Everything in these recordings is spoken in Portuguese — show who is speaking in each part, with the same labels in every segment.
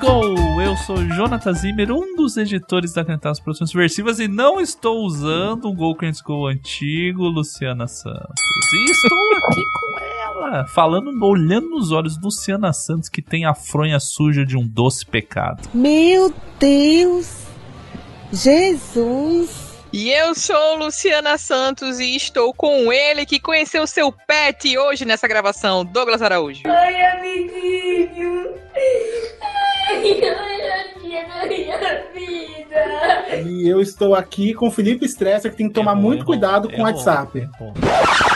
Speaker 1: go! Eu sou Jonathan Zimmer, um dos editores da Cantar Produções Subversivas e não estou usando o Go Crentes Go antigo, Luciana Santos. E estou aqui com ela, falando, olhando nos olhos Luciana Santos, que tem a fronha suja de um doce pecado.
Speaker 2: Meu Deus! Jesus!
Speaker 3: E eu sou Luciana Santos e estou com ele que conheceu seu pet hoje nessa gravação, Douglas Araújo.
Speaker 4: Ai, amiguinho! Ai, ai, ai, ai, minha vida!
Speaker 5: E eu estou aqui com o Felipe Stresser, que tem que tomar
Speaker 1: Errou,
Speaker 5: muito
Speaker 1: errou,
Speaker 5: cuidado com
Speaker 1: errou,
Speaker 5: o WhatsApp.
Speaker 1: errou.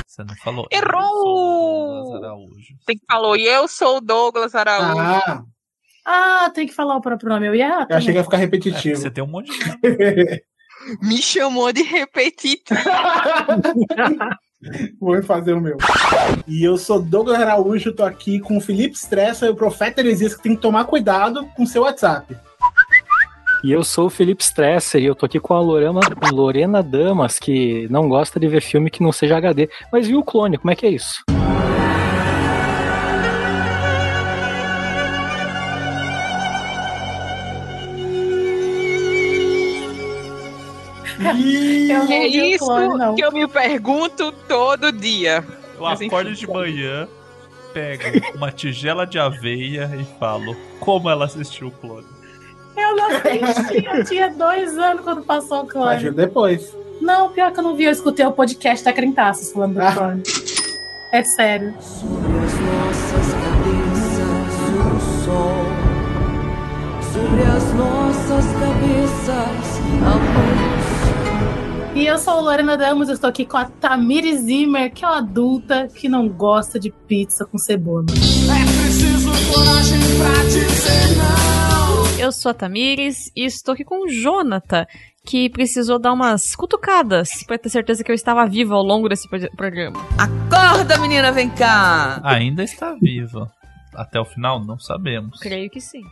Speaker 1: Você não falou.
Speaker 3: Errou!
Speaker 1: Eu sou o Douglas Araújo.
Speaker 3: Tem que falar, e eu sou o Douglas Araújo.
Speaker 5: Ah,
Speaker 4: Ah, tem que falar o próprio nome. Eu ia errar.
Speaker 5: eu achei que
Speaker 4: também.
Speaker 5: ia ficar
Speaker 1: É, porque
Speaker 5: repetitivo.
Speaker 1: você tem um monte de
Speaker 3: Me chamou de repetitivo.
Speaker 5: Vou fazer o meu. E eu sou Douglas Araújo, tô aqui com o Felipe Stresser e o Profeta Heresias, que tem que tomar cuidado com seu WhatsApp.
Speaker 6: E eu sou o Felipe Stresser e eu tô aqui com a Lorena, Lorena Damas, que não gosta de ver filme que não seja HD. Mas viu o clone, como é que é isso?
Speaker 5: E...
Speaker 4: Eu não
Speaker 3: É
Speaker 4: vi o
Speaker 3: isso
Speaker 4: clone, não.
Speaker 3: que eu me pergunto todo dia.
Speaker 1: Eu
Speaker 3: Mas,
Speaker 1: acordo de
Speaker 3: enfim.
Speaker 1: manhã, pego uma tigela de aveia e falo como ela assistiu o clone.
Speaker 4: Eu não assisti, eu tinha dois anos quando passou o clone.
Speaker 5: Imagina depois.
Speaker 4: Não, pior que eu não vi, eu escutei o podcast da Crentaças falando do
Speaker 5: Ah.
Speaker 4: clone. É sério.
Speaker 7: Sobre as nossas cabeças, o sol. Sobre as nossas cabeças, a luz.
Speaker 4: E eu sou a Lorena Damos, eu estou aqui com a Tamiri Zimmer, que é uma adulta que não gosta de pizza com cebola.
Speaker 8: Eu sou a Tamires e estou aqui com o Jonathan, que precisou dar umas cutucadas pra ter certeza que eu estava viva ao longo desse pro- programa.
Speaker 7: Acorda, menina, vem cá!
Speaker 1: Ainda está viva. Até o final, não sabemos.
Speaker 8: Creio que sim.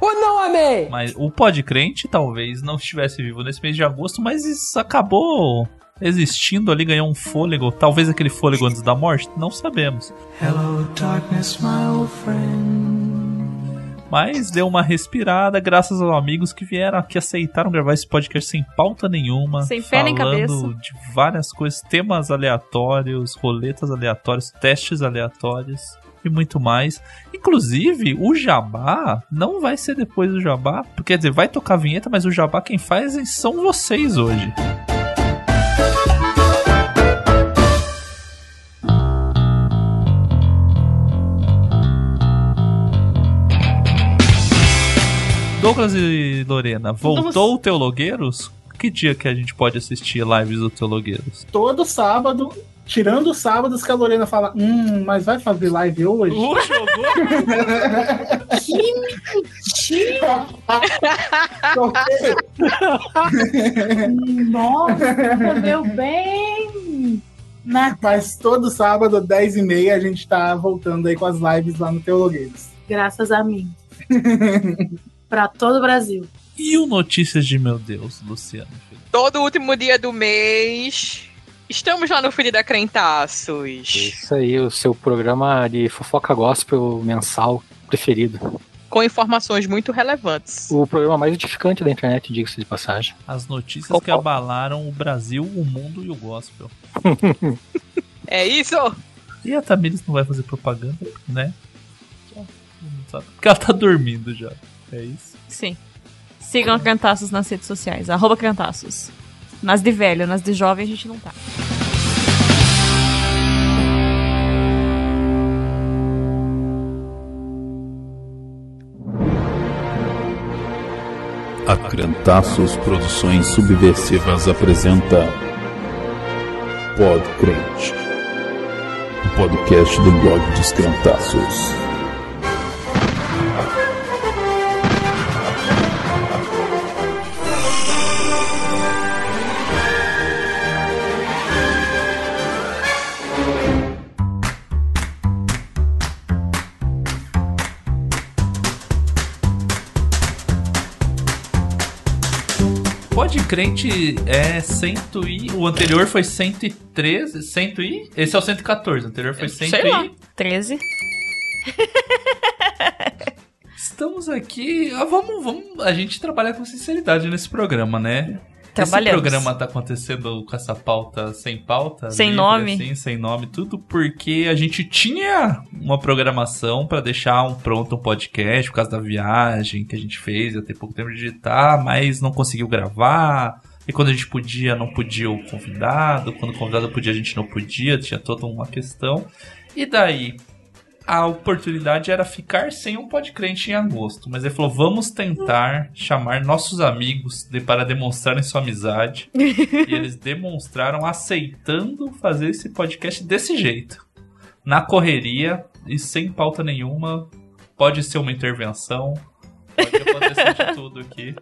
Speaker 7: Ou não amei?
Speaker 1: Mas o Pod Crente talvez não estivesse vivo nesse mês de agosto, mas isso acabou existindo ali, ganhou um fôlego. Talvez aquele fôlego antes da morte, não sabemos. Mas deu uma respirada, graças aos amigos que vieram aqui, aceitaram gravar esse podcast sem pauta nenhuma.
Speaker 8: Sem pé nem
Speaker 1: falando de várias coisas, temas aleatórios, roletas aleatórias, testes aleatórios e muito mais. Inclusive, o Jabá não vai ser depois do Jabá, quer dizer, vai tocar a vinheta, mas o Jabá quem faz é são vocês hoje. Douglas e Lorena, voltou o Teologueiros? Que dia que a gente pode assistir lives do Teologueiros?
Speaker 5: Todo sábado, tirando os sábados que a Lorena fala, hum, mas vai fazer live hoje?
Speaker 4: Uh.
Speaker 5: Porque
Speaker 4: Nossa, meu bem! Na...
Speaker 5: Mas todo sábado, 10h30, a gente tá voltando aí com as lives lá no Teologueiros.
Speaker 4: Graças a mim. pra todo o Brasil.
Speaker 1: E o Notícias de Meu Deus, Luciano?
Speaker 3: Todo último dia do mês. Estamos lá no feed da Crentaços.
Speaker 6: Isso aí, o seu programa de fofoca gospel mensal preferido.
Speaker 3: Com informações muito relevantes.
Speaker 6: O programa mais edificante da internet, diga-se de passagem.
Speaker 1: As notícias
Speaker 6: Qual-
Speaker 1: que abalaram o Brasil, o mundo e o gospel.
Speaker 3: É isso?
Speaker 1: E a Tamiris não vai fazer propaganda, né? Não sabe. Porque ela tá dormindo já. É isso.
Speaker 8: Sim. Sigam a Cantaços nas redes sociais, arroba Cantaços. Nas de velho, nas de jovem a gente não tá.
Speaker 9: A Crentaços Produções Subversivas apresenta Podcrente, o podcast do blog dos Crentaços.
Speaker 1: Pode crente é 100 e. O anterior foi 113. 100 e. Esse é o 114. O anterior foi 100
Speaker 8: Sei lá.
Speaker 1: e.
Speaker 8: 13.
Speaker 1: estamos aqui. ah, vamos, vamos. A gente trabalha com sinceridade nesse programa, né? Esse
Speaker 8: Trabalhamos.
Speaker 1: programa tá acontecendo com essa pauta sem pauta,
Speaker 8: Sem nome.
Speaker 1: assim, sem nome, tudo porque a gente tinha uma programação pra deixar um pronto um podcast por causa da viagem que a gente fez até pouco tempo de editar, mas não conseguiu gravar. E quando a gente podia, não podia o convidado. Quando o convidado podia, a gente não podia. Tinha toda uma questão. E daí, a oportunidade era ficar sem um podcrente em agosto. Mas ele falou: vamos tentar chamar nossos amigos de- para demonstrarem sua amizade. e eles demonstraram aceitando fazer esse podcast desse jeito. Na correria e sem pauta nenhuma. Pode ser uma intervenção. Pode acontecer de tudo aqui.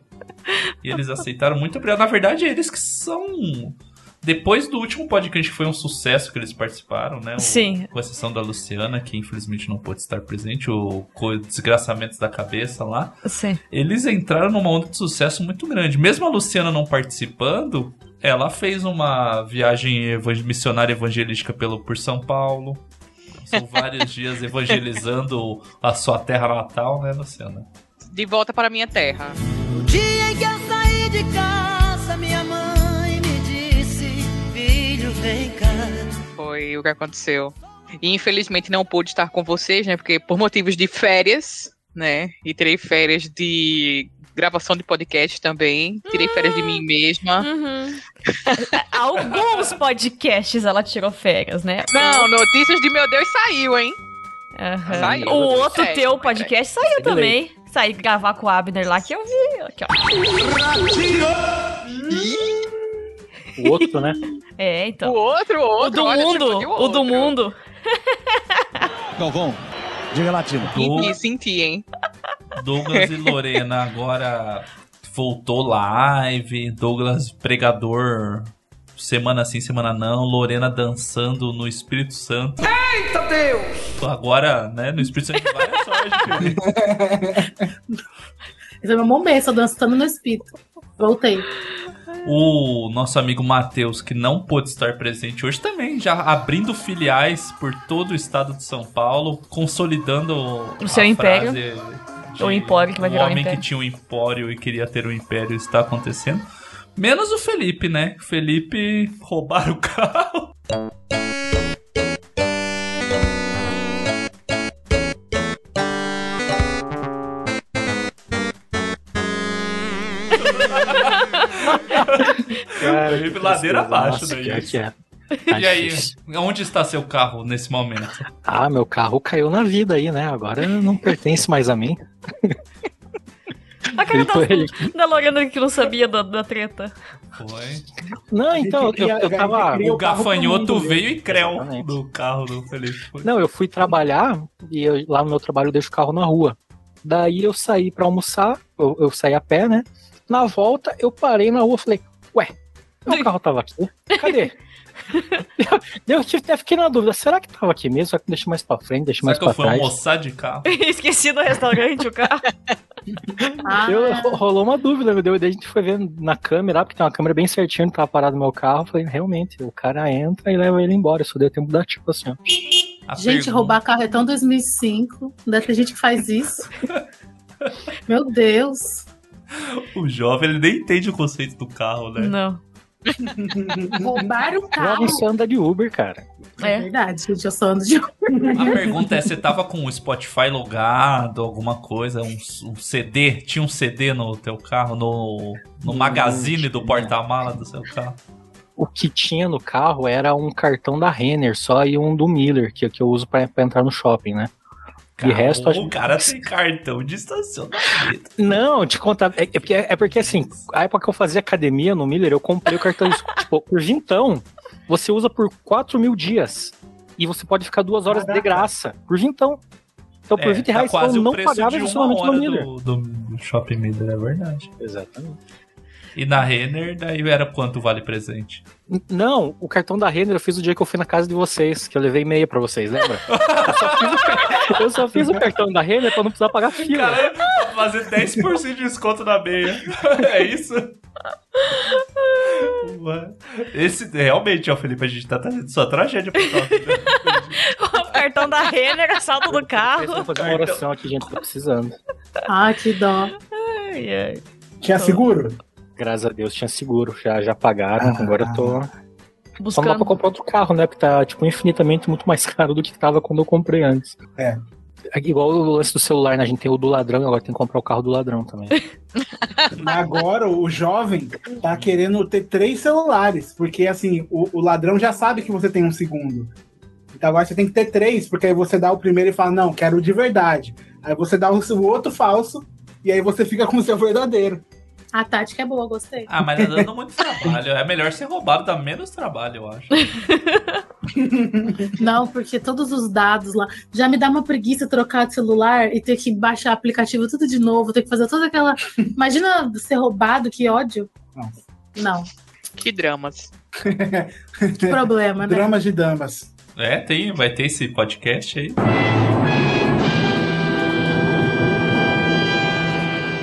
Speaker 1: E eles aceitaram muito obrigado. Na verdade, eles que são. Depois do último podcast que foi um sucesso que eles participaram, né? O-
Speaker 8: Sim.
Speaker 1: com exceção da Luciana, que infelizmente não pôde estar presente, o co- Desgraçamentos da Cabeça lá,
Speaker 8: Sim.
Speaker 1: eles entraram numa onda de sucesso muito grande. Mesmo a Luciana não participando, ela fez uma viagem evan- missionária evangelística pelo, por São Paulo. São vários dias evangelizando a sua terra natal, né, Luciana?
Speaker 3: De volta para minha terra.
Speaker 7: No dia em que eu saí de casa, minha mãe me disse: Filho, vem cá.
Speaker 3: Foi o que aconteceu. E infelizmente não pude estar com vocês, né? Porque por motivos de férias, né? E tirei férias de gravação de podcast também. Tirei férias de
Speaker 8: Hum.
Speaker 3: mim mesma.
Speaker 8: Uhum. Alguns podcasts ela tirou férias, né?
Speaker 3: Não, notícias de meu Deus saiu, hein?
Speaker 8: Aham. É,
Speaker 3: Saiu.
Speaker 8: O outro
Speaker 3: Sério,
Speaker 8: teu
Speaker 3: mas
Speaker 8: podcast saiu também. Saí gravar com o Abner lá que eu vi. Aqui, ó.
Speaker 6: O outro, né?
Speaker 3: O
Speaker 8: É, então.
Speaker 3: outro, o
Speaker 8: O
Speaker 3: outro.
Speaker 8: do
Speaker 3: olha,
Speaker 8: mundo,
Speaker 3: tipo de
Speaker 8: o do
Speaker 3: outro.
Speaker 8: mundo.
Speaker 9: Galvão, diga latino.
Speaker 1: Do-
Speaker 3: E, e senti, hein?
Speaker 1: Douglas e Lorena agora voltou live, Douglas pregador semana sim, semana não, Lorena dançando no Espírito Santo. Eita Deus! Agora, né, no Espírito Santo de várias sorte.
Speaker 4: Esse é meu momento, eu dançando no espírito. Voltei.
Speaker 1: O nosso amigo Matheus, que não pôde estar presente hoje também, já abrindo filiais por todo o estado de São Paulo, consolidando
Speaker 8: O seu império. O empório que vai virar
Speaker 1: um
Speaker 8: um
Speaker 1: homem que
Speaker 8: império.
Speaker 1: tinha um empório e queria ter um império está acontecendo. Menos o Felipe, né? Felipe roubaram o carro.
Speaker 6: Cara,
Speaker 1: Felipe
Speaker 6: que
Speaker 1: ladeira
Speaker 6: tristeza.
Speaker 1: abaixo
Speaker 6: Nossa,
Speaker 1: daí.
Speaker 6: pior que é. Tá
Speaker 1: E aí,
Speaker 6: difícil.
Speaker 1: onde está seu carro nesse momento?
Speaker 6: Ah, meu carro caiu na vida aí, né? Agora não pertence mais a mim.
Speaker 8: A cara
Speaker 6: Ele
Speaker 8: da,
Speaker 6: foi-
Speaker 8: da Lorena que não sabia da, da treta.
Speaker 1: Foi.
Speaker 6: Não, então, eu, eu tava.
Speaker 5: Meu
Speaker 1: O
Speaker 5: carro pro
Speaker 1: gafanhoto
Speaker 5: mundo, né?
Speaker 1: veio e creu
Speaker 6: Tá Exatamente.
Speaker 1: do carro do Felipe. Foi.
Speaker 6: Não, eu fui trabalhar e eu- lá no meu trabalho eu deixo o carro na rua. Daí eu saí pra almoçar, eu, eu saí a pé, né? Na volta eu parei na rua e falei, ué, meu carro tava aqui? Cadê? Daí eu tive- até fiquei na dúvida, será que tava aqui mesmo? Será que deixa mais pra frente, deixa
Speaker 1: Será
Speaker 6: mais
Speaker 1: que eu
Speaker 6: pra
Speaker 1: fui
Speaker 6: trás?
Speaker 1: almoçar de carro?
Speaker 8: Esqueci no restaurante o carro.
Speaker 4: Ah,
Speaker 6: Eu, rolou uma dúvida, meu Deus. Daí a gente foi vendo na câmera, porque tem uma câmera bem certinha onde tava parado o meu carro. Eu Falei, realmente, o cara entra e leva ele embora. Isso deu tempo da tipo assim, ó.
Speaker 1: A
Speaker 4: gente,
Speaker 1: pergunta-
Speaker 4: roubar carro é tão 2005. Ainda tem gente que faz isso. Meu Deus.
Speaker 1: O jovem, ele nem entende o conceito do carro, né?
Speaker 8: Não.
Speaker 4: Roubar o carro.
Speaker 6: Jovem você anda de Uber, cara.
Speaker 4: É
Speaker 8: É.
Speaker 4: verdade, gente. Eu sou ando de
Speaker 1: A pergunta é, você tava com o Spotify logado, alguma coisa, um, um CD? Tinha um CD no teu carro, no, no
Speaker 6: Não,
Speaker 1: magazine do
Speaker 6: tinha.
Speaker 1: porta-mala do seu carro?
Speaker 6: O que tinha no carro era um cartão da Renner só e um do Miller, que, que eu uso pra, pra entrar no shopping, né? De resto, acho-
Speaker 1: O cara tem cartão de estacionamento.
Speaker 6: Não, te contar. É, é porque, é porque assim, a época que eu fazia academia no Miller, eu comprei o cartão de- tipo, por vintão. Você usa por 4 mil dias. E você pode ficar duas horas de graça. Por vintão. Então, por
Speaker 1: É,
Speaker 6: 20
Speaker 1: tá
Speaker 6: reais,
Speaker 1: quase
Speaker 6: eu
Speaker 1: o
Speaker 6: não
Speaker 1: preço
Speaker 6: pagava
Speaker 1: de
Speaker 6: estacionamento
Speaker 1: uma
Speaker 6: no
Speaker 1: hora
Speaker 6: Miller.
Speaker 1: do, do Shopping Miller, é verdade.
Speaker 6: Exatamente.
Speaker 1: E na Renner, daí era quanto vale presente?
Speaker 6: Não, o cartão da Renner eu fiz o dia que eu fui na casa de vocês, que eu levei meia pra vocês, lembra? eu, só fiz o, eu só fiz o cartão da Renner pra não precisar pagar fila.
Speaker 1: Cara, pra fazer 10% de desconto na meia. É isso? Ué. Esse, realmente, ó, Felipe, a gente tá trazendo só tragédia pro top.
Speaker 8: O cartão da Renner, assalto do
Speaker 6: Eu
Speaker 8: é carro.
Speaker 6: vou fazer uma oração aqui, gente, tá precisando.
Speaker 4: Ah, que dó.
Speaker 8: Ai, ai.
Speaker 5: Tinha seguro?
Speaker 6: Graças a Deus tinha seguro, já, já pagaram.
Speaker 5: Ah.
Speaker 6: agora eu tô. Só não dá
Speaker 8: Buscando.
Speaker 6: pra comprar outro carro, né? Porque tá, tipo, infinitamente muito mais caro do que tava quando eu comprei antes.
Speaker 5: É.
Speaker 6: É igual o lance do celular, né? A gente tem o do ladrão, agora tem que comprar o carro do ladrão também.
Speaker 5: Mas agora o jovem tá querendo ter três celulares, porque assim, o, o ladrão já sabe que você tem um segundo. Então agora você tem que ter três, porque aí você dá o primeiro e fala, não, quero o de verdade. Aí você dá o, seu- o outro falso, e aí você fica com o seu verdadeiro.
Speaker 4: A tática é boa, gostei.
Speaker 1: Ah, mas tá dando muito trabalho. É melhor ser roubado, dá menos trabalho, eu acho.
Speaker 4: Não, porque todos os dados lá. Já me dá uma preguiça trocar de celular e ter que baixar aplicativo tudo de novo, ter que fazer toda aquela. Imagina ser roubado, que ódio.
Speaker 5: Nossa.
Speaker 4: Não,
Speaker 3: Que dramas.
Speaker 4: que problema, né?
Speaker 5: Dramas de damas.
Speaker 1: É, tem, vai ter esse podcast aí.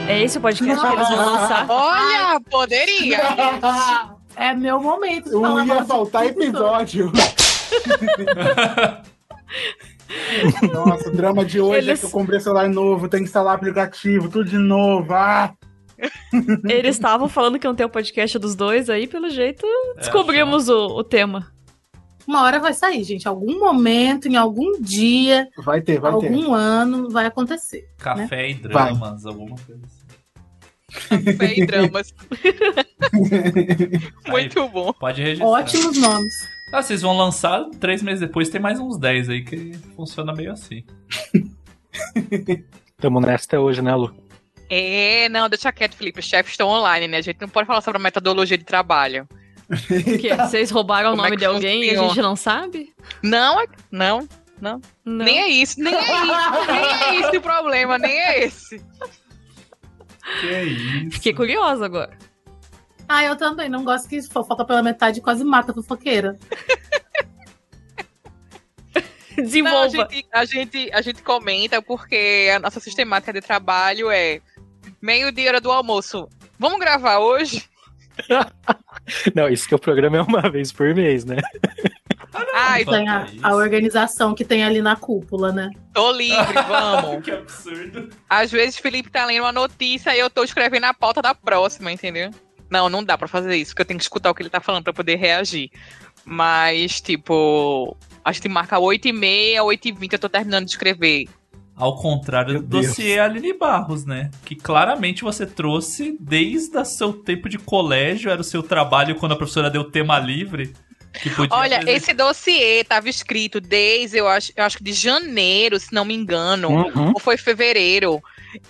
Speaker 8: É esse o podcast que eles vão lançar.
Speaker 3: Olha, poderia.
Speaker 4: É meu momento. de
Speaker 5: Não ia
Speaker 4: falar mal
Speaker 5: faltar
Speaker 4: de tudo.
Speaker 5: episódio. Nossa, o drama de hoje é
Speaker 8: Eles-
Speaker 5: que eu comprei celular novo, tem que instalar aplicativo, tudo de novo. Ah,
Speaker 8: Eles estavam falando que não tem o podcast dos dois aí, pelo jeito,
Speaker 6: É,
Speaker 1: É,
Speaker 8: descobrimos o, o tema.
Speaker 4: Uma hora vai sair, gente. Algum momento, em algum dia,
Speaker 5: vai ter, vai ter.
Speaker 4: algum ano, vai acontecer.
Speaker 1: Café e dramas, alguma coisa assim.
Speaker 3: Fé e dramas. Muito bom.
Speaker 1: Pode registrar.
Speaker 4: Ótimos nomes.
Speaker 1: Ah, vocês vão lançar três meses depois, tem mais uns 10 aí que funciona meio assim.
Speaker 6: Tamo nessa até hoje, né, Lu?
Speaker 3: É, não, deixa quieto, Felipe. Os chefes estão online, né? A gente não pode falar sobre a metodologia de trabalho.
Speaker 8: Porque vocês roubaram o
Speaker 3: Como é
Speaker 8: nome
Speaker 3: que
Speaker 8: de alguém e a
Speaker 3: funciona?
Speaker 8: gente não sabe?
Speaker 3: Não, é- não,
Speaker 8: Não.
Speaker 3: nem é isso, nem é isso, nem é esse o problema, nem é esse.
Speaker 1: Que isso.
Speaker 8: Fiquei curiosa agora.
Speaker 4: Ah, eu também. Não gosto que fofoca pela metade quase mata a fofoqueira.
Speaker 3: Não, a,
Speaker 8: Desenvolva.
Speaker 3: gente, a, gente, a gente comenta porque a nossa sistemática de trabalho é meio-dia hora do almoço. Vamos gravar hoje?
Speaker 6: Não, isso que o programa é uma vez por mês, né?
Speaker 3: Ai,
Speaker 1: Falta
Speaker 4: Tem a,
Speaker 1: isso.
Speaker 4: a organização que tem ali na cúpula, né?
Speaker 3: tô livre, vamos.
Speaker 1: que absurdo.
Speaker 3: Às vezes Felipe tá lendo uma notícia e eu tô escrevendo a pauta da próxima, entendeu? Não, não dá pra fazer isso, porque eu tenho que escutar o que ele tá falando pra poder reagir. Mas, tipo, a gente marca 8h30, 8h20, eu tô terminando de escrever.
Speaker 1: Ao contrário
Speaker 5: Meu
Speaker 1: do
Speaker 5: Deus.
Speaker 1: dossiê Aline Barros, né? Que claramente você trouxe desde o seu tempo de colégio, era o seu trabalho quando a professora deu tema livre. Que podia
Speaker 3: Olha,
Speaker 1: apresentar.
Speaker 3: esse dossiê tava escrito desde, eu acho, eu acho que de janeiro, se não me engano.
Speaker 6: Hum.
Speaker 5: Uhum.
Speaker 3: Ou foi fevereiro.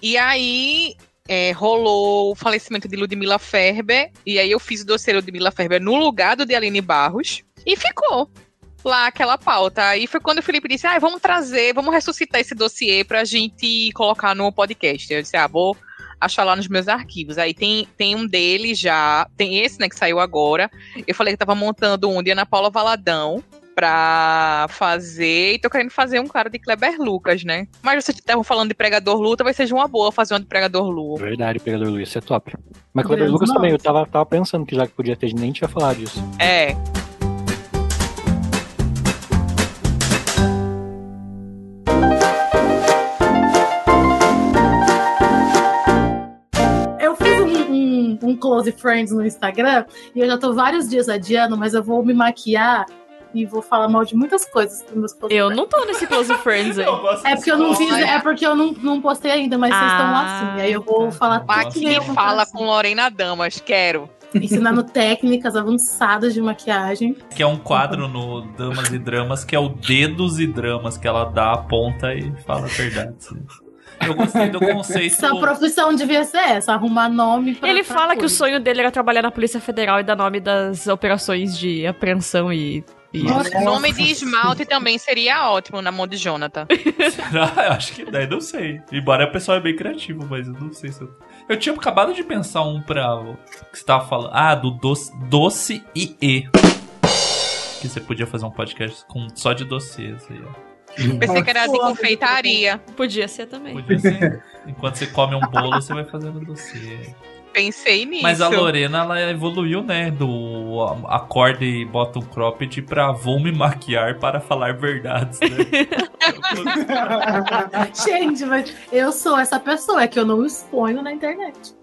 Speaker 3: E aí é, rolou o falecimento de Ludmilla Ferber. E aí eu fiz o dossiê Ludmilla Ferber no lugar do de Aline Barros. E ficou lá aquela pauta. Aí foi quando o Felipe disse: ah, vamos trazer, vamos ressuscitar esse dossiê pra gente colocar no podcast. Eu disse: ah, vou achar lá nos meus arquivos. Aí tem, tem um dele já, tem esse, né, que saiu agora. Eu falei que tava montando um de Ana Paula Valadão pra fazer. E tô querendo fazer um cara de Kleber Lucas, né? Mas vocês estavam falando de pregador Lu, talvez seja uma boa fazer um de pregador Lu.
Speaker 6: Verdade, Pegador Luiz, isso é top. Mas
Speaker 4: Grandes
Speaker 6: Pegador Lucas
Speaker 4: nomes.
Speaker 6: também, eu tava, tava pensando que já que podia ter, a gente nem tinha falado disso.
Speaker 3: É.
Speaker 4: Eu fiz um, um- um Close Friends no Instagram e eu já tô vários dias adiando, mas eu vou me maquiar e vou falar mal de muitas coisas pros meus close
Speaker 8: Eu
Speaker 4: friends.
Speaker 8: não tô nesse Close Friends aí.
Speaker 1: Eu gosto
Speaker 4: É porque eu não fiz,
Speaker 3: Olha.
Speaker 4: é porque eu não, não postei ainda, mas vocês estão
Speaker 8: Ah,
Speaker 4: assim. Aí eu vou
Speaker 1: tá.
Speaker 4: falar tudo
Speaker 1: Nossa.
Speaker 4: que
Speaker 3: Aqui me
Speaker 4: eu
Speaker 3: fala
Speaker 4: faço,
Speaker 3: com Lorena Damas, quero.
Speaker 4: ensinando técnicas avançadas de maquiagem.
Speaker 1: Que é um quadro no Damas e Dramas, que é o Dedos e Dramas, que ela dá a ponta e fala a verdade. Eu gostei do conceito.
Speaker 4: Sua profissão devia ser essa, arrumar nome pra
Speaker 8: Hum. Ele
Speaker 4: pra
Speaker 8: fala que o
Speaker 4: coisa.
Speaker 8: sonho dele era trabalhar na Polícia Federal e dar nome das operações de apreensão e. e-
Speaker 5: Nossa.
Speaker 3: Nome de esmalte também seria ótimo na mão de Jonathan.
Speaker 1: Será? Ah, Eu acho que daí não sei. Embora o pessoal é bem criativo, mas eu não sei se eu. Eu tinha acabado de pensar um pra. o Que você tava falando. Ah, do doce, doce e E. Que você podia fazer um podcast com só de doces aí, ó.
Speaker 3: Pensei que era de
Speaker 4: Suave,
Speaker 3: confeitaria.
Speaker 8: Podia ser também.
Speaker 1: Podia ser. Enquanto você come um bolo, você vai fazendo doce.
Speaker 3: Pensei nisso.
Speaker 1: Mas a Lorena, ela evoluiu, né? Do a- um acorde e bottom cropped pra vou me maquiar para falar verdades, né?
Speaker 4: Gente, mas eu sou essa pessoa, é que eu não exponho na internet.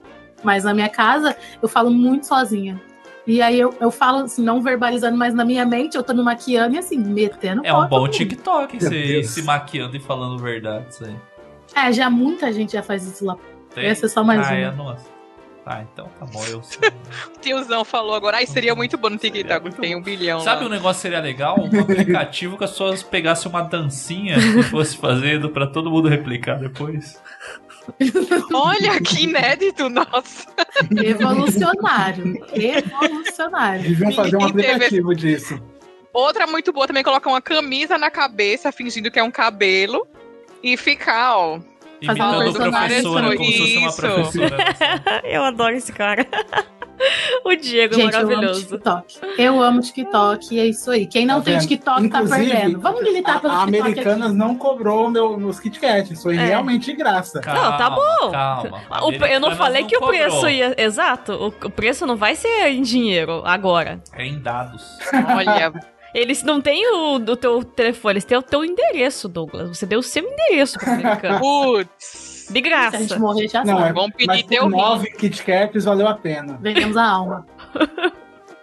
Speaker 4: Mas na minha casa, eu falo muito sozinha. E aí eu, eu falo, assim, não verbalizando, mas na minha mente eu tô me maquiando e assim, metendo
Speaker 1: É um bom
Speaker 4: pau em todo mundo.
Speaker 1: TikTok
Speaker 5: Meu
Speaker 1: se,
Speaker 5: Deus.
Speaker 1: se maquiando e falando verdade. Isso aí.
Speaker 4: É, já muita gente já faz isso lá. Essa é só mais
Speaker 1: ah,
Speaker 4: uma.
Speaker 8: um.
Speaker 1: é nossa. Ah, então tá bom, eu sei.
Speaker 3: Tiozão falou agora, ai, seria muito bom no TikTok, tem um bilhão
Speaker 1: Sabe um
Speaker 3: lá.
Speaker 1: negócio que seria legal? Um aplicativo que as pessoas pegassem uma dancinha e fosse fazendo pra todo mundo replicar depois.
Speaker 3: Olha que inédito, nossa.
Speaker 4: Evolucionário. Evolucionário.
Speaker 5: Deviam fazer um
Speaker 3: Ninguém teve-
Speaker 5: aplicativo disso.
Speaker 3: Outra muito boa também, colocar uma camisa na cabeça, fingindo que é um cabelo. E ficar, ó.
Speaker 4: Fazer uma
Speaker 1: Imitando a
Speaker 4: personagem
Speaker 1: professora, como se fosse uma
Speaker 3: isso.
Speaker 1: professora.
Speaker 8: Eu adoro esse cara. o Diego é
Speaker 4: Gente, eu amo
Speaker 8: maravilhoso.
Speaker 4: TikTok. Eu amo TikTok, é isso aí. Quem não
Speaker 5: Tá
Speaker 4: tem
Speaker 5: vendo?
Speaker 4: TikTok tá
Speaker 5: Inclusive,
Speaker 4: perdendo. Vamos militar pelo
Speaker 5: A, a
Speaker 4: TikTok. aqui.
Speaker 5: Americanas não cobrou meu, meus Kit Kat. Isso foi
Speaker 8: É.
Speaker 5: realmente de graça.
Speaker 1: Calma,
Speaker 8: Não, tá bom.
Speaker 1: Calma.
Speaker 8: Ah, o pre- eu não
Speaker 1: Americanas
Speaker 8: falei que o
Speaker 1: cobrou.
Speaker 8: preço ia. Exato, o, o preço não vai ser em dinheiro agora.
Speaker 1: É em dados.
Speaker 3: Olha,
Speaker 8: Eles não têm o, o teu telefone, eles têm o teu endereço, Douglas. Você deu o seu endereço pro americano.
Speaker 3: putz.
Speaker 4: Se a
Speaker 8: De
Speaker 4: gente
Speaker 8: graça.
Speaker 4: morrer, já
Speaker 5: Não,
Speaker 4: sabe.
Speaker 5: é,
Speaker 3: Vão pedir
Speaker 5: mas
Speaker 3: teu
Speaker 5: por nove Kit Kats valeu a pena.
Speaker 4: Vendemos a alma.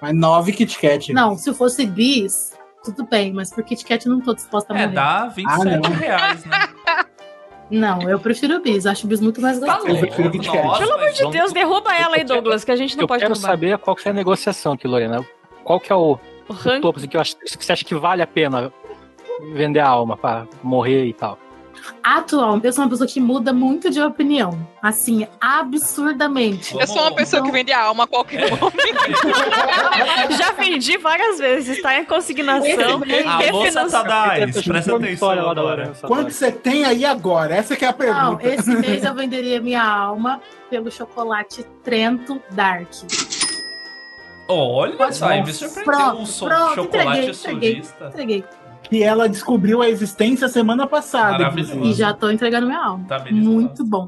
Speaker 5: Mas nove Kit Kat.
Speaker 4: Não, se fosse bis, tudo bem, mas por Kit Kat eu não tô disposta a
Speaker 8: Tá
Speaker 1: É,
Speaker 4: morrer.
Speaker 1: dá 27
Speaker 5: Ah, não.
Speaker 1: reais, né?
Speaker 4: Não, eu prefiro bis, acho bis muito mais gostoso.
Speaker 5: Eu prefiro Kit Kat.
Speaker 1: Nossa,
Speaker 8: Pelo amor
Speaker 1: mas
Speaker 8: de
Speaker 1: vamos-
Speaker 8: Deus, derruba ela aí,
Speaker 6: Eu quero-
Speaker 8: Douglas, que a gente não
Speaker 6: eu
Speaker 8: pode
Speaker 6: quero
Speaker 8: derrubar.
Speaker 6: saber qual que é a negociação aqui, Lorena. Qual que é o,
Speaker 8: O ranking
Speaker 6: topo assim, que, eu acho, que você acha que vale a pena vender a alma pra morrer e tal?
Speaker 1: Tá.
Speaker 4: Atualmente, eu sou uma pessoa que muda muito de opinião. Assim, absurdamente.
Speaker 3: Eu sou uma pessoa que vende a alma a qualquer momento. Tá
Speaker 8: Tá Já vendi várias vezes, tá? Em consignação.
Speaker 1: A moça tá
Speaker 8: Refinanci-
Speaker 1: Tadais, presta atenção
Speaker 6: Olha lá da
Speaker 1: agora.
Speaker 6: Lorena Sadai.
Speaker 5: Quanto você tem aí agora? Essa que é a
Speaker 4: Não,
Speaker 5: pergunta.
Speaker 4: esse mês eu venderia minha alma pelo chocolate Trento Dark.
Speaker 1: Olha só, aí me
Speaker 4: Nossa.
Speaker 1: surpreendeu
Speaker 4: Pronto,
Speaker 1: um so
Speaker 4: pronto,
Speaker 1: chocolate
Speaker 4: entreguei, entreguei.
Speaker 1: surgista.
Speaker 4: Entreguei.
Speaker 5: Que ela descobriu a existência semana passada.
Speaker 1: Maravilhoso.
Speaker 5: inclusive.
Speaker 4: E já tô entregando minha alma.
Speaker 1: Tá beleza.
Speaker 4: Muito bom.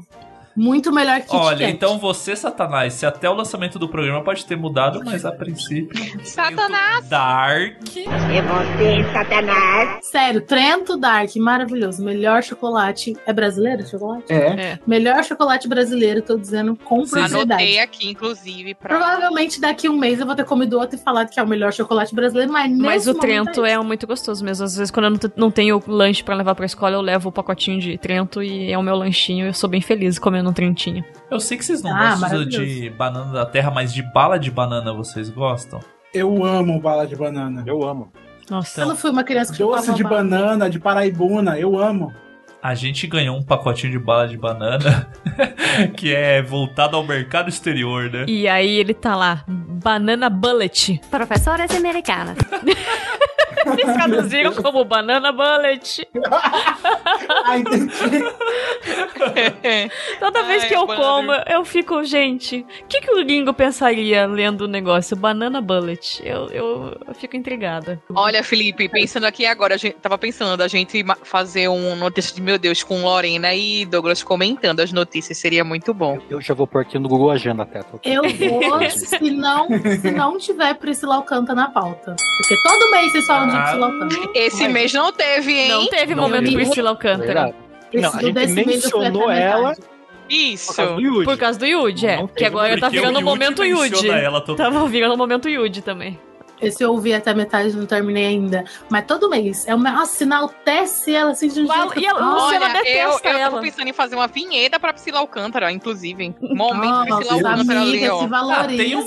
Speaker 4: Muito melhor que Kit
Speaker 1: Olha,
Speaker 4: Kat.
Speaker 1: então você, Satanás, se até o lançamento do programa pode ter mudado, mas a princípio.
Speaker 3: Satanás!
Speaker 1: Dark.
Speaker 2: É você, Satanás.
Speaker 4: Sério, Trento Dark, maravilhoso. Melhor chocolate. É brasileiro o chocolate?
Speaker 5: É.
Speaker 4: Melhor chocolate brasileiro, tô dizendo com propriedade.
Speaker 3: Anotei aqui, inclusive, pra.
Speaker 4: Provavelmente daqui um mês eu vou ter comido outro e falado que é o melhor chocolate brasileiro, mas nesse
Speaker 8: Mas o
Speaker 4: momento
Speaker 8: Trento
Speaker 4: esse.
Speaker 8: é muito gostoso mesmo. Às vezes, quando eu não t- não tenho lanche pra levar pra escola, eu levo o pacotinho de Trento e é o meu lanchinho. Eu sou bem feliz comendo um Trentinho.
Speaker 1: Eu sei que vocês não
Speaker 4: Ah,
Speaker 1: gostam
Speaker 4: maravilhoso.
Speaker 1: de banana da terra, mas de bala de banana vocês gostam?
Speaker 5: Eu amo bala de banana.
Speaker 6: Eu amo.
Speaker 8: Nossa.
Speaker 4: Eu não fui uma criança que
Speaker 5: Doce
Speaker 4: chupava
Speaker 5: de
Speaker 4: bala.
Speaker 5: banana, de paraibuna, eu amo.
Speaker 1: A gente ganhou um pacotinho de bala de banana que é voltado ao mercado exterior, né?
Speaker 8: E aí ele tá lá, banana bullet.
Speaker 10: Professoras americanas.
Speaker 8: Eles traduziram como banana bullet.
Speaker 5: Ah, entendi.
Speaker 8: Toda vez
Speaker 3: Ai,
Speaker 8: que eu
Speaker 3: banana-
Speaker 8: como, eu fico, gente, o que, que o gringo pensaria lendo o negócio? Banana bullet. Eu, eu, eu fico intrigada.
Speaker 3: Olha, Felipe, pensando aqui agora, a gente, tava pensando a gente ma- fazer um notícia de meu Deus com Lorena e Douglas comentando as notícias, seria muito bom.
Speaker 6: Eu, eu já vou pôr aqui no Google Agenda até. tô-
Speaker 4: Eu vou, se não, se não tiver Priscila Alcanta na pauta. Porque todo mês vocês falam de
Speaker 1: Ah.
Speaker 4: Priscila Alcanta.
Speaker 3: Esse
Speaker 4: Olha.
Speaker 3: mês não teve, hein?
Speaker 8: Não teve
Speaker 6: Não
Speaker 8: momento
Speaker 6: teve.
Speaker 8: Priscila Alcântara.
Speaker 6: Verdade.
Speaker 4: Esse
Speaker 6: Não, a
Speaker 4: do-
Speaker 6: gente
Speaker 4: desse mês eu fui até
Speaker 6: mencionou
Speaker 4: a metade.
Speaker 6: ela
Speaker 3: Isso.
Speaker 6: por causa do Yudi.
Speaker 8: Por causa do Yud, é.
Speaker 6: Não
Speaker 8: Que agora tá
Speaker 1: Porque
Speaker 8: virando o
Speaker 1: Yudi
Speaker 8: momento Tá Yud.
Speaker 1: menciona ela todo-
Speaker 8: Tava virando o momento Yud também.
Speaker 4: Esse eu ouvi até a metade, não terminei ainda. Mas todo mês. É uma, nossa, enaltece ela assim de um
Speaker 8: Uau,
Speaker 4: jeito.
Speaker 8: e ela-
Speaker 4: Nossa,
Speaker 8: Luciana
Speaker 3: Olha, eu, eu
Speaker 8: detesta ela.
Speaker 3: tava pensando em fazer uma vinheta pra Priscila Alcântara, inclusive. Momento
Speaker 4: nossa,
Speaker 3: Priscila Alcântara ali,
Speaker 4: amiga,
Speaker 3: ó.
Speaker 4: se
Speaker 1: Ah, tem, um-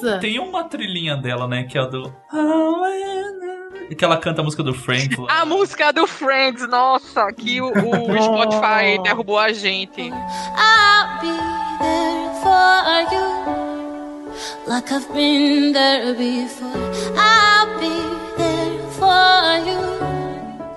Speaker 4: valoriza.
Speaker 1: tem uma trilhinha dela, né? Que é a do. é, né? Que ela canta a música do Frank.
Speaker 8: Ah,
Speaker 1: lá.
Speaker 3: A música do Friends, nossa, que o, o Spotify derrubou a gente.
Speaker 7: I'll be there for you. Like I've been there before. I'll be there for you.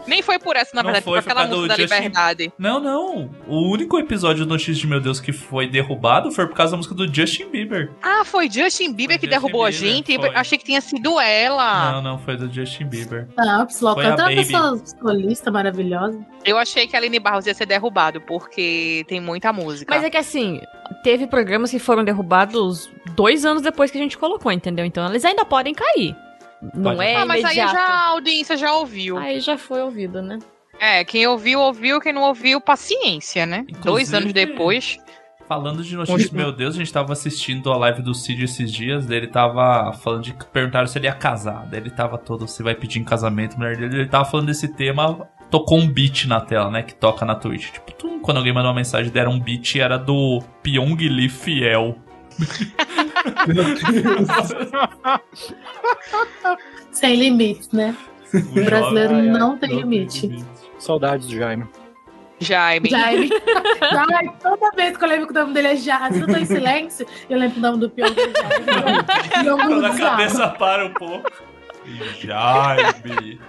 Speaker 3: Nem foi por essa,
Speaker 1: Não
Speaker 3: na verdade,
Speaker 1: foi,
Speaker 3: foi,
Speaker 1: foi
Speaker 3: por aquela
Speaker 1: por causa
Speaker 3: música da
Speaker 1: do Justin-
Speaker 3: liberdade.
Speaker 1: Não, não. O único episódio do Notícias de Meu Deus que foi derrubado foi por causa da música do Justin Bieber.
Speaker 3: Ah, foi Justin Bieber
Speaker 1: Foi
Speaker 3: que
Speaker 1: Justin
Speaker 3: derrubou
Speaker 1: Bieber,
Speaker 3: a gente?
Speaker 1: foi.
Speaker 3: Achei que tinha sido
Speaker 4: Ah.
Speaker 3: ela.
Speaker 1: Não, não, foi do Justin Bieber.
Speaker 4: Não, Priscila
Speaker 1: Foi a
Speaker 4: Alcântara é uma
Speaker 1: Baby.
Speaker 4: pessoa solista maravilhosa.
Speaker 3: Eu achei que a Aline Barros ia ser derrubado, porque tem muita música.
Speaker 8: Mas é que assim, teve programas que foram derrubados dois anos depois que a gente colocou, entendeu? Então eles ainda podem cair. Não
Speaker 1: Pode.
Speaker 8: é
Speaker 3: ah, mas aí
Speaker 8: imediato.
Speaker 3: já a audiência já ouviu.
Speaker 8: Aí já foi ouvido, né?
Speaker 3: É, quem ouviu, ouviu, quem não ouviu, paciência, né?
Speaker 1: Inclusive-
Speaker 3: Dois anos depois.
Speaker 1: Falando de notícias, meu Deus, a gente tava assistindo a live do Cid esses dias, daí ele tava falando de. Perguntaram se ele ia casar. Daí ele tava todo, se vai pedir em casamento, a mulher dele, ele tava falando desse tema, tocou um beat na tela, né? Que toca na Twitch. Tipo, tum, quando alguém mandou uma mensagem, deram um beat e era do Pyong Lee Fiel.
Speaker 4: Sem limites, né?
Speaker 1: O
Speaker 4: O brasileiro
Speaker 6: Ai, ai,
Speaker 4: não tem limite.
Speaker 6: Saudades do Jaime.
Speaker 3: Jaime.
Speaker 5: é
Speaker 4: Jaime. Ai, toda vez que eu lembro que o nome dele é Jardim, eu tô em silêncio, eu lembro o nome do pior que é Jardim. E eu não
Speaker 1: Quando a
Speaker 4: usava.
Speaker 1: cabeça para um pouco. E Jaime.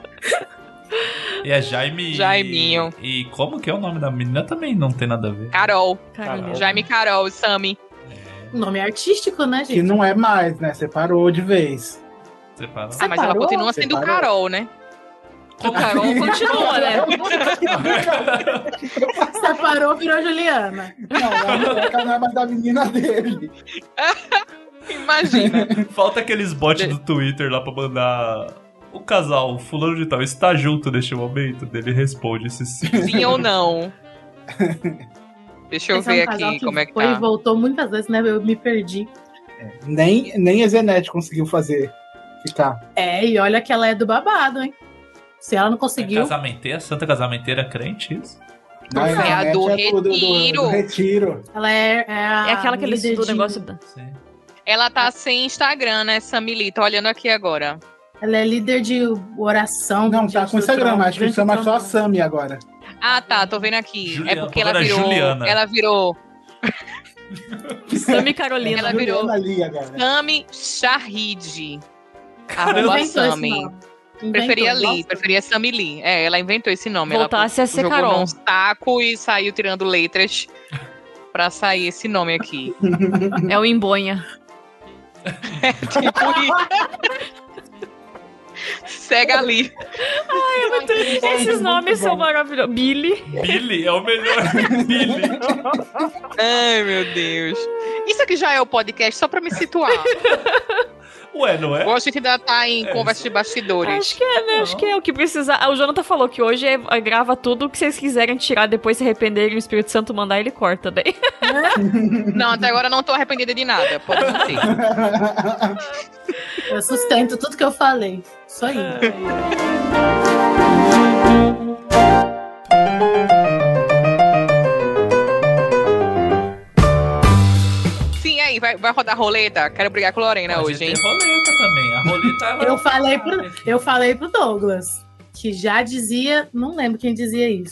Speaker 1: E a Jaime.
Speaker 3: Jaiminho. Ah.
Speaker 1: E como que é o nome da menina também não tem nada a ver.
Speaker 3: Carol.
Speaker 8: Caramba.
Speaker 3: Jaime Carol, Sami.
Speaker 4: O nome é artístico, né,
Speaker 5: Que
Speaker 4: gente?
Speaker 5: não é mais, né? Separou de vez.
Speaker 1: Você fala.
Speaker 3: Ah, mas ela
Speaker 5: Separou?
Speaker 3: continua sendo
Speaker 5: Separou.
Speaker 3: Carol, né? O Carol Tá continua, né?
Speaker 4: Separou, virou Juliana.
Speaker 5: Não, ela não é mais da menina dele.
Speaker 3: Imagina.
Speaker 1: Falta aqueles bots do Twitter lá pra mandar. O casal, fulano de tal, está junto neste momento? Daí Ele responde esse sim.
Speaker 3: Sim ou não? Deixa eu
Speaker 4: Esse
Speaker 3: ver
Speaker 4: é um casal
Speaker 3: aqui como é que
Speaker 4: foi e
Speaker 3: tá.
Speaker 4: voltou muitas vezes, né? Eu me perdi.
Speaker 5: Nem, nem a Zenete conseguiu fazer ficar.
Speaker 4: É, e olha que ela é do babado, hein? Se ela não conseguiu,
Speaker 1: É casamenteira, santa casamenteira crente, isso?
Speaker 5: Mas
Speaker 3: é a do
Speaker 5: Zenete tudo do,
Speaker 3: Retiro.
Speaker 5: do retiro.
Speaker 4: ela é. É, a
Speaker 8: É aquela que ele
Speaker 4: líder
Speaker 8: estuda o
Speaker 4: de-
Speaker 8: negócio da.
Speaker 1: Sim.
Speaker 3: Ela tá sem Instagram, né, Samili? Tá olhando aqui agora.
Speaker 4: Ela é líder de oração.
Speaker 5: Não,
Speaker 4: do
Speaker 5: tá
Speaker 4: Deus
Speaker 5: com
Speaker 4: do
Speaker 5: Instagram,
Speaker 4: trono,
Speaker 5: acho que
Speaker 4: grande
Speaker 5: chama só assim. a
Speaker 4: trono.
Speaker 5: Sammy agora.
Speaker 3: Ah, tá, tô vendo aqui.
Speaker 1: Juliana,
Speaker 3: é porque ela
Speaker 1: agora
Speaker 3: virou.
Speaker 1: Juliana.
Speaker 3: Ela virou
Speaker 8: Sammy Carolina.
Speaker 3: Ela virou.
Speaker 5: Juliana ali agora.
Speaker 3: Sami Shahid.
Speaker 1: Caramba.
Speaker 3: Arroba
Speaker 4: Inventou esse
Speaker 3: Sami.
Speaker 4: nome. Inventou,
Speaker 3: Preferia Lee,
Speaker 4: nossa.
Speaker 3: preferia Sami Lee. É, ela inventou esse nome. Ela
Speaker 8: Voltasse a ser
Speaker 3: jogou
Speaker 8: Carol.
Speaker 3: num saco e saiu tirando letras pra sair esse nome aqui.
Speaker 8: É o Embonha.
Speaker 3: tipo Cega ali.
Speaker 8: Esses nomes são maravilhosos. Billy.
Speaker 1: Billy é o melhor. Billy.
Speaker 3: Ai, meu Deus. Isso aqui já é o podcast, só pra me situar.
Speaker 1: Ué, não é?
Speaker 3: Ou a gente ainda tá em
Speaker 1: É
Speaker 3: conversa de bastidores.
Speaker 8: Acho que é, né? Acho que é o que precisar. Ah, O Jonathan falou que hoje é, grava tudo o que vocês quiserem tirar, depois se arrependerem, o Espírito Santo mandar, ele corta. Daí.
Speaker 3: Não, até agora eu não tô arrependida de nada. Pode ser.
Speaker 4: Eu sustento tudo que eu falei. Isso aí.
Speaker 3: Sim, aí, vai, vai rodar roleta? Quero brigar com Lorena
Speaker 1: A gente
Speaker 3: hoje, hein?
Speaker 1: Tem roleta também. A roleta ela.
Speaker 4: Eu falei pro, eu falei pro Douglas. Que já dizia, não lembro quem dizia isso.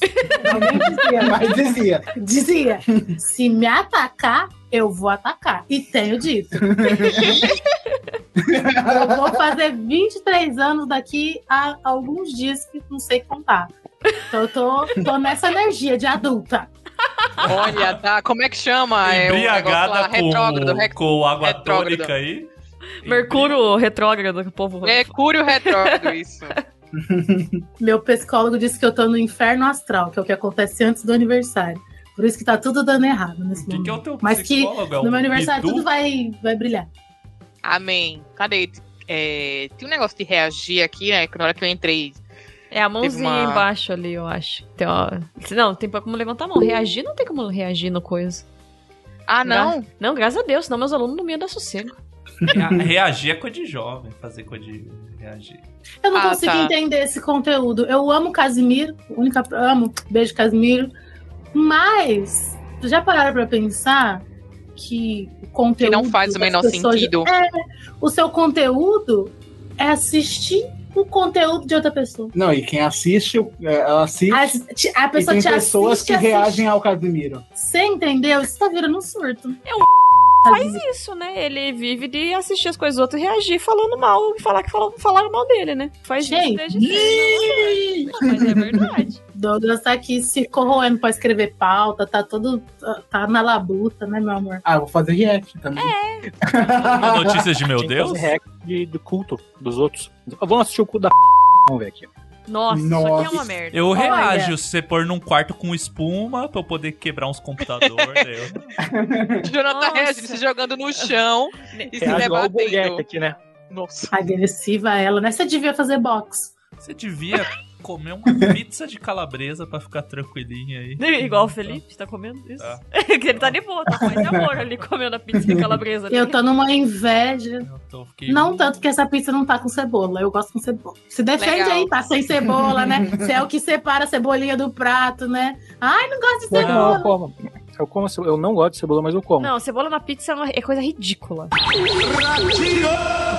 Speaker 5: Alguém dizia, mas É dizia.
Speaker 4: Dizia: se me atacar, eu vou atacar. E tenho dito. eu vou fazer 23 anos daqui a alguns dias que não sei contar. Então eu tô, tô nessa energia de adulta.
Speaker 3: Olha, tá. Como é que chama? É o negócio lá,
Speaker 1: Embriagada
Speaker 3: retrógrado.
Speaker 1: com,
Speaker 3: Rec...
Speaker 1: com água
Speaker 3: retrógrado.
Speaker 1: tônica aí.
Speaker 8: Mercúrio retrógrado, que o povo.
Speaker 3: É Mercúrio retrógrado, isso.
Speaker 4: Meu psicólogo disse que eu tô no inferno astral, que é o que acontece antes do aniversário. Por isso que tá tudo dando errado nesse
Speaker 1: O que,
Speaker 4: momento.
Speaker 1: que é o teu
Speaker 4: Mas que
Speaker 1: psicólogo? É um
Speaker 4: no meu aniversário
Speaker 1: bidu?
Speaker 4: tudo vai, vai brilhar.
Speaker 3: Amém. Cadê? É, tem um negócio de reagir aqui, né? Que na hora que eu entrei.
Speaker 8: É a mãozinha
Speaker 3: Teve uma-
Speaker 8: embaixo ali, eu acho. Tem uma- Não, tem pra como levantar a mão. Reagir não tem como reagir no coisa.
Speaker 3: Ah, não?
Speaker 8: Não, graças a Deus, senão meus alunos não me iam dar sossego.
Speaker 1: Rea- Reagir é coisa de jovem, fazer coisa de reagir.
Speaker 4: Eu não
Speaker 3: Ah,
Speaker 4: consigo
Speaker 3: tá.
Speaker 4: entender esse conteúdo. Eu amo Casimiro, única amo, beijo Casimiro. Mas vocês já pararam pra pensar que o
Speaker 3: Que
Speaker 4: conteúdo
Speaker 3: não faz o
Speaker 4: das
Speaker 3: menor
Speaker 4: pessoas- É,
Speaker 3: sentido.
Speaker 4: o seu conteúdo é assistir o conteúdo de outra pessoa.
Speaker 5: Não, e quem assiste, é, ela assiste.
Speaker 4: A, te- a
Speaker 5: e
Speaker 4: pessoa
Speaker 5: tem
Speaker 4: te
Speaker 5: pessoas
Speaker 4: assiste,
Speaker 5: que
Speaker 4: assiste.
Speaker 5: reagem ao Casimiro.
Speaker 4: Você entendeu? Isso tá virando um surto. Tá
Speaker 8: É o Faz isso, né? Ele vive de assistir as coisas dos outros e reagir falando mal e falar que falam- falaram mal dele, né? Faz
Speaker 4: Gente.
Speaker 8: isso desde sempre. Não, Mas é verdade.
Speaker 4: Douglas tá aqui se corroendo pra escrever pauta, tá todo. tá- tá na labuta, né, meu amor?
Speaker 5: Ah, eu vou fazer react também.
Speaker 1: Notícias de meu
Speaker 6: Tinha que
Speaker 1: Deus?
Speaker 6: fazer react de, de culto dos outros. Vamos assistir o culto da p. Vamos ver aqui.
Speaker 8: Nossa, isso
Speaker 5: Nossa.
Speaker 8: aqui é uma merda.
Speaker 1: Eu
Speaker 4: Olha.
Speaker 1: reajo se você pôr num quarto com espuma pra eu poder quebrar uns computadores. né?
Speaker 3: Jonathan
Speaker 8: Nossa.
Speaker 3: reagindo, se jogando no chão e se
Speaker 6: Reage igual É, o
Speaker 3: debatendo.
Speaker 6: Boguete aqui, né?
Speaker 3: Nossa.
Speaker 4: Agressiva ela, né? Você devia fazer boxe.
Speaker 1: Você devia comer uma pizza de calabresa pra ficar tranquilinho aí.
Speaker 8: Igual o Felipe, tá comendo isso?
Speaker 1: Tá.
Speaker 8: que ele tá de boa, tá com esse amor ali comendo a pizza de calabresa. ali.
Speaker 4: Eu tô numa inveja.
Speaker 1: Eu tô- fiquei
Speaker 4: Não
Speaker 1: muito-
Speaker 4: tanto que essa pizza não tá com cebola. Eu gosto com cebola. Se defende
Speaker 3: Legal.
Speaker 4: aí, tá sem cebola, né? Se é o que separa a cebolinha do prato, né? Ai, não gosto de
Speaker 6: Não,
Speaker 4: cebola.
Speaker 6: eu como. Eu como cebola. Eu não gosto de cebola, mas eu como.
Speaker 8: Não, cebola na pizza é uma- é coisa ridícula.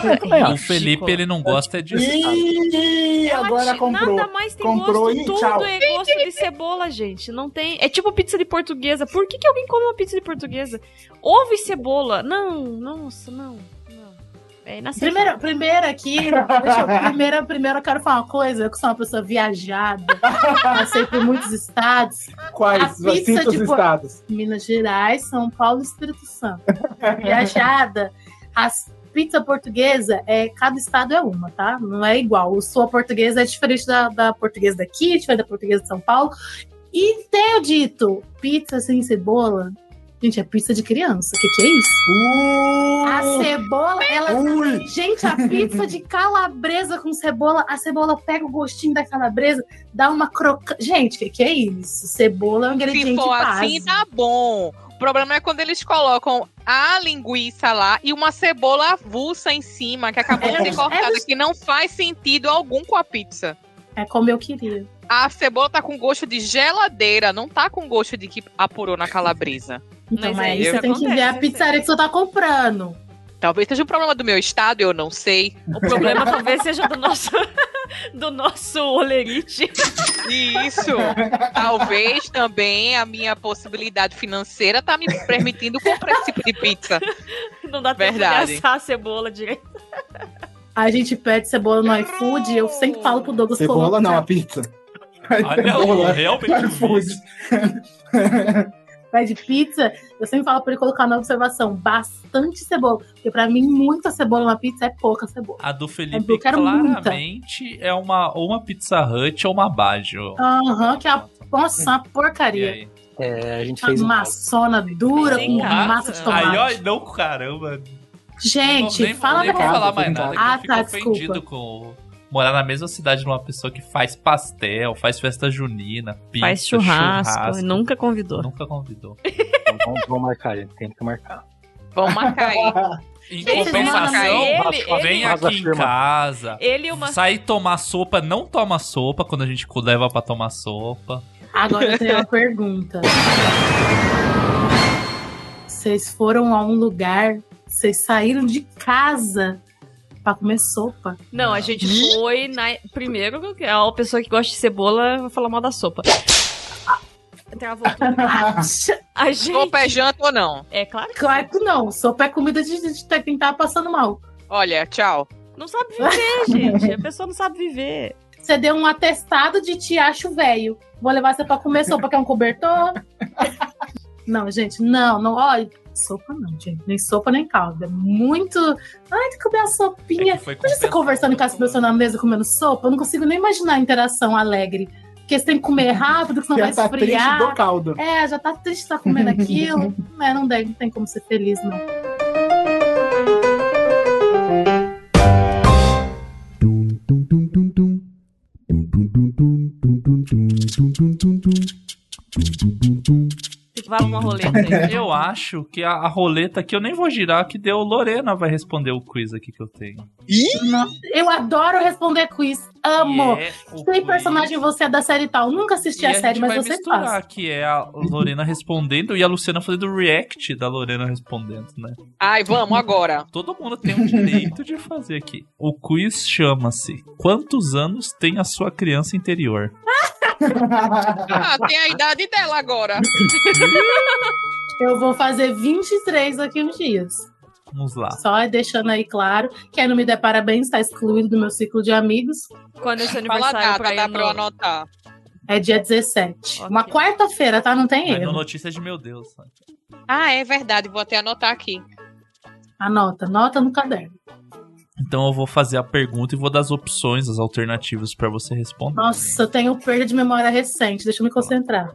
Speaker 6: Eu também
Speaker 1: É, O
Speaker 6: acho.
Speaker 1: Felipe, ele não gosta é disso.
Speaker 5: Ih,
Speaker 8: Ela
Speaker 5: agora
Speaker 8: ti-
Speaker 5: comprou.
Speaker 8: Nada mais tem
Speaker 5: Comprou
Speaker 8: gosto.
Speaker 5: e
Speaker 8: Tudo
Speaker 5: tchau.
Speaker 8: é gosto de cebola, gente. Não tem. É tipo pizza de portuguesa. Por que, que alguém come uma pizza de portuguesa? Ovo e cebola. Não, nossa, não. não. É
Speaker 4: Primeiro,
Speaker 8: inaceitável.
Speaker 4: primeiro aqui, deixa eu, primeiro, primeiro eu quero falar uma coisa. Eu que sou uma pessoa viajada, passei por muitos estados. a
Speaker 5: Quais?
Speaker 4: pizza
Speaker 5: Cita os
Speaker 4: de po-
Speaker 5: estados.
Speaker 4: Minas Gerais, São Paulo e Espírito Santo. Viajada. As pizza portuguesa, é, cada estado é uma, tá? Não é igual. O sua portuguesa é diferente da, da portuguesa daqui, é diferente da portuguesa de São Paulo. E tenho dito, pizza sem cebola, gente, é pizza de criança. O que, que é isso? A
Speaker 5: Uh,
Speaker 4: cebola, ela.
Speaker 5: ui.
Speaker 4: Gente, a pizza de calabresa com cebola, a cebola pega o gostinho da calabresa, dá uma croca. Gente, o que, que é isso? Cebola é um ingrediente
Speaker 3: Se for assim,
Speaker 4: básico.
Speaker 3: tá bom. O problema é quando eles colocam a linguiça lá e uma cebola avulsa em cima, que acabou de
Speaker 4: É,
Speaker 3: ser cortada,
Speaker 4: é-
Speaker 3: que não faz sentido algum com a pizza.
Speaker 4: É como eu queria.
Speaker 3: A cebola tá com gosto de geladeira, não tá com gosto de que apurou na calabresa.
Speaker 4: Então,
Speaker 8: Mas
Speaker 4: mas,
Speaker 8: é,
Speaker 4: aí
Speaker 3: isso
Speaker 4: você tem que
Speaker 8: acontece,
Speaker 4: ver a
Speaker 8: isso
Speaker 4: pizzaria que você tá comprando.
Speaker 3: Talvez seja um problema do meu estado, eu não sei.
Speaker 8: O problema talvez seja do nosso. do nosso olerite.
Speaker 3: E Isso. Talvez também a minha possibilidade financeira tá me permitindo comprar esse tipo de pizza.
Speaker 8: Não dá tempo
Speaker 3: Verdade.
Speaker 8: de assar a cebola direito.
Speaker 4: A gente pede cebola no iFood e eu sempre falo pro Douglas
Speaker 5: Cebola
Speaker 4: colocar.
Speaker 5: não, a pizza.
Speaker 1: Olha,
Speaker 5: Cebola.
Speaker 1: eu realmente
Speaker 5: Vai,
Speaker 1: vi.
Speaker 5: food.
Speaker 4: Pede pizza, eu sempre falo pra ele colocar na observação bastante cebola. Porque pra mim, muita cebola na pizza é pouca cebola.
Speaker 1: A do
Speaker 4: Eu
Speaker 1: Felipe
Speaker 4: quero muita.
Speaker 1: claramente é uma, ou uma Pizza Hut ou uma Baggio.
Speaker 4: Aham, que é a nossa, uma
Speaker 1: E
Speaker 4: porcaria.
Speaker 1: aí?
Speaker 6: É, a gente
Speaker 4: Uma
Speaker 6: fez. em casa.
Speaker 4: maçona dura
Speaker 8: Em
Speaker 4: com
Speaker 8: casa.
Speaker 4: massa de
Speaker 1: um Aí,
Speaker 4: tomate.
Speaker 1: ó, não, caramba.
Speaker 4: gente,
Speaker 1: não, nem,
Speaker 4: fala
Speaker 1: nem
Speaker 4: a
Speaker 1: vou
Speaker 4: verdade.
Speaker 1: falar mais nada.
Speaker 4: Ah,
Speaker 1: que eu
Speaker 4: tá,
Speaker 1: fico ofendido
Speaker 4: desculpa.
Speaker 1: com morar na mesma cidade de uma pessoa que faz pastel, faz festa junina, pizza,
Speaker 8: Faz churrasco,
Speaker 1: churrasco.
Speaker 8: nunca convidou.
Speaker 1: Nunca convidou.
Speaker 6: Então, vamos, vamos marcar, gente. Tem que marcar.
Speaker 3: Vamos marcar aí.
Speaker 1: Em
Speaker 8: Gente,
Speaker 4: é
Speaker 1: compensação,
Speaker 8: ele-
Speaker 1: vem
Speaker 8: ele-
Speaker 1: aqui em
Speaker 6: Firma.
Speaker 1: casa.
Speaker 4: é
Speaker 8: Ele e uma.
Speaker 1: Sai tomar sopa, não toma sopa quando a gente leva pra tomar sopa.
Speaker 4: Agora eu tenho uma pergunta. Vocês foram a um lugar, vocês saíram de casa pra comer sopa.
Speaker 8: Não, a gente foi na. Primeiro, que é a pessoa que gosta de cebola vai falar mal da sopa. Ah, Travou tudo. A gente.
Speaker 3: Sopa é janta ou não?
Speaker 8: É claro que
Speaker 4: Claro que não. Sopa é comida de, de, de quem tá passando mal.
Speaker 3: Olha, tchau.
Speaker 8: Não sabe viver, gente. A pessoa não sabe viver.
Speaker 4: Você deu um atestado de te acho velho. Vou levar você pra comer sopa, quer um cobertor? não, gente, não, não. Olha, sopa não, gente. Nem sopa, nem caldo. É muito. Ai, tem que comer a sopinha.
Speaker 1: É que foi
Speaker 4: Imagina você
Speaker 1: compensado.
Speaker 4: conversando com as pessoas na mesa comendo sopa. Eu não consigo nem imaginar a interação alegre. Porque você tem que comer rápido, que senão vai
Speaker 5: Já tá triste
Speaker 4: esfriar.
Speaker 5: do caldo.
Speaker 4: É, já tá triste estar comendo aquilo. É, não, deve, não tem como ser feliz, não.
Speaker 8: Vai uma roleta aí.
Speaker 4: É.
Speaker 1: Eu acho que a, a roleta aqui eu nem vou girar, que deu Lorena vai responder o quiz aqui que eu tenho.
Speaker 4: Nossa, eu adoro responder quiz. Amo.
Speaker 1: E é o
Speaker 4: Tem
Speaker 1: quiz-
Speaker 4: Tá personagem você é da série tal. Nunca assisti
Speaker 1: e
Speaker 4: a série,
Speaker 1: gente
Speaker 4: mas
Speaker 1: vai
Speaker 4: você
Speaker 1: misturar,
Speaker 4: faz.
Speaker 1: que é a Lorena respondendo e a Luciana fazendo react da Lorena respondendo, né?
Speaker 3: Ai, vamos agora.
Speaker 1: Todo mundo tem o direito de fazer aqui. O quiz chama-se Quantos anos tem a sua criança interior?
Speaker 3: Ah, tem a idade dela agora.
Speaker 1: tipo.
Speaker 4: Eu vou fazer 23 daqui uns dias.
Speaker 1: Vamos lá.
Speaker 4: Só deixando aí claro. Quem não me der parabéns, tá excluído do meu ciclo de amigos.
Speaker 8: Quando é seu
Speaker 3: Fala a
Speaker 8: aniversário
Speaker 3: data,
Speaker 8: pra ir
Speaker 3: dá
Speaker 8: no-
Speaker 3: pra eu anotar.
Speaker 4: É dia 17.
Speaker 8: Ok.
Speaker 4: Uma quarta-feira, tá? Não tem
Speaker 1: Mas não
Speaker 4: erro.
Speaker 1: notícias de meu Deus. né? sabe?
Speaker 3: Ah, é verdade, vou até anotar aqui.
Speaker 4: Anota, anota no caderno.
Speaker 1: Então eu vou fazer a pergunta e vou dar as opções, as alternativas pra você responder.
Speaker 4: Nossa, eu tenho perda de memória recente. Deixa eu me concentrar.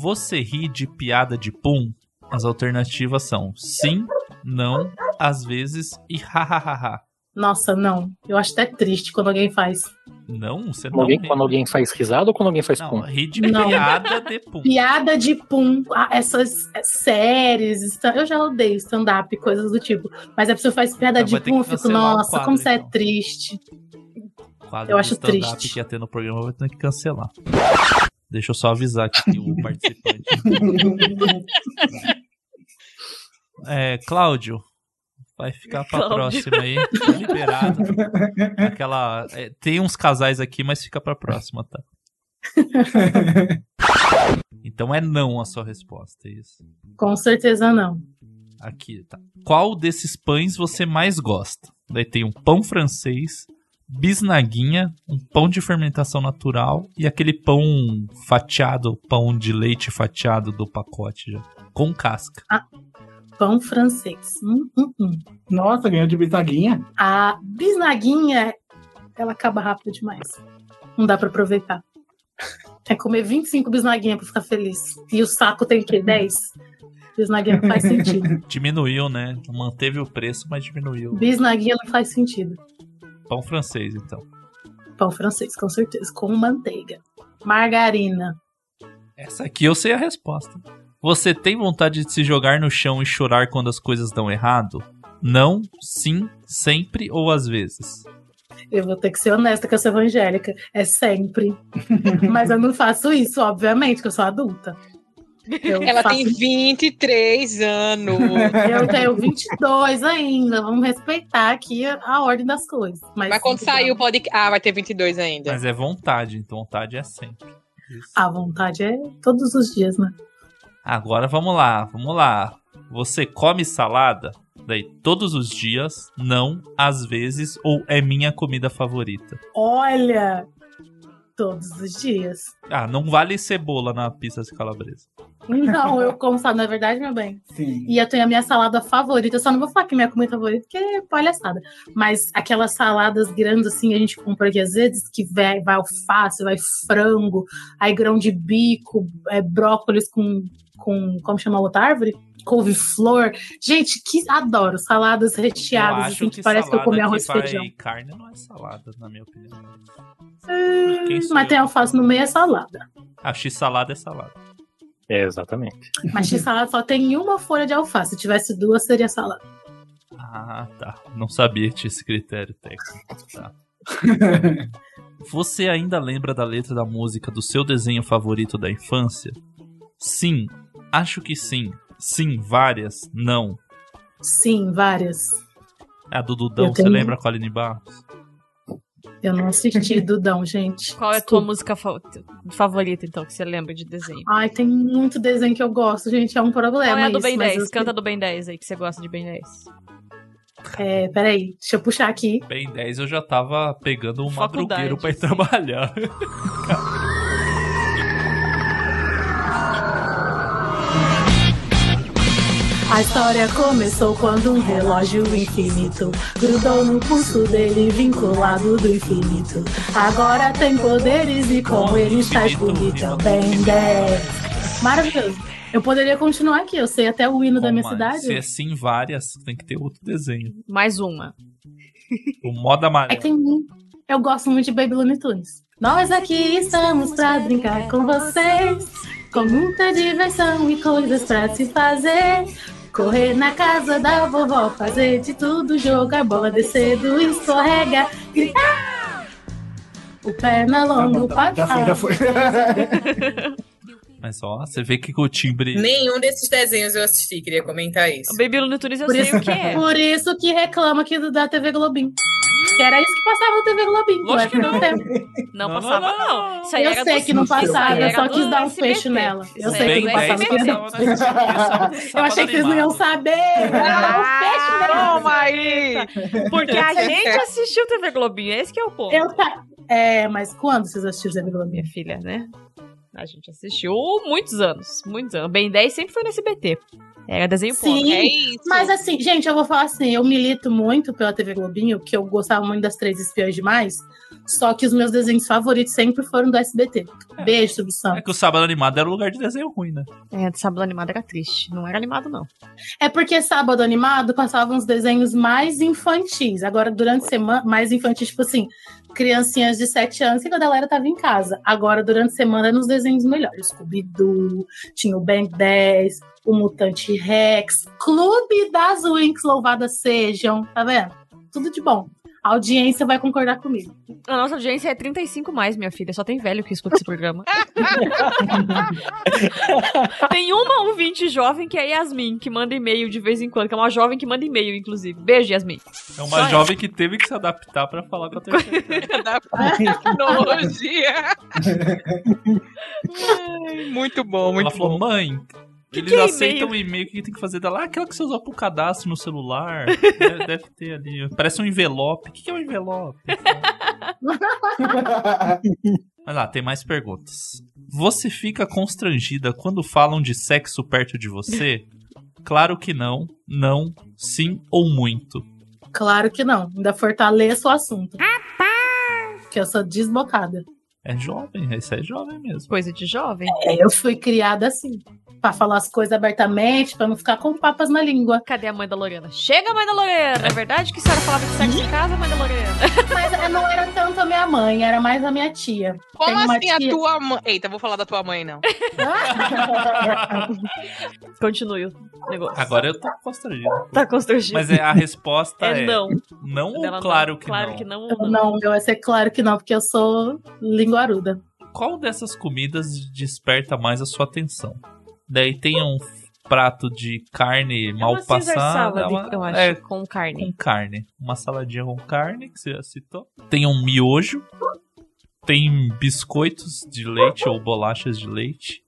Speaker 1: Você ri de piada de pum? As alternativas são sim, não, às vezes e hahaha.
Speaker 4: Nossa, não. Eu acho até triste quando alguém faz.
Speaker 1: Não, você
Speaker 6: Quando
Speaker 1: não
Speaker 6: alguém,
Speaker 1: ri.
Speaker 6: quando alguém faz risada ou quando alguém faz
Speaker 1: Não, é.
Speaker 6: pum?
Speaker 1: ri de
Speaker 4: Não.
Speaker 1: piada de pum.
Speaker 4: Piada de pum, ah, essas eh, séries, esta- eu já odeio stand-up, e coisas do tipo. Mas a pessoa faz piada
Speaker 1: Então
Speaker 4: de
Speaker 1: vai ter que
Speaker 4: pum, eu fico,
Speaker 1: cancelar o
Speaker 4: nossa,
Speaker 1: quadro,
Speaker 4: como você
Speaker 1: então.
Speaker 4: é triste.
Speaker 1: Quadro
Speaker 4: Eu
Speaker 1: de
Speaker 4: acho
Speaker 1: stand-up
Speaker 4: triste.
Speaker 1: que ia ter no programa, eu vou ter que cancelar. Deixa eu só avisar aqui que o participante. É, Cláudio, vai ficar pra
Speaker 8: Cláudio.
Speaker 1: próxima aí. Tá liberado. Aquela. é, tem uns casais aqui, mas fica pra próxima, tá? Então é não a sua resposta, é isso.
Speaker 4: Com certeza não.
Speaker 1: Aqui, tá. Qual desses pães você mais gosta? Daí tem um pão francês, bisnaguinha, um pão de fermentação natural e aquele pão fatiado, pão de leite fatiado do pacote já, com casca.
Speaker 4: Pão francês. Hum, hum, hum.
Speaker 5: Nossa, ganhou de bisaguinha.
Speaker 4: A bisnaguinha, ela acaba rápido demais. Não dá pra aproveitar. É comer 25 bisnaguinha pra ficar feliz. E o saco tem que 10. Bisnaguinha não faz sentido.
Speaker 1: Diminuiu, né? Manteve o preço, mas diminuiu.
Speaker 4: Bisnaguinha não faz sentido.
Speaker 1: Pão francês, então.
Speaker 4: Pão francês, com certeza. Com manteiga. Margarina.
Speaker 1: Essa aqui eu sei a resposta. Você tem vontade de se jogar no chão e chorar quando as coisas dão errado? Não, sim, sempre ou às vezes.
Speaker 4: Eu vou ter que ser honesta que eu sou evangélica. É sempre. Mas eu não faço isso, obviamente, que eu sou adulta. Eu
Speaker 3: Ela
Speaker 4: faço-
Speaker 3: tem 23 anos.
Speaker 4: Eu tenho 22 ainda. Vamos respeitar aqui a, a ordem das coisas. Mas,
Speaker 3: Mas quando sair o podcast. Ah, vai ter 22 ainda.
Speaker 1: Mas é vontade, então vontade é sempre. Isso.
Speaker 4: A vontade é todos os dias, né?
Speaker 1: Agora vamos lá, vamos lá. Você come salada? Daí todos os dias, não, às vezes, ou é minha comida favorita?
Speaker 4: Olha! Todos os dias.
Speaker 1: Ah, não vale cebola na pizza de calabresa.
Speaker 4: Não, eu como salada, não é verdade, meu bem?
Speaker 5: Sim.
Speaker 4: E é eu tenho a minha salada favorita. Eu só não vou falar que é minha comida favorita, porque é palhaçada. Mas aquelas saladas grandes, assim, a gente compra aqui às vezes, que vai, vai alface, vai frango, aí grão de bico, é, brócolis com, com. Como chama a outra árvore? Couve-flor. Gente, que adoro. Saladas recheadas, assim, que, parece que eu
Speaker 1: salada
Speaker 4: comi arroz e
Speaker 1: vai
Speaker 4: feijão.
Speaker 1: carne não é salada, na minha opinião. Quem
Speaker 4: Hum,
Speaker 1: sou
Speaker 4: Mas
Speaker 1: eu?
Speaker 4: tem alface no meio é salada.
Speaker 1: A x-salada é salada.
Speaker 6: É, exatamente.
Speaker 4: Mas de salada só tem uma folha de alface. Se tivesse duas, seria salada.
Speaker 1: Ah, tá. Não sabia que tinha esse critério técnico. Tá. Você ainda lembra da letra da música do seu desenho favorito da infância? Sim, acho que sim. Sim, várias. Não.
Speaker 4: Sim, várias.
Speaker 1: É a do Dudão,
Speaker 4: Eu
Speaker 1: você
Speaker 4: tenho.
Speaker 1: lembra com a Aline Barros?
Speaker 4: Eu não assisti Dudão, gente.
Speaker 8: Qual é a tua música fa- favorita, então, que você lembra de desenho?
Speaker 4: Ai, tem muito desenho que eu gosto, gente. É um problema.
Speaker 8: Qual é a do
Speaker 4: isso,
Speaker 8: Ben
Speaker 4: mas
Speaker 8: 10?
Speaker 4: eu-
Speaker 8: Canta tá. do Ben 10 aí, que você gosta de Ben 10.
Speaker 4: É, peraí, deixa eu puxar aqui.
Speaker 1: Bem 10 eu já tava pegando um
Speaker 8: Faculdade,
Speaker 1: madrugueiro pra ir
Speaker 8: sim.
Speaker 1: trabalhar.
Speaker 4: A história começou quando um relógio infinito grudou no pulso dele, vinculado do infinito. Agora tem poderes e com ele estás bonita. Ben 10. né? Maravilhoso. Eu poderia continuar aqui, eu sei até o hino da minha
Speaker 1: Como mais? Se é
Speaker 4: cidade.
Speaker 1: sim, várias, tem que ter outro desenho.
Speaker 8: Mais uma.
Speaker 1: O moda
Speaker 4: Aí
Speaker 1: amarelo.
Speaker 4: É tem muito. Eu gosto muito de Baby Looney Tunes. Nós aqui estamos pra brincar com vocês. Com muita diversão e coisas pra se fazer. Correr na casa da vovó, fazer de tudo, jogar bola, descer do escorrega, gritar. O perna longo,
Speaker 5: Tá bom, tá bom, já foi, já foi.
Speaker 1: Mas ó, você vê que o timbre.
Speaker 10: Nenhum desses desenhos eu assisti, queria comentar isso.
Speaker 8: O Baby Looney Tunes eu
Speaker 4: Por
Speaker 8: sei
Speaker 4: isso-
Speaker 8: o que é.
Speaker 4: Por isso que reclama aqui do- da TV Globinho. Que era isso que passava na TV Globinho.
Speaker 1: Lógico
Speaker 4: era
Speaker 1: que não.
Speaker 4: meu tempo.
Speaker 8: Não,
Speaker 1: Não,
Speaker 8: passava,
Speaker 1: não, não,
Speaker 8: não. Isso aí
Speaker 4: Eu
Speaker 8: era
Speaker 4: sei
Speaker 8: do-
Speaker 4: que não
Speaker 8: isso aí
Speaker 4: passava, eu
Speaker 8: era
Speaker 4: só
Speaker 8: do
Speaker 4: quis dar um
Speaker 8: SBT.
Speaker 4: fecho nela. Eu
Speaker 8: Isso
Speaker 4: sei
Speaker 8: aí
Speaker 4: que não
Speaker 8: era do
Speaker 4: passava.
Speaker 8: SBT.
Speaker 4: Eu achei que vocês não iam saber.
Speaker 8: Ah,
Speaker 3: é
Speaker 4: Eu
Speaker 8: Toma
Speaker 3: aí!
Speaker 8: Porque a gente assistiu TV Globinho, esse que é o ponto.
Speaker 4: Eu tá. É, mas quando vocês assistiram Zé Globinho?
Speaker 8: Minha filha, né? A gente assistiu muitos anos, muitos anos. Ben 10 sempre foi no SBT. Era desenho
Speaker 4: Sim.
Speaker 8: porno.
Speaker 3: É isso.
Speaker 4: Mas assim, gente, eu vou falar assim, eu milito muito pela TV Globinho, porque eu gostava muito das Três Espiãs Demais, só que os meus desenhos favoritos sempre foram do SBT. Beijo, Subção.
Speaker 1: É que o sábado animado era um lugar de desenho ruim, né?
Speaker 8: É, de sábado animado era triste. Não era animado, não.
Speaker 4: É porque sábado animado passavam os desenhos mais infantis. Agora, durante a semana, mais infantis, tipo assim, criancinhas de 7 anos que a galera tava em casa. Agora, durante a semana, eram os desenhos melhores. Scooby-Doo, tinha o Ben 10, o Mutante Rex, Clube das Winx, louvadas sejam, tá vendo? Tudo de bom. A audiência vai concordar comigo.
Speaker 8: A nossa audiência é 35 mais, minha filha. Só tem velho que escuta esse programa. tem uma ouvinte jovem que é a Yasmin, que manda e-mail de vez em quando, que é uma jovem que manda e-mail, inclusive. Beijo, Yasmin.
Speaker 1: É uma
Speaker 8: Só
Speaker 1: jovem que teve que se adaptar pra falar com a terceira. idade.
Speaker 3: da tecnologia. Ai, muito bom, muito
Speaker 1: Ela falou,
Speaker 3: bom.
Speaker 1: mãe,
Speaker 8: Que
Speaker 1: eles
Speaker 8: que é
Speaker 1: aceitam o e-mail, o que que tem que fazer? Ela, ah, aquela que você usou pro cadastro no celular. Deve- Deve ter ali. Parece um envelope. O que que é um envelope? Mas lá, tem mais perguntas. Você fica constrangida quando falam de sexo perto de você? Claro que não, não, sim ou muito.
Speaker 4: Claro que não. Ainda fortaleça o assunto. Que eu sou desbocada.
Speaker 1: É jovem, isso é jovem mesmo.
Speaker 8: Coisa de jovem.
Speaker 4: É, eu fui criada assim. Pra falar as coisas abertamente, pra não ficar com papas na língua.
Speaker 8: Cadê a mãe da Lorena? Chega, mãe da Lorena! É verdade que a senhora falava de sexo em casa, mãe da Lorena?
Speaker 4: Mas eh, não era tanto a minha mãe, era mais a minha tia.
Speaker 3: Como
Speaker 4: Tem uma
Speaker 3: assim a
Speaker 4: tia-
Speaker 3: tua mãe? Eita, vou falar da tua mãe, não.
Speaker 8: Continue o negócio.
Speaker 1: Agora eu tô constrangido.
Speaker 8: Tá constrangido.
Speaker 1: Mas é, a resposta é,
Speaker 8: É não.
Speaker 1: não ou
Speaker 8: Dela não.
Speaker 1: claro que
Speaker 8: claro
Speaker 1: não?
Speaker 8: que não.
Speaker 4: Eu
Speaker 8: ou não.
Speaker 4: Não, eu ia ser claro que não, porque eu sou linguaruda.
Speaker 1: Qual dessas comidas desperta mais a sua atenção? Daí tem um prato de carne
Speaker 8: É
Speaker 1: mal
Speaker 8: uma Caesar
Speaker 1: passada.
Speaker 8: salad,
Speaker 1: uma-
Speaker 8: eu acho,
Speaker 1: É,
Speaker 8: com carne.
Speaker 1: com carne. Uma saladinha com carne, que você já citou. Tem um miojo. Tem biscoitos de leite ou bolachas de leite.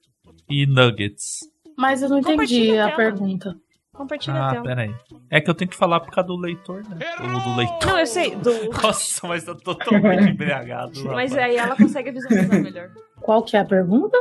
Speaker 1: E nuggets.
Speaker 4: Mas eu não entendi
Speaker 8: Compartilha a
Speaker 4: a
Speaker 8: tela.
Speaker 4: pergunta.
Speaker 8: Compartilha a
Speaker 1: Ah,
Speaker 8: tela.
Speaker 1: peraí. É que eu tenho que falar por causa do leitor, né? Ou do leitor.
Speaker 8: Não, eu sei. Do...
Speaker 1: Nossa, mas tá totalmente embriagado.
Speaker 8: Mas
Speaker 1: rapaz.
Speaker 4: é.
Speaker 8: aí ela consegue visualizar melhor.
Speaker 4: Qual que é a pergunta?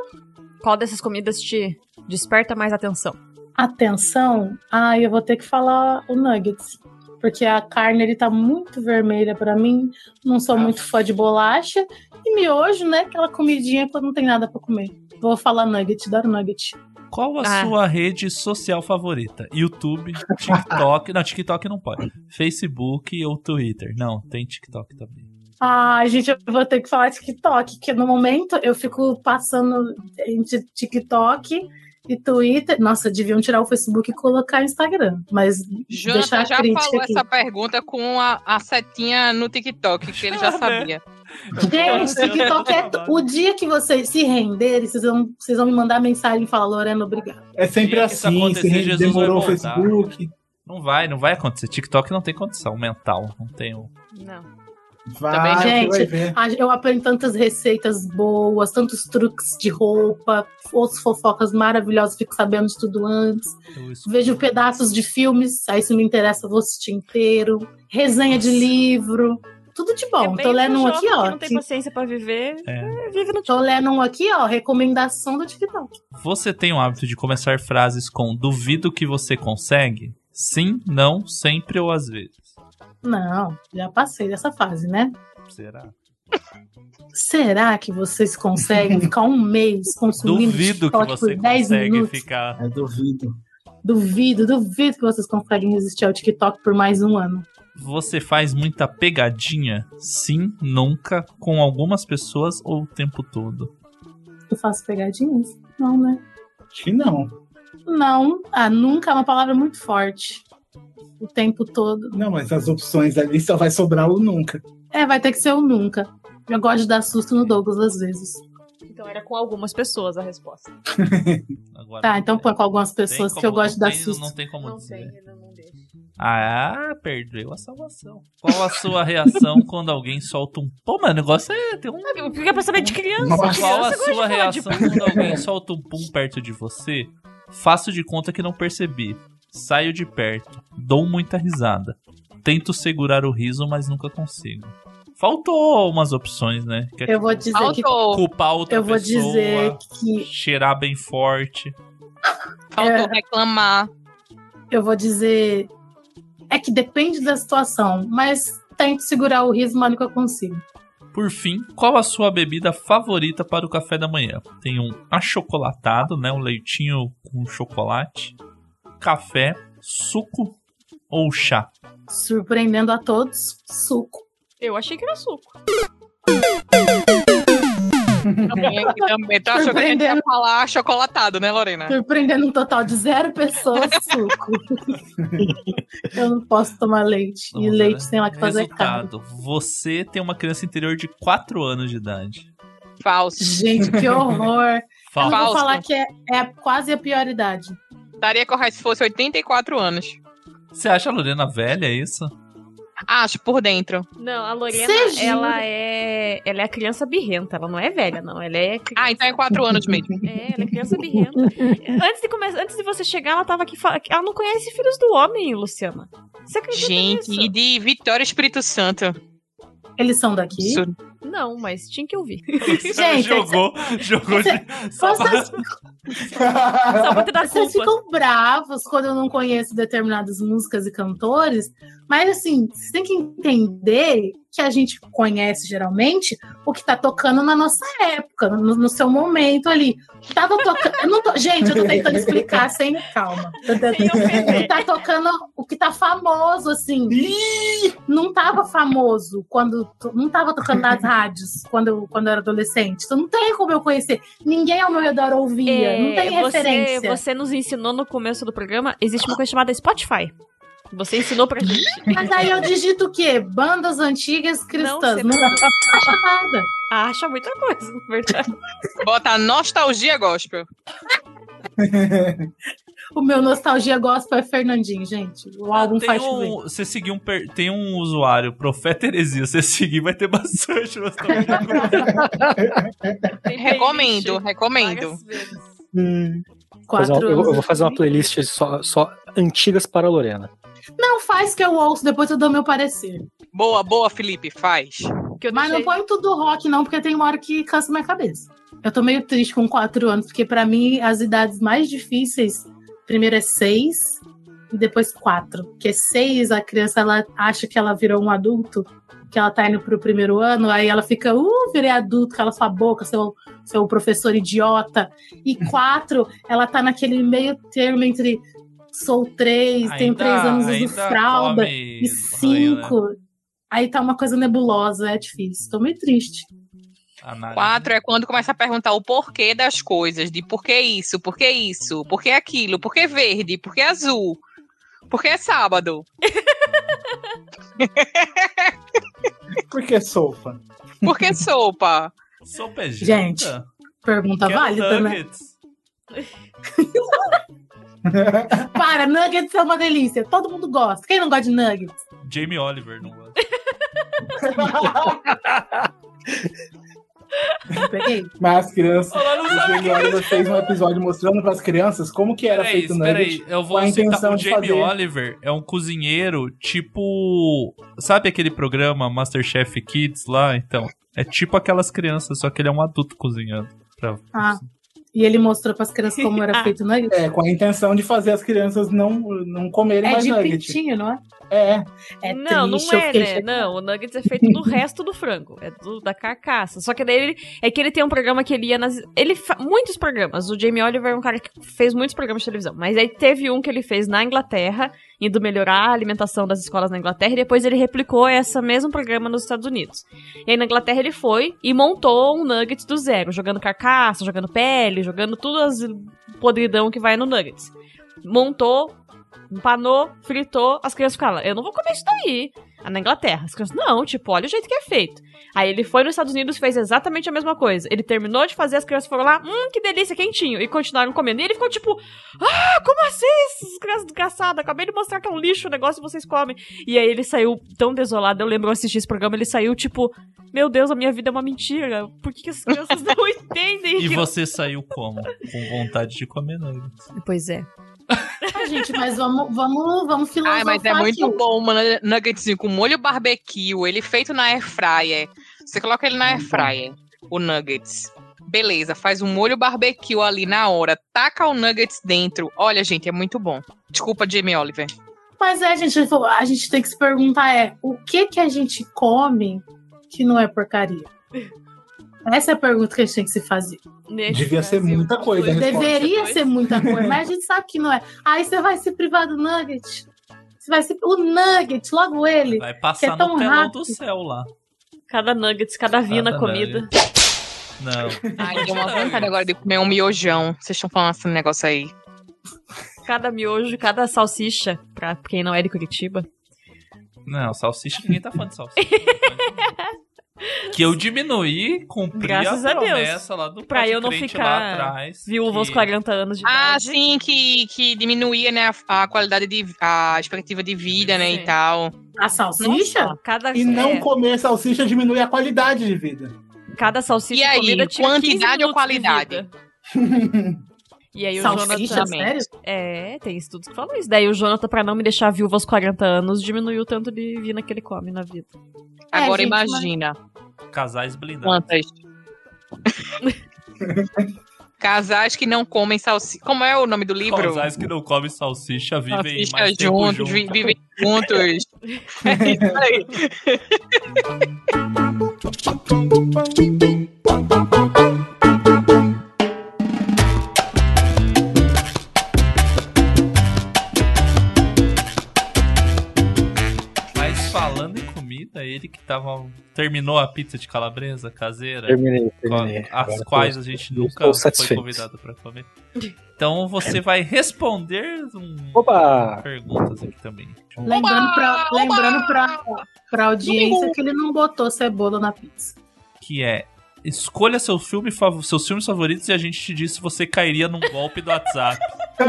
Speaker 8: Qual dessas comidas te desperta mais atenção?
Speaker 4: Atenção, ah, eu vou ter que falar o nuggets. Porque a carne ele tá muito vermelha pra mim. Não
Speaker 8: Ah.
Speaker 4: sou muito fã de bolacha. E miojo, né? Aquela comidinha quando não tem nada pra comer. Vou falar nugget, dar nugget.
Speaker 1: Qual a
Speaker 8: Ah.
Speaker 1: sua rede social favorita? YouTube, TikTok. não, TikTok não pode. Facebook ou Twitter. Não, tem TikTok também.
Speaker 4: Ah, gente, eu vou ter que falar TikTok, porque no momento eu fico passando entre TikTok e Twitter. Nossa, deviam tirar o Facebook e colocar Instagram. Mas deixar
Speaker 3: Jonathan
Speaker 4: a
Speaker 3: já
Speaker 4: crítica
Speaker 3: falou
Speaker 4: aqui.
Speaker 3: essa pergunta com a, a setinha no TikTok, que ele já sabia.
Speaker 4: Gente, TikTok é. tu- O dia que vocês se renderem, vocês vão, vocês vão me mandar mensagem e falar, Lorena, obrigada.
Speaker 5: É sempre
Speaker 1: Dia que isso
Speaker 5: assim,
Speaker 1: acontecer,
Speaker 5: se
Speaker 1: Jesus
Speaker 5: demorou o
Speaker 1: vai voltar.
Speaker 5: Facebook,
Speaker 1: Não vai, não vai acontecer. TikTok não tem condição mental. Não tem o.
Speaker 8: Não.
Speaker 5: vai,
Speaker 4: Também,
Speaker 5: você vai
Speaker 4: gente.
Speaker 5: ver.
Speaker 4: Ah, Eu aprendo tantas receitas boas, tantos truques de roupa, outras fofocas maravilhosas, fico sabendo de tudo antes.
Speaker 1: o escudo.
Speaker 4: Vejo pedaços de filmes, aí se me interessa, eu vou assistir inteiro. Resenha de livro, tudo de bom.
Speaker 8: é
Speaker 4: Tô lendo um
Speaker 8: jovem
Speaker 4: aqui,
Speaker 8: Que
Speaker 4: ó.
Speaker 8: não tem paciência pra viver.
Speaker 1: É.
Speaker 8: é, Vive no
Speaker 4: Tô lendo um aqui, ó, recomendação do TikTok.
Speaker 1: Você tem o hábito de começar frases com duvido que você consegue? Sim, não, sempre ou às vezes.
Speaker 4: Não, já passei dessa fase, né?
Speaker 1: Será?
Speaker 4: Será que vocês conseguem ficar um mês consumindo
Speaker 1: Duvido que
Speaker 4: TikTok
Speaker 1: você
Speaker 4: por 10
Speaker 1: consegue
Speaker 4: minutos?
Speaker 1: ficar.
Speaker 5: Eu É duvido.
Speaker 4: Duvido, duvido que vocês conseguem resistir ao TikTok por mais um ano.
Speaker 1: Você faz muita pegadinha? Sim, nunca, com algumas pessoas ou o tempo todo.
Speaker 4: Eu faço pegadinhas? Não, né?
Speaker 5: Acho que não.
Speaker 4: Não. Ah, nunca é uma palavra muito forte. O tempo todo.
Speaker 5: Não, mas as opções ali só vai sobrar o nunca.
Speaker 4: É, vai ter que ser o nunca. Eu gosto de dar susto no Douglas às vezes.
Speaker 8: Então era com algumas pessoas a resposta.
Speaker 1: Agora,
Speaker 4: Tá, então põe com algumas
Speaker 1: tem
Speaker 4: pessoas que
Speaker 1: como-
Speaker 4: eu gosto de
Speaker 1: não
Speaker 4: dar
Speaker 1: tem-
Speaker 4: susto.
Speaker 1: Não né? tem como
Speaker 8: não
Speaker 1: dizer.
Speaker 8: sei, ele não deixa.
Speaker 1: Ah, perdeu a salvação. Qual a sua reação quando alguém solta um. Pô, mano, o negócio é. Tem um...
Speaker 8: Sabe, O que é pra saber de criança?
Speaker 5: Nossa.
Speaker 1: Qual a
Speaker 8: criança gosta de
Speaker 1: sua
Speaker 8: falar de
Speaker 1: reação quando alguém solta um pum perto de você? Faço de conta que não percebi. Saio de perto. Dou muita risada. Tento segurar o riso, mas nunca consigo. Faltou umas opções, né? Que é
Speaker 4: Eu vou dizer que.
Speaker 3: Faltou,
Speaker 1: culpar outra
Speaker 4: Eu vou
Speaker 1: pessoa,
Speaker 4: dizer que.
Speaker 1: cheirar bem forte.
Speaker 3: faltou
Speaker 4: É.
Speaker 3: reclamar.
Speaker 4: Eu vou dizer. É que depende da situação, mas tento segurar o riso, mas nunca consigo.
Speaker 1: Por fim, qual a sua bebida favorita para o café da manhã? Tem um achocolatado, né? Um leitinho com chocolate, café, suco ou chá?
Speaker 4: Surpreendendo a todos, suco.
Speaker 8: Eu achei que era suco.
Speaker 3: Também, também tá achando que a gente ia
Speaker 4: Surpreendendo.
Speaker 3: falar chocolatado, né,
Speaker 1: Ah.
Speaker 3: Lorena?
Speaker 4: Surpreendendo um total de zero pessoas, suco. eu não posso tomar leite.
Speaker 1: Vamos
Speaker 4: e
Speaker 1: ver,
Speaker 4: leite
Speaker 1: né?
Speaker 4: sem lactose é caro.
Speaker 1: Resultado. Você tem uma criança interior de 4 anos de idade.
Speaker 3: Falso.
Speaker 4: Gente, que horror. Eu não
Speaker 1: Falso.
Speaker 4: vou
Speaker 3: Falso.
Speaker 4: falar que é, é quase a pior idade.
Speaker 3: Estaria correto se fosse 84 anos.
Speaker 1: Você acha a Lorena velha, é isso?
Speaker 3: Acho, por dentro.
Speaker 8: Não, a Lorena,
Speaker 4: Cê jura?
Speaker 8: ela é. Ela é a criança birrenta, ela não é velha, não. Ela é. cri-
Speaker 3: Ah, então é 4 anos mesmo.
Speaker 8: É, ela é criança birrenta. antes, de começar, antes de você chegar, ela tava aqui falando. Ela não conhece filhos do homem, Luciana. Você acredita
Speaker 3: Gente, e
Speaker 8: nisso?
Speaker 3: de Vitória Espírito Santo.
Speaker 4: Eles são daqui?
Speaker 3: Isso-
Speaker 8: Não, mas tinha que ouvir.
Speaker 4: Gente,
Speaker 1: jogou, jogou de... só pra-
Speaker 4: Vocês,
Speaker 8: Só pra te dar
Speaker 4: vocês
Speaker 8: culpa.
Speaker 4: ficam bravos quando eu não conheço determinadas músicas e cantores, mas assim, vocês têm que entender que a gente conhece geralmente o que tá tocando na nossa época, no, no seu momento ali. Tava tocando. eu não tô- gente, eu tô tentando explicar sem calma.
Speaker 8: Sem
Speaker 4: O que
Speaker 8: ofender.
Speaker 4: tá tocando, o que tá famoso, assim. Não tava famoso quando. to- Não tava tocando nas rádios quando eu, quando eu era adolescente. Então não tem como eu conhecer. Ninguém ao meu redor ouvia. não
Speaker 8: É,
Speaker 4: tem
Speaker 8: você,
Speaker 4: referência.
Speaker 8: Você nos ensinou no começo do programa, existe uma coisa chamada Spotify. Você ensinou pra gente.
Speaker 4: Mas aí eu digito o quê? Bandas antigas cristãs.
Speaker 8: você
Speaker 4: Não,
Speaker 8: não-
Speaker 4: acha nada.
Speaker 8: Acha muita coisa, na verdade.
Speaker 3: Bota nostalgia gospel.
Speaker 4: O meu nostalgia gospel é Fernandinho, gente. O álbum
Speaker 1: tem
Speaker 4: faz chover.
Speaker 1: um, você seguir um per- tem um usuário, Profeta Heresia, você seguir vai ter bastante nostalgia.
Speaker 8: Tem
Speaker 3: Recomendo,
Speaker 8: playlist
Speaker 3: recomendo.
Speaker 8: várias vezes.
Speaker 5: Hum.
Speaker 4: Quatro
Speaker 6: Fazer uma- é, eu, eu vou
Speaker 4: anos.
Speaker 6: fazer uma playlist só, só antigas para a Lorena.
Speaker 4: Não faz que eu ouço, depois eu dou meu parecer.
Speaker 3: Boa, boa, Felipe, faz.
Speaker 8: Que eu
Speaker 4: Mas não
Speaker 8: deixei-
Speaker 4: põe tudo rock, não, porque tem uma hora que cansa minha cabeça. Eu tô meio triste com quatro anos, porque pra mim as idades mais difíceis, primeiro é seis e depois quatro. Porque seis, a criança ela acha que ela virou um adulto, que ela tá indo pro primeiro ano, aí ela fica, uh, virei adulto, cala sua boca, seu, seu professor idiota. E quatro, ela tá naquele meio termo entre sou três, tenho
Speaker 1: Ainda-
Speaker 4: três anos, uso
Speaker 1: ainda
Speaker 4: fralda.
Speaker 1: come
Speaker 4: E
Speaker 1: banho, né?
Speaker 4: cinco. Aí tá uma coisa nebulosa, é difícil. Tô meio triste.
Speaker 1: Análise.
Speaker 3: Quatro é quando começa a perguntar o porquê das coisas, de por que isso, por que isso, por que aquilo, por que verde, por que azul, por que é sábado.
Speaker 5: Por que sopa?
Speaker 3: Por que sopa?
Speaker 1: Sopa é
Speaker 4: Gente,
Speaker 1: janta?
Speaker 4: Pergunta
Speaker 1: Quero
Speaker 4: válida, né?
Speaker 1: nuggets.
Speaker 4: Para, nuggets é uma delícia. Todo mundo gosta. Quem não gosta de nuggets?
Speaker 1: Jamie Oliver não gosta.
Speaker 4: Eu Peguei.
Speaker 5: Mas as crianças.
Speaker 1: Olá, não
Speaker 5: O Jamie Oliver fez um episódio mostrando pras crianças como que era
Speaker 1: Peraí,
Speaker 5: feito o nugget.
Speaker 1: peraí, eu
Speaker 5: com
Speaker 1: vou
Speaker 5: a
Speaker 1: citar.
Speaker 5: intenção
Speaker 1: O
Speaker 5: de
Speaker 1: Jamie
Speaker 5: fazer.
Speaker 1: Oliver é um cozinheiro tipo. Sabe aquele programa Masterchef Kids lá? Então, é tipo aquelas crianças, só que ele é um adulto cozinhando. Pra...
Speaker 4: Ah. E ele mostrou pras crianças como era
Speaker 8: Ah.
Speaker 4: feito o nugget.
Speaker 5: É, com a intenção de fazer as crianças não, não comerem
Speaker 4: É
Speaker 5: mais
Speaker 4: de
Speaker 5: nugget.
Speaker 4: pintinho, não é?
Speaker 5: É,
Speaker 4: É
Speaker 8: não,
Speaker 4: triste,
Speaker 8: não
Speaker 4: eu
Speaker 8: é,
Speaker 4: fiquei
Speaker 8: né?
Speaker 4: chateada.
Speaker 8: Não, o Nuggets é feito do resto do frango. É do, da carcaça. Só que daí ele, é que ele tem um programa que ele ia nas. Ele fa- muitos programas. O Jamie Oliver é um cara que fez muitos programas de televisão. Mas aí teve um que ele fez na Inglaterra, indo melhorar a alimentação das escolas na Inglaterra. E depois ele replicou esse mesmo programa nos Estados Unidos. E aí na Inglaterra ele foi e montou um Nuggets do zero, jogando carcaça, jogando pele, jogando tudo as podridão que vai no Nuggets. Montou, empanou, fritou, as crianças ficaram, eu não vou comer isso daí. Ah, na Inglaterra. As crianças, não, tipo, olha o jeito que é feito. Aí ele foi nos Estados Unidos e fez exatamente a mesma coisa. Ele terminou de fazer, as crianças foram lá, hum, que delícia, quentinho, e continuaram comendo. E ele ficou tipo, ah, como assim, essas crianças desgraçadas? Acabei de mostrar que é um lixo o negócio e vocês comem. E aí ele saiu tão desolado, eu lembro, eu assisti esse programa, ele saiu tipo, meu Deus, a minha vida é uma mentira. Por que, que as crianças não entendem?
Speaker 1: E
Speaker 8: que-
Speaker 1: você saiu como? Com vontade de comer nuggets.
Speaker 8: Pois é.
Speaker 4: Ah, gente, mas vamos, vamos, vamos filosofar
Speaker 3: Ai, mas é muito
Speaker 4: aqui.
Speaker 3: bom, mano. Nuggetzinho com molho barbecue, ele feito na air fryer. Você coloca ele na air fryer, o nuggets. Beleza, faz um molho barbecue ali na hora, taca o nuggets dentro. Olha, gente, é muito bom. Desculpa, Jamie Oliver.
Speaker 4: Mas é, gente, ele falou, a gente tem que se perguntar é o que que a gente come que não é porcaria? Essa é a pergunta que a gente tem que se fazer.
Speaker 8: Nesse
Speaker 5: Devia ser
Speaker 8: Brasil,
Speaker 5: muita coisa,
Speaker 8: dois-
Speaker 5: né?
Speaker 4: Deveria
Speaker 8: dois-
Speaker 4: ser muita coisa, mas a gente sabe que não é. Aí você vai se privar do Nugget. Você vai se... O Nugget, logo ele.
Speaker 1: Vai
Speaker 4: Que
Speaker 1: passar
Speaker 4: é tão
Speaker 1: no telão
Speaker 4: rápido.
Speaker 1: do céu lá.
Speaker 8: Cada nuggets, cada vina
Speaker 1: Cada
Speaker 8: comida.
Speaker 1: Não.
Speaker 3: Ai, deu uma vontade agora de comer um miojão. Vocês estão falando esse negócio aí.
Speaker 8: Cada miojo, cada salsicha, pra quem não é de Curitiba.
Speaker 1: Não, salsicha, ninguém tá falando de salsicha. que eu diminuí, cumpri
Speaker 8: Graças
Speaker 1: a
Speaker 8: a Deus.
Speaker 1: promessa lá do
Speaker 8: Pra eu não
Speaker 1: podcast lá
Speaker 8: ficar
Speaker 1: atrás.
Speaker 8: Viúva aos
Speaker 1: que-
Speaker 8: 40 anos de
Speaker 3: Ah,
Speaker 8: idade.
Speaker 3: sim, que, que diminuía, né, a, a qualidade de... a expectativa de vida, né,
Speaker 8: Sim.
Speaker 3: e tal.
Speaker 4: A salsicha?
Speaker 8: Cada,
Speaker 5: E não
Speaker 8: é,
Speaker 5: comer salsicha diminui a qualidade de vida.
Speaker 8: cada salsicha
Speaker 3: E aí,
Speaker 8: comida tinha 15
Speaker 3: quantidade ou
Speaker 8: minutos de
Speaker 3: qualidade?
Speaker 8: vida. E aí o
Speaker 4: salsicha,
Speaker 8: Jonathan...
Speaker 4: sério?
Speaker 8: É, tem estudos que falam isso. Daí o Jonathan, pra não me deixar viúva aos 40 anos, diminuiu o tanto de vina que ele come na vida.
Speaker 4: É,
Speaker 3: Agora
Speaker 4: gente, mas-
Speaker 3: imagina
Speaker 1: Casais blindados.
Speaker 3: quantas... Casais que não comem salsicha. Como é o nome do livro?
Speaker 1: Casais que não comem salsicha vivem
Speaker 3: Salsicha
Speaker 1: mais tempo
Speaker 3: juntos,
Speaker 1: junto.
Speaker 3: vi- vivem juntos. É isso aí.
Speaker 1: Mas falando em comida, ele que tava. Terminou a pizza de calabresa caseira.
Speaker 6: Terminei, terminei.
Speaker 1: co- É. as
Speaker 6: Agora
Speaker 1: quais
Speaker 6: tô-
Speaker 1: a gente
Speaker 6: eu
Speaker 1: nunca
Speaker 6: estou
Speaker 1: foi
Speaker 6: satisfeito.
Speaker 1: convidado pra comer. Então você vai responder um...
Speaker 6: Opa!
Speaker 1: perguntas aqui também.
Speaker 4: Lembrando, pra,
Speaker 3: Oba!
Speaker 4: lembrando pra, pra audiência
Speaker 3: Domingo.
Speaker 4: que ele não botou cebola na pizza.
Speaker 1: Que é. Escolha seu filme, fav- seus filmes favoritos e a gente te diz se você cairia num golpe do WhatsApp.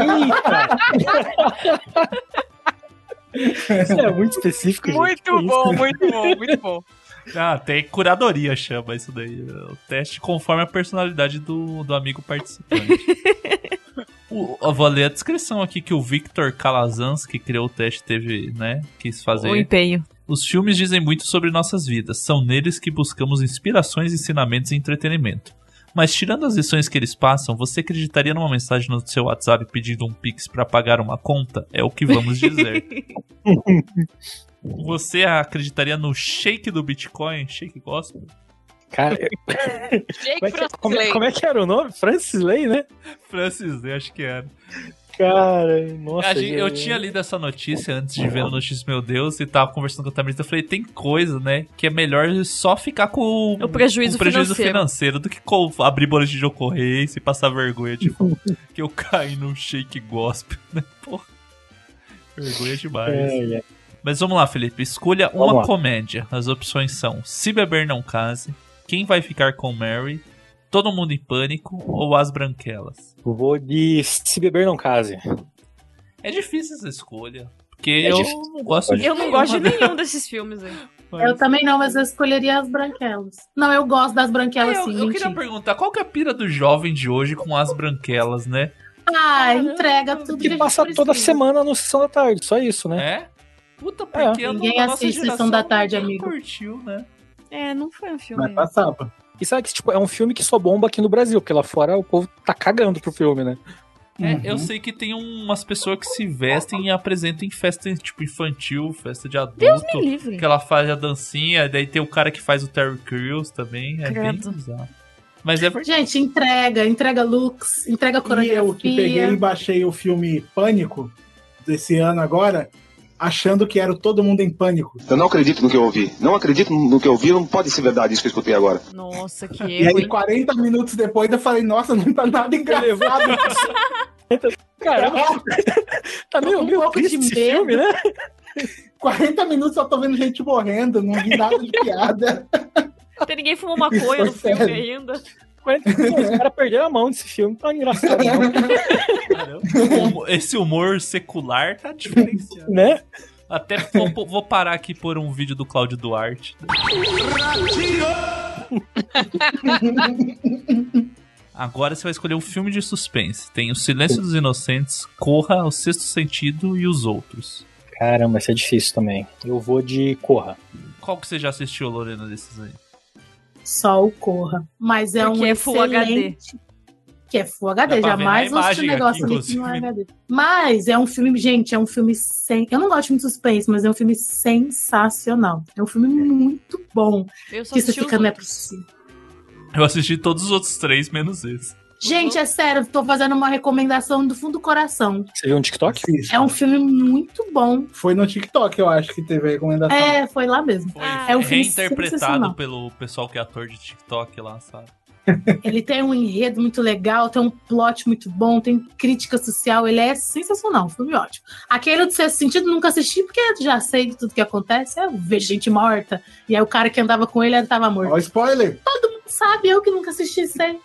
Speaker 6: Isso é muito específico, gente. Que
Speaker 3: Muito
Speaker 6: isso?
Speaker 3: bom, muito bom, muito bom.
Speaker 1: Ah, tem curadoria, chama isso daí. O teste conforme a personalidade do, do amigo participante. O- eu vou ler a descrição aqui que o Victor Calazans, que criou o teste, teve, né? Quis fazer.
Speaker 8: O empenho.
Speaker 1: Os filmes dizem muito sobre nossas vidas. São neles que buscamos inspirações, ensinamentos e entretenimento. Mas tirando as lições que eles passam, você acreditaria numa mensagem no seu WhatsApp pedindo um Pix pra pagar uma conta? É o que vamos dizer. você acreditaria no shake do Bitcoin? Shake gospel?
Speaker 6: Cara, é,
Speaker 3: Jake
Speaker 6: como é, que, como-
Speaker 3: Franklin.
Speaker 6: como é que era o nome? Francis Lay, né?
Speaker 1: Francis, eu acho que era.
Speaker 6: Cara, nossa.
Speaker 1: A gente- eu
Speaker 6: gente.
Speaker 1: tinha lido essa notícia antes de ver a notícia, meu Deus, e tava conversando com a Tamiris. Eu falei, tem coisa, né? Que é melhor só ficar com
Speaker 5: Um
Speaker 8: O prejuízo
Speaker 1: com prejuízo
Speaker 8: financeiro.
Speaker 1: financeiro do que co- abrir bolas de ocorrência e passar vergonha, tipo, que eu caí num shake gospel, né? Porra. Vergonha demais.
Speaker 6: É, é.
Speaker 1: Mas vamos lá, Felipe. Escolha
Speaker 6: Vamos
Speaker 1: uma
Speaker 6: lá.
Speaker 1: comédia. As opções são Se Beber Não Case, Quem Vai Ficar com Mary, Todo Mundo em Pânico ou As Branquelas.
Speaker 6: Vou de Se Beber Não Case.
Speaker 1: É difícil essa escolha. Porque
Speaker 6: É
Speaker 1: eu
Speaker 6: difícil.
Speaker 1: não gosto de
Speaker 8: Eu não gosto de nenhum desses filmes aí.
Speaker 4: Eu também não, mas eu escolheria as branquelas. Não, eu gosto das branquelas
Speaker 1: eu,
Speaker 4: sim,
Speaker 1: eu
Speaker 4: assim, mentira.
Speaker 1: queria perguntar, qual que é a pira do jovem de hoje com as branquelas, né?
Speaker 4: Ah, entrega tudo que, a
Speaker 6: Que
Speaker 4: gente
Speaker 6: passa toda
Speaker 4: precisa.
Speaker 6: semana no Sessão da Tarde, só isso, né?
Speaker 1: É? Puta, porque
Speaker 6: É.
Speaker 1: eu não-
Speaker 4: Ninguém
Speaker 1: a nossa
Speaker 4: assiste
Speaker 1: geração
Speaker 4: Sessão da Tarde,
Speaker 1: ninguém
Speaker 4: amigo.
Speaker 1: curtiu, né?
Speaker 8: É, não foi um filme.
Speaker 5: Mas passava.
Speaker 6: E sabe que tipo, é um filme que só bomba aqui no Brasil, porque lá fora o povo tá cagando pro filme, né?
Speaker 1: É,
Speaker 5: Uhum.
Speaker 1: eu sei que tem umas pessoas que se vestem e apresentam em festa, tipo, infantil, festa de
Speaker 8: Deus
Speaker 1: adulto.
Speaker 8: me livre.
Speaker 1: Que ela faz a dancinha, daí tem o cara que faz o Terry Crews também. É bem
Speaker 8: Credo.
Speaker 1: bizarro. Mas é verdade.
Speaker 4: Gente, entrega, entrega looks, entrega
Speaker 5: E eu que peguei e
Speaker 4: coreografia.
Speaker 5: baixei o filme Pânico desse ano agora, achando que era o Todo Mundo em Pânico.
Speaker 11: Eu não acredito no que eu ouvi. Não acredito no que eu ouvi. Não pode ser verdade isso que eu escutei agora.
Speaker 8: Nossa, que
Speaker 5: E
Speaker 8: erro,
Speaker 5: aí,
Speaker 8: hein?
Speaker 5: 40 minutos depois, eu falei, nossa, não tá nada engraçado.
Speaker 6: Caramba, tá meio,
Speaker 4: Um
Speaker 6: meio
Speaker 4: pouco de
Speaker 6: triste esse
Speaker 4: medo.
Speaker 6: filme, né?
Speaker 5: 40 minutos só tô vendo gente morrendo, não vi nada de piada.
Speaker 8: Até ninguém fumou maconha no
Speaker 5: Isso é
Speaker 8: filme
Speaker 5: sério.
Speaker 8: ainda.
Speaker 6: Mas, pô, Os caras perderam a mão desse filme, tá engraçado, não,
Speaker 1: Caramba. O humor- Esse humor secular tá diferenciado.
Speaker 6: né?
Speaker 1: Até vou, vou parar aqui por um vídeo do Cláudio Duarte. Agora você vai escolher um filme de suspense. Tem O Silêncio dos Inocentes, Corra, O Sexto Sentido e os outros.
Speaker 6: Caramba, isso é difícil também. Eu vou de Corra.
Speaker 1: Qual que você já assistiu, Lorena, desses aí?
Speaker 4: Só o Corra. Mas é
Speaker 8: Porque
Speaker 4: um
Speaker 8: é Full HD.
Speaker 4: excelente... Que é Full
Speaker 1: Dá
Speaker 4: HD,
Speaker 1: pra ver na
Speaker 4: jamais vou assistir um
Speaker 1: imagem
Speaker 4: negócio
Speaker 1: aqui,
Speaker 4: desse no
Speaker 1: inclusive.
Speaker 4: HD. Mas é um filme, gente, é um filme sem... Eu não gosto de filme de suspense, mas é um filme sensacional. É um filme muito bom.
Speaker 8: Eu só
Speaker 4: Que isso
Speaker 8: assisti os
Speaker 4: fica, não é
Speaker 8: outros.
Speaker 4: possível.
Speaker 1: Eu assisti todos os outros três, menos esse.
Speaker 4: Gente, é sério, tô fazendo uma recomendação do fundo do coração.
Speaker 6: Você viu um TikTok?
Speaker 4: É um filme muito bom.
Speaker 5: Foi no TikTok, eu acho, que teve a recomendação.
Speaker 4: É, foi lá mesmo. é um filme
Speaker 1: reinterpretado
Speaker 4: sensacional.
Speaker 1: pelo pessoal que é ator de TikTok lá, sabe?
Speaker 4: Ele tem um enredo muito legal, tem um plot muito bom, tem crítica social, ele é sensacional, um filme ótimo. Aquele do sexto sentido nunca assisti, porque já sei de tudo que acontece, é ver gente morta. E aí o cara que andava com ele, ele tava morto.
Speaker 5: Ó, spoiler!
Speaker 4: Todo mundo sabe, eu que nunca assisti isso aí.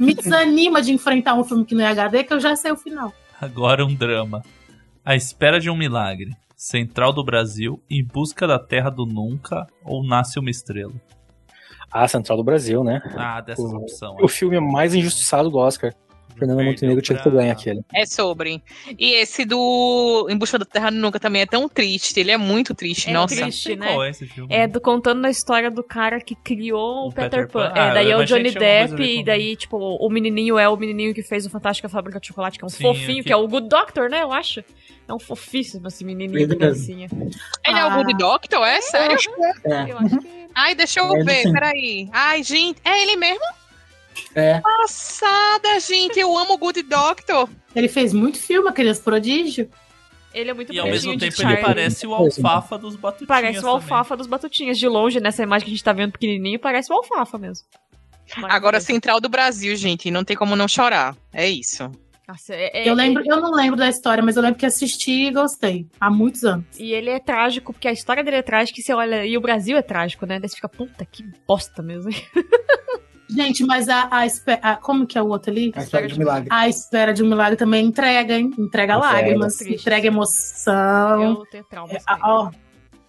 Speaker 4: Me desanima de enfrentar um filme que não é HD, que eu já sei o final.
Speaker 1: Agora um drama. A espera de um milagre. Central do Brasil, em busca da terra do nunca, ou nasce uma estrela.
Speaker 6: Ah, Central do Brasil, né?
Speaker 1: Ah, dessa
Speaker 6: O-
Speaker 1: opção.
Speaker 6: O filme mais injustiçado do Oscar. Fernando Montenegro tinha que ganhar aquele.
Speaker 3: É sobre. E esse do Em Busca da Terra Nunca também é tão triste. Ele é muito triste,
Speaker 8: É
Speaker 3: nossa.
Speaker 8: triste, né?
Speaker 1: Qual é esse filme?
Speaker 8: É do, contando a história do cara que criou o, Peter,
Speaker 1: Peter
Speaker 8: Pan.
Speaker 1: Pan.
Speaker 8: É,
Speaker 1: Ah,
Speaker 8: daí é o
Speaker 1: mas, gente,
Speaker 8: Johnny
Speaker 1: é uma coisa
Speaker 8: Depp,
Speaker 1: a ver com-
Speaker 8: e daí, tipo, o menininho é o menininho que fez o Fantástica Fábrica de Chocolate, que é um
Speaker 1: Sim,
Speaker 8: fofinho,
Speaker 1: é
Speaker 8: que...
Speaker 1: que-
Speaker 8: é o Good Doctor, né? Eu acho. É um fofíssimo esse menininho
Speaker 5: Ele
Speaker 8: da
Speaker 5: mesmo.
Speaker 8: gracinha.
Speaker 3: Ele é o Good Doctor, é? Sério?
Speaker 5: É.
Speaker 8: Eu acho que
Speaker 3: Ai, deixa eu
Speaker 5: Ele
Speaker 3: ver,
Speaker 5: sim.
Speaker 3: peraí. Ai, gente, é ele mesmo?
Speaker 5: É.
Speaker 3: Passada, gente, eu amo o Good Doctor.
Speaker 4: Ele fez muito filme, A Criança Prodígio.
Speaker 8: ele é muito
Speaker 1: E ao
Speaker 8: bonitinho
Speaker 1: mesmo
Speaker 8: de
Speaker 1: tempo ele
Speaker 8: Charlie.
Speaker 1: parece o alfafa dos batutinhas
Speaker 8: Parece o
Speaker 1: também. Ah,
Speaker 8: alfafa dos batutinhas. De longe, nessa imagem que a gente tá vendo pequenininho, parece o alfafa mesmo. Maravilhoso.
Speaker 3: Agora, Central do Brasil, gente, não tem como não chorar. É isso.
Speaker 8: Nossa, é- é-
Speaker 4: Eu lembro, eu não lembro da história, mas eu lembro que assisti e gostei. Há muitos anos.
Speaker 8: E ele é trágico, porque a história dele é trágica e você olha. E o Brasil é trágico, né? Daí você fica, puta, que bosta mesmo.
Speaker 4: Então, Gente, mas a, a, espe- a- como que é o outro ali?
Speaker 5: A história de um milagre.
Speaker 4: A espera de um milagre também entrega, hein? Entrega
Speaker 6: Entrega.
Speaker 4: lágrimas,
Speaker 8: Triste.
Speaker 4: entrega emoção.
Speaker 8: Eu tenho trauma.
Speaker 4: É, a- ó,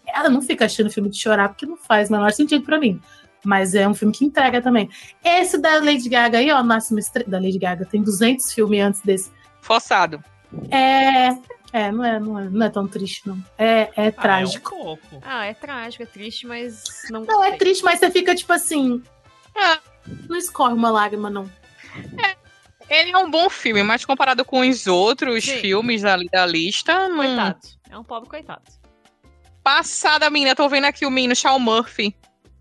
Speaker 4: ela não fica achando filme de chorar porque não faz o menor sentido pra mim. Mas é um filme que entrega também. Esse da Lady Gaga aí, ó, Nasce uma Estrela. Da Lady Gaga, tem 200 filmes antes desse.
Speaker 3: Forçado.
Speaker 4: É. É, não é, não é, não é tão triste, não. É, é
Speaker 1: Ah,
Speaker 4: trágico.
Speaker 1: É um pouco.
Speaker 8: Ah, é trágico, é triste, mas não.
Speaker 4: Não, é
Speaker 8: gostei.
Speaker 4: triste, mas você fica tipo assim.
Speaker 3: Ah.
Speaker 4: Não escorre uma lágrima, não.
Speaker 3: Ele é um bom filme, mas comparado com os outros
Speaker 8: Sim.
Speaker 3: filmes da, da lista, hum, não-
Speaker 8: Coitado. É um pobre coitado.
Speaker 3: Passada, menina, tô vendo aqui o menino Shaw Murphy.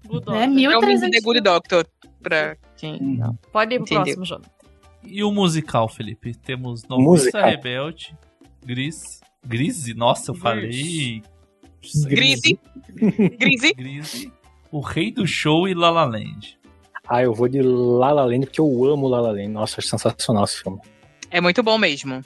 Speaker 8: Good
Speaker 4: É
Speaker 8: Doctor.
Speaker 3: É o menino The
Speaker 4: 1300.
Speaker 3: Good Doctor. Pra quem...
Speaker 8: Pode ir pro
Speaker 3: Entendeu.
Speaker 8: próximo, Jona.
Speaker 1: E o musical, Felipe? Temos Noviça
Speaker 6: Musical.
Speaker 1: Rebelde, Gris. Grise? Nossa, eu falei.
Speaker 3: Grise, Grise.
Speaker 1: Grise. O Rei do Show e La La Land.
Speaker 6: Ah, eu vou de La La Land, porque eu amo La La Land. Nossa, acho sensacional esse filme.
Speaker 3: É muito bom mesmo.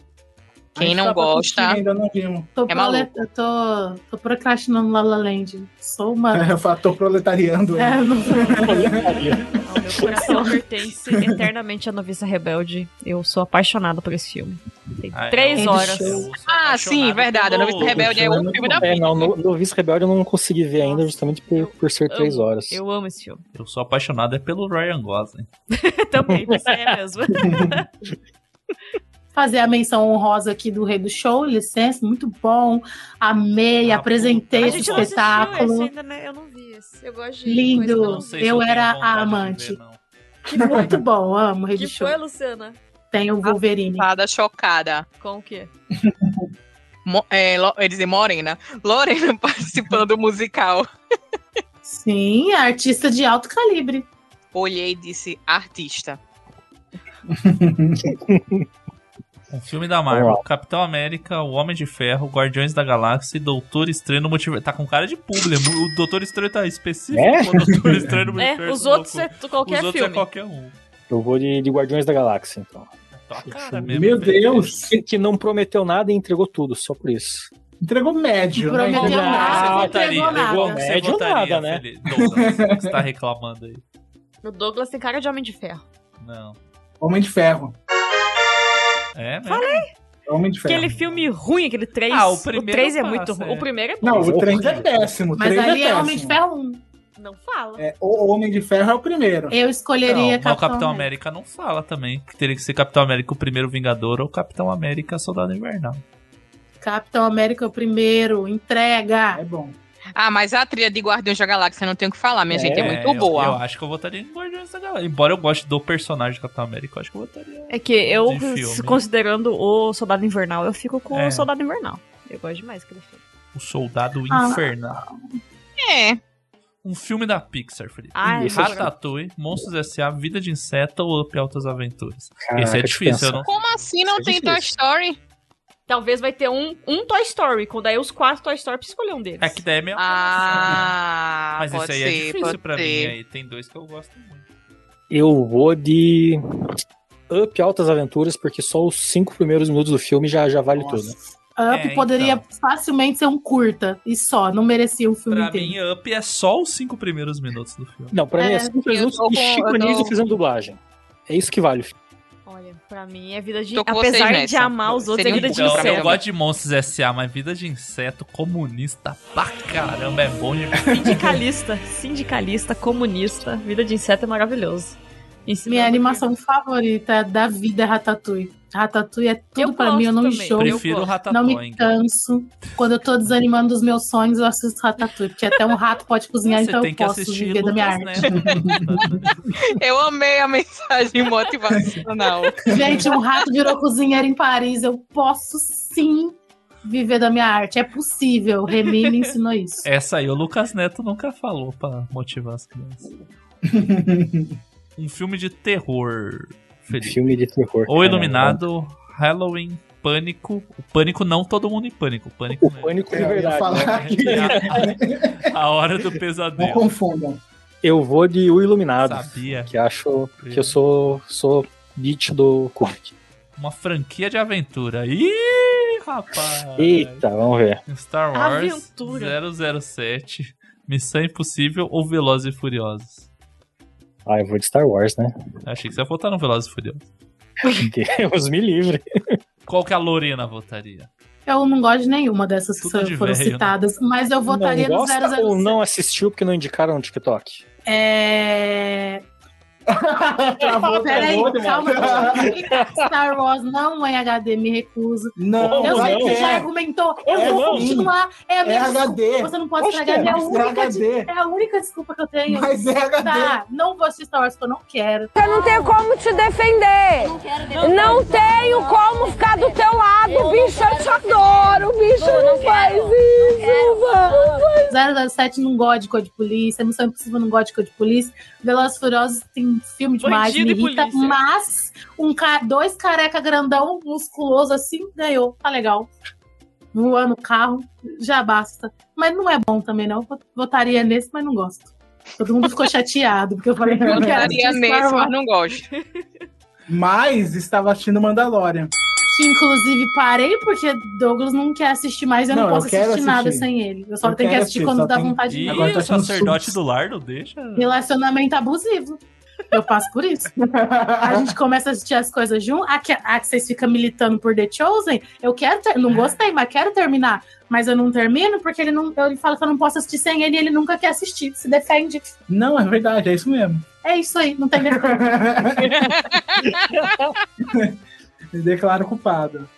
Speaker 5: A
Speaker 3: Quem
Speaker 5: gente
Speaker 3: não
Speaker 5: tava assistindo,
Speaker 3: gosta.
Speaker 5: Ainda não vimos.
Speaker 4: Tô,
Speaker 3: É maluco.
Speaker 4: prole- eu tô, tô procrastinando La La Land. Sou uma.
Speaker 5: Eu falo, tô É, proletariando. né?
Speaker 4: É, não-
Speaker 8: Ao meu coração pertence eternamente à noviça rebelde. Eu sou apaixonada por esse filme. Tem
Speaker 1: Ah, é
Speaker 8: três
Speaker 1: um-
Speaker 8: horas.
Speaker 1: eu sou
Speaker 3: Ah,
Speaker 1: apaixonado
Speaker 3: sim, verdade. A
Speaker 1: pelo-
Speaker 3: Novice Rebelde é
Speaker 5: filme é
Speaker 3: um
Speaker 5: muito
Speaker 3: filme
Speaker 5: bom.
Speaker 3: da
Speaker 6: É, não, no, no Vice Rebelde eu não consegui ver ainda, justamente por, por ser
Speaker 8: eu-
Speaker 6: três horas.
Speaker 8: Eu amo esse filme.
Speaker 1: Eu sou apaixonado é pelo Ryan Gosling.
Speaker 8: Também, você é mesmo.
Speaker 4: fazer a menção honrosa aqui do Rei do Show, licença, muito bom. Amei,
Speaker 1: Ah,
Speaker 4: apresentei
Speaker 1: puta.
Speaker 4: esse
Speaker 1: A gente não assistiu
Speaker 4: espetáculo.
Speaker 8: esse ainda, né? Eu não vi esse. Eu gosto de
Speaker 4: Lindo.
Speaker 8: coisa que eu
Speaker 4: Eu
Speaker 8: não vi.
Speaker 4: sei. Eu
Speaker 1: tenho
Speaker 4: era a
Speaker 1: vontade de
Speaker 4: amante.
Speaker 1: ver, não.
Speaker 4: Muito bom, amo o Rei
Speaker 8: Que
Speaker 4: do Show.
Speaker 8: foi, Luciana?
Speaker 4: Tem o Wolverine.
Speaker 3: Passada chocada.
Speaker 8: Com o quê?
Speaker 3: Mo é, Lo- eu ia dizer Morena. Lorena participando do musical.
Speaker 4: Sim, é artista de alto calibre.
Speaker 3: Olhei e disse artista.
Speaker 1: Um filme da Marvel,
Speaker 6: Vamos
Speaker 1: Capitão América, O Homem de Ferro, Guardiões da Galáxia e Doutor Estranho no Multiverso. Tá com cara de publi, o Doutor Estranho tá específico
Speaker 6: É?
Speaker 1: com o Doutor Estranho no Multiverso.
Speaker 8: É, os outros é
Speaker 1: loucura.
Speaker 8: tu- qualquer
Speaker 1: Os outros
Speaker 8: filme.
Speaker 1: é qualquer um.
Speaker 6: Eu vou de, de Guardiões da Galáxia, então.
Speaker 1: Tá a cara mesmo.
Speaker 5: Meu
Speaker 1: velho.
Speaker 5: Deus!
Speaker 6: Que, que não prometeu nada e entregou tudo, só por isso.
Speaker 5: Entregou médio. né?
Speaker 4: Prometeu
Speaker 5: Entregou-
Speaker 4: nada.
Speaker 1: Você
Speaker 4: Ah, não
Speaker 1: votaria,
Speaker 4: entregou nada.
Speaker 1: igual você
Speaker 6: Médio
Speaker 1: votaria,
Speaker 6: nada, né?
Speaker 1: Felipe. Douglas, você tá reclamando aí.
Speaker 8: O Douglas tem cara de Homem de Ferro.
Speaker 1: Não.
Speaker 5: Homem de Ferro.
Speaker 1: É, né?
Speaker 5: Homem de Ferro.
Speaker 8: Aquele filme ruim, aquele 3.
Speaker 1: Ah, o primeiro
Speaker 8: 3 é
Speaker 1: passa,
Speaker 8: muito ruim.
Speaker 1: é.
Speaker 8: O primeiro é bom.
Speaker 5: Não, o 3 é péssimo. O
Speaker 4: Mas
Speaker 5: três
Speaker 4: ali é
Speaker 5: péssimo.
Speaker 4: Homem
Speaker 1: assim.
Speaker 4: de Ferro 1.
Speaker 8: Não fala.
Speaker 5: É, o Homem de Ferro é o primeiro.
Speaker 4: Eu
Speaker 1: Não,
Speaker 4: escolheria
Speaker 1: mas o
Speaker 4: Capitão,
Speaker 1: Capitão
Speaker 4: América.
Speaker 1: América não fala também. Que teria que ser Capitão América o primeiro Vingador ou Capitão América Soldado Invernal.
Speaker 4: Capitão América é o primeiro, entrega.
Speaker 5: É bom.
Speaker 3: Ah, mas a trilha de Guardiões da Galáxia não tem o que falar, minha gente. É muito
Speaker 1: eu-
Speaker 3: boa.
Speaker 1: Eu, acho que eu votaria em Guardiões da Galáxia. Embora eu goste do personagem do Capitão América, eu acho que eu votaria.
Speaker 8: É que eu,
Speaker 1: De filme.
Speaker 8: considerando o Soldado Invernal, eu fico com
Speaker 1: É.
Speaker 8: o Soldado
Speaker 1: Ah.
Speaker 8: Invernal. Eu gosto demais daquele filme.
Speaker 1: O Soldado
Speaker 4: Ah.
Speaker 1: Infernal.
Speaker 3: É.
Speaker 1: um filme da Pixar, Felipe. Um
Speaker 8: Ai, meu
Speaker 1: Ratatouille, Monstros S.A., Vida de Inseto ou Up Altas Aventuras.
Speaker 6: Caraca,
Speaker 1: Esse é
Speaker 6: que
Speaker 1: difícil,
Speaker 6: pensar.
Speaker 1: eu não...
Speaker 3: Como assim não
Speaker 1: Isso é
Speaker 3: tem Toy
Speaker 1: difícil.
Speaker 3: Story?
Speaker 8: Talvez vai ter um, um Toy Story, quando aí os quatro Toy Story pra escolher um deles.
Speaker 1: É que daí é meio...
Speaker 3: Ah,
Speaker 1: Mas esse
Speaker 3: pode
Speaker 1: aí
Speaker 3: ser,
Speaker 1: é
Speaker 3: pode
Speaker 1: difícil pra
Speaker 3: ser.
Speaker 1: mim. Aí tem dois que eu gosto muito.
Speaker 6: Eu vou de Up Altas Aventuras, porque só os cinco primeiros minutos do filme já, já vale tudo.
Speaker 4: Up
Speaker 1: É,
Speaker 4: poderia facilmente ser um curta e só, não merecia o filme
Speaker 1: Pra
Speaker 4: inteiro.
Speaker 1: mim, Up é só os cinco primeiros minutos do filme.
Speaker 6: Não, pra mim
Speaker 4: É,
Speaker 6: é cinco minutos
Speaker 3: tô
Speaker 6: de
Speaker 3: com-
Speaker 6: Chico
Speaker 3: eu tô-
Speaker 6: Anísio fazendo dublagem. É isso que vale. filho.
Speaker 8: Olha, pra mim é vida de.
Speaker 3: Tô com vocês
Speaker 8: Apesar de
Speaker 3: nessa.
Speaker 8: amar os outros, é
Speaker 3: Seria
Speaker 8: vida
Speaker 3: um
Speaker 8: de
Speaker 3: bom
Speaker 1: Não,
Speaker 3: pra mim
Speaker 1: eu
Speaker 8: inseto.
Speaker 3: também.
Speaker 1: gosto de Monstros S.A., mas Vida de Inseto, comunista pra caramba, é bom
Speaker 8: Então
Speaker 1: de...
Speaker 8: Sindicalista. Sindicalista, comunista. Vida de inseto é maravilhoso. Ensinando
Speaker 4: Minha
Speaker 8: que-
Speaker 4: animação favorita da vida é Ratatouille. Ratatouille é tudo
Speaker 8: Eu
Speaker 4: pra mim, eu
Speaker 8: gosto
Speaker 4: não
Speaker 8: também.
Speaker 4: enxoo,
Speaker 8: Eu
Speaker 1: Prefiro
Speaker 8: gosto.
Speaker 1: Ratatouille. Então
Speaker 4: não me
Speaker 1: ainda.
Speaker 4: canso. Quando eu tô desanimando dos meus sonhos, eu assisto Ratatouille, porque até um rato pode cozinhar,
Speaker 1: Você
Speaker 4: então
Speaker 1: tem
Speaker 4: eu
Speaker 1: que
Speaker 4: posso
Speaker 1: assistir
Speaker 4: viver da minha
Speaker 1: Lucas
Speaker 4: arte.
Speaker 1: Neto.
Speaker 3: Eu amei a mensagem motivacional.
Speaker 4: Gente, um rato virou cozinheiro em Paris, eu posso sim viver da minha arte, é possível. Remy me ensinou isso.
Speaker 1: Essa aí o Lucas Neto nunca falou pra motivar as crianças. um filme de terror. Felipe.
Speaker 6: Filme de terror.
Speaker 1: Ou Iluminado, Halloween, Pânico. O Pânico não todo mundo em pânico. O Pânico
Speaker 6: O
Speaker 1: né?
Speaker 6: pânico
Speaker 5: É,
Speaker 6: de
Speaker 5: eu ia
Speaker 6: verdade.
Speaker 5: falar
Speaker 6: né?
Speaker 5: aqui.
Speaker 1: A- A hora do
Speaker 5: Não
Speaker 1: pesadelo.
Speaker 5: confundam.
Speaker 6: Eu vou de O Iluminado,
Speaker 1: Sabia?
Speaker 6: que acho que eu sou, sou beat do Kubrick.
Speaker 1: Uma franquia de aventura. Ih, rapaz!
Speaker 6: Eita, vamos ver.
Speaker 1: Star Wars
Speaker 8: Aventura.
Speaker 1: 007, Missão Impossível ou Velozes e Furiosos?
Speaker 6: Ah, eu vou de Star Wars, né?
Speaker 1: Achei que você ia votar no Velozes e Furiosos.
Speaker 6: Deus me livre.
Speaker 1: Qual que a Lorena votaria?
Speaker 4: Eu não gosto de nenhuma dessas que
Speaker 1: Tudo de
Speaker 4: foram
Speaker 1: velho, né?
Speaker 4: citadas, mas eu votaria
Speaker 6: não
Speaker 4: no
Speaker 6: gosta
Speaker 4: 007.
Speaker 6: ou não assistiu porque não indicaram no TikTok?
Speaker 4: É...
Speaker 5: Travou,
Speaker 4: Peraí,
Speaker 5: travou,
Speaker 4: calma.
Speaker 5: travou.
Speaker 4: Star Wars não é HD, me recuso.
Speaker 5: Não,
Speaker 4: eu sei
Speaker 6: Como
Speaker 5: vai
Speaker 4: que você já
Speaker 5: ter.
Speaker 4: argumentou. Eu
Speaker 5: É,
Speaker 4: vou
Speaker 5: não.
Speaker 4: continuar. É a
Speaker 5: É
Speaker 4: minha desculpa.
Speaker 5: HD.
Speaker 4: Você não pode
Speaker 5: Acho
Speaker 4: estragar.
Speaker 5: que
Speaker 4: É
Speaker 5: é,
Speaker 4: a,
Speaker 5: mas
Speaker 4: única
Speaker 5: é
Speaker 4: de-
Speaker 5: HD.
Speaker 4: é a única desculpa que eu tenho.
Speaker 5: Mas é HD.
Speaker 4: Tá, não vou assistir Star Wars porque eu não quero.
Speaker 2: Eu não tenho como te defender.
Speaker 7: Não quero ver
Speaker 2: Não tenho como ficar do teu lado, bicho. Eu te adoro, bicho. Não faz isso, mano.
Speaker 4: 007 não gosta de cor de polícia. Missão Impossível não gosta de cor de polícia. Velozes e Furiosos tem filme demais,
Speaker 8: Bandido
Speaker 4: me
Speaker 8: e
Speaker 4: irrita.
Speaker 8: polícia.
Speaker 4: Mas um ca... dois careca grandão, musculoso assim, ganhou. Tá legal. Voando o carro, já basta. Mas não é bom também, não. Eu Votaria nesse, mas não gosto. Todo mundo ficou chateado, porque eu falei que eu não quero
Speaker 3: Votaria
Speaker 4: assistir Star
Speaker 3: nesse,
Speaker 4: Wars.
Speaker 3: mas não gosto.
Speaker 5: Mas estava assistindo Mandalorian.
Speaker 4: Que inclusive parei, porque Douglas não quer assistir mais, eu não,
Speaker 5: Não, eu
Speaker 4: posso assistir,
Speaker 5: quero
Speaker 4: nada
Speaker 5: assistir.
Speaker 4: sem ele. Eu só
Speaker 5: Eu
Speaker 4: tenho que
Speaker 5: quero
Speaker 4: assistir
Speaker 5: assistir,
Speaker 4: quando
Speaker 5: só
Speaker 4: dá
Speaker 5: tem-
Speaker 4: vontade
Speaker 1: Ih,
Speaker 4: de
Speaker 5: Agora tá
Speaker 1: o
Speaker 5: achando
Speaker 1: sacerdote
Speaker 5: subs.
Speaker 1: do lar não deixa.
Speaker 4: Relacionamento abusivo. Eu passo por isso. A
Speaker 5: Ah,
Speaker 4: gente começa a assistir as coisas junto. Ah, que, ah, que vocês ficam militando por The Chosen. Eu quero, ter-
Speaker 1: É.
Speaker 4: não gostei, mas quero terminar. Mas eu não termino porque ele não, ele fala que eu não posso assistir sem ele e ele nunca quer assistir. Se defende.
Speaker 5: Não, é verdade, é isso mesmo.
Speaker 4: É isso aí, não tem defesa.
Speaker 5: Me declaro culpado.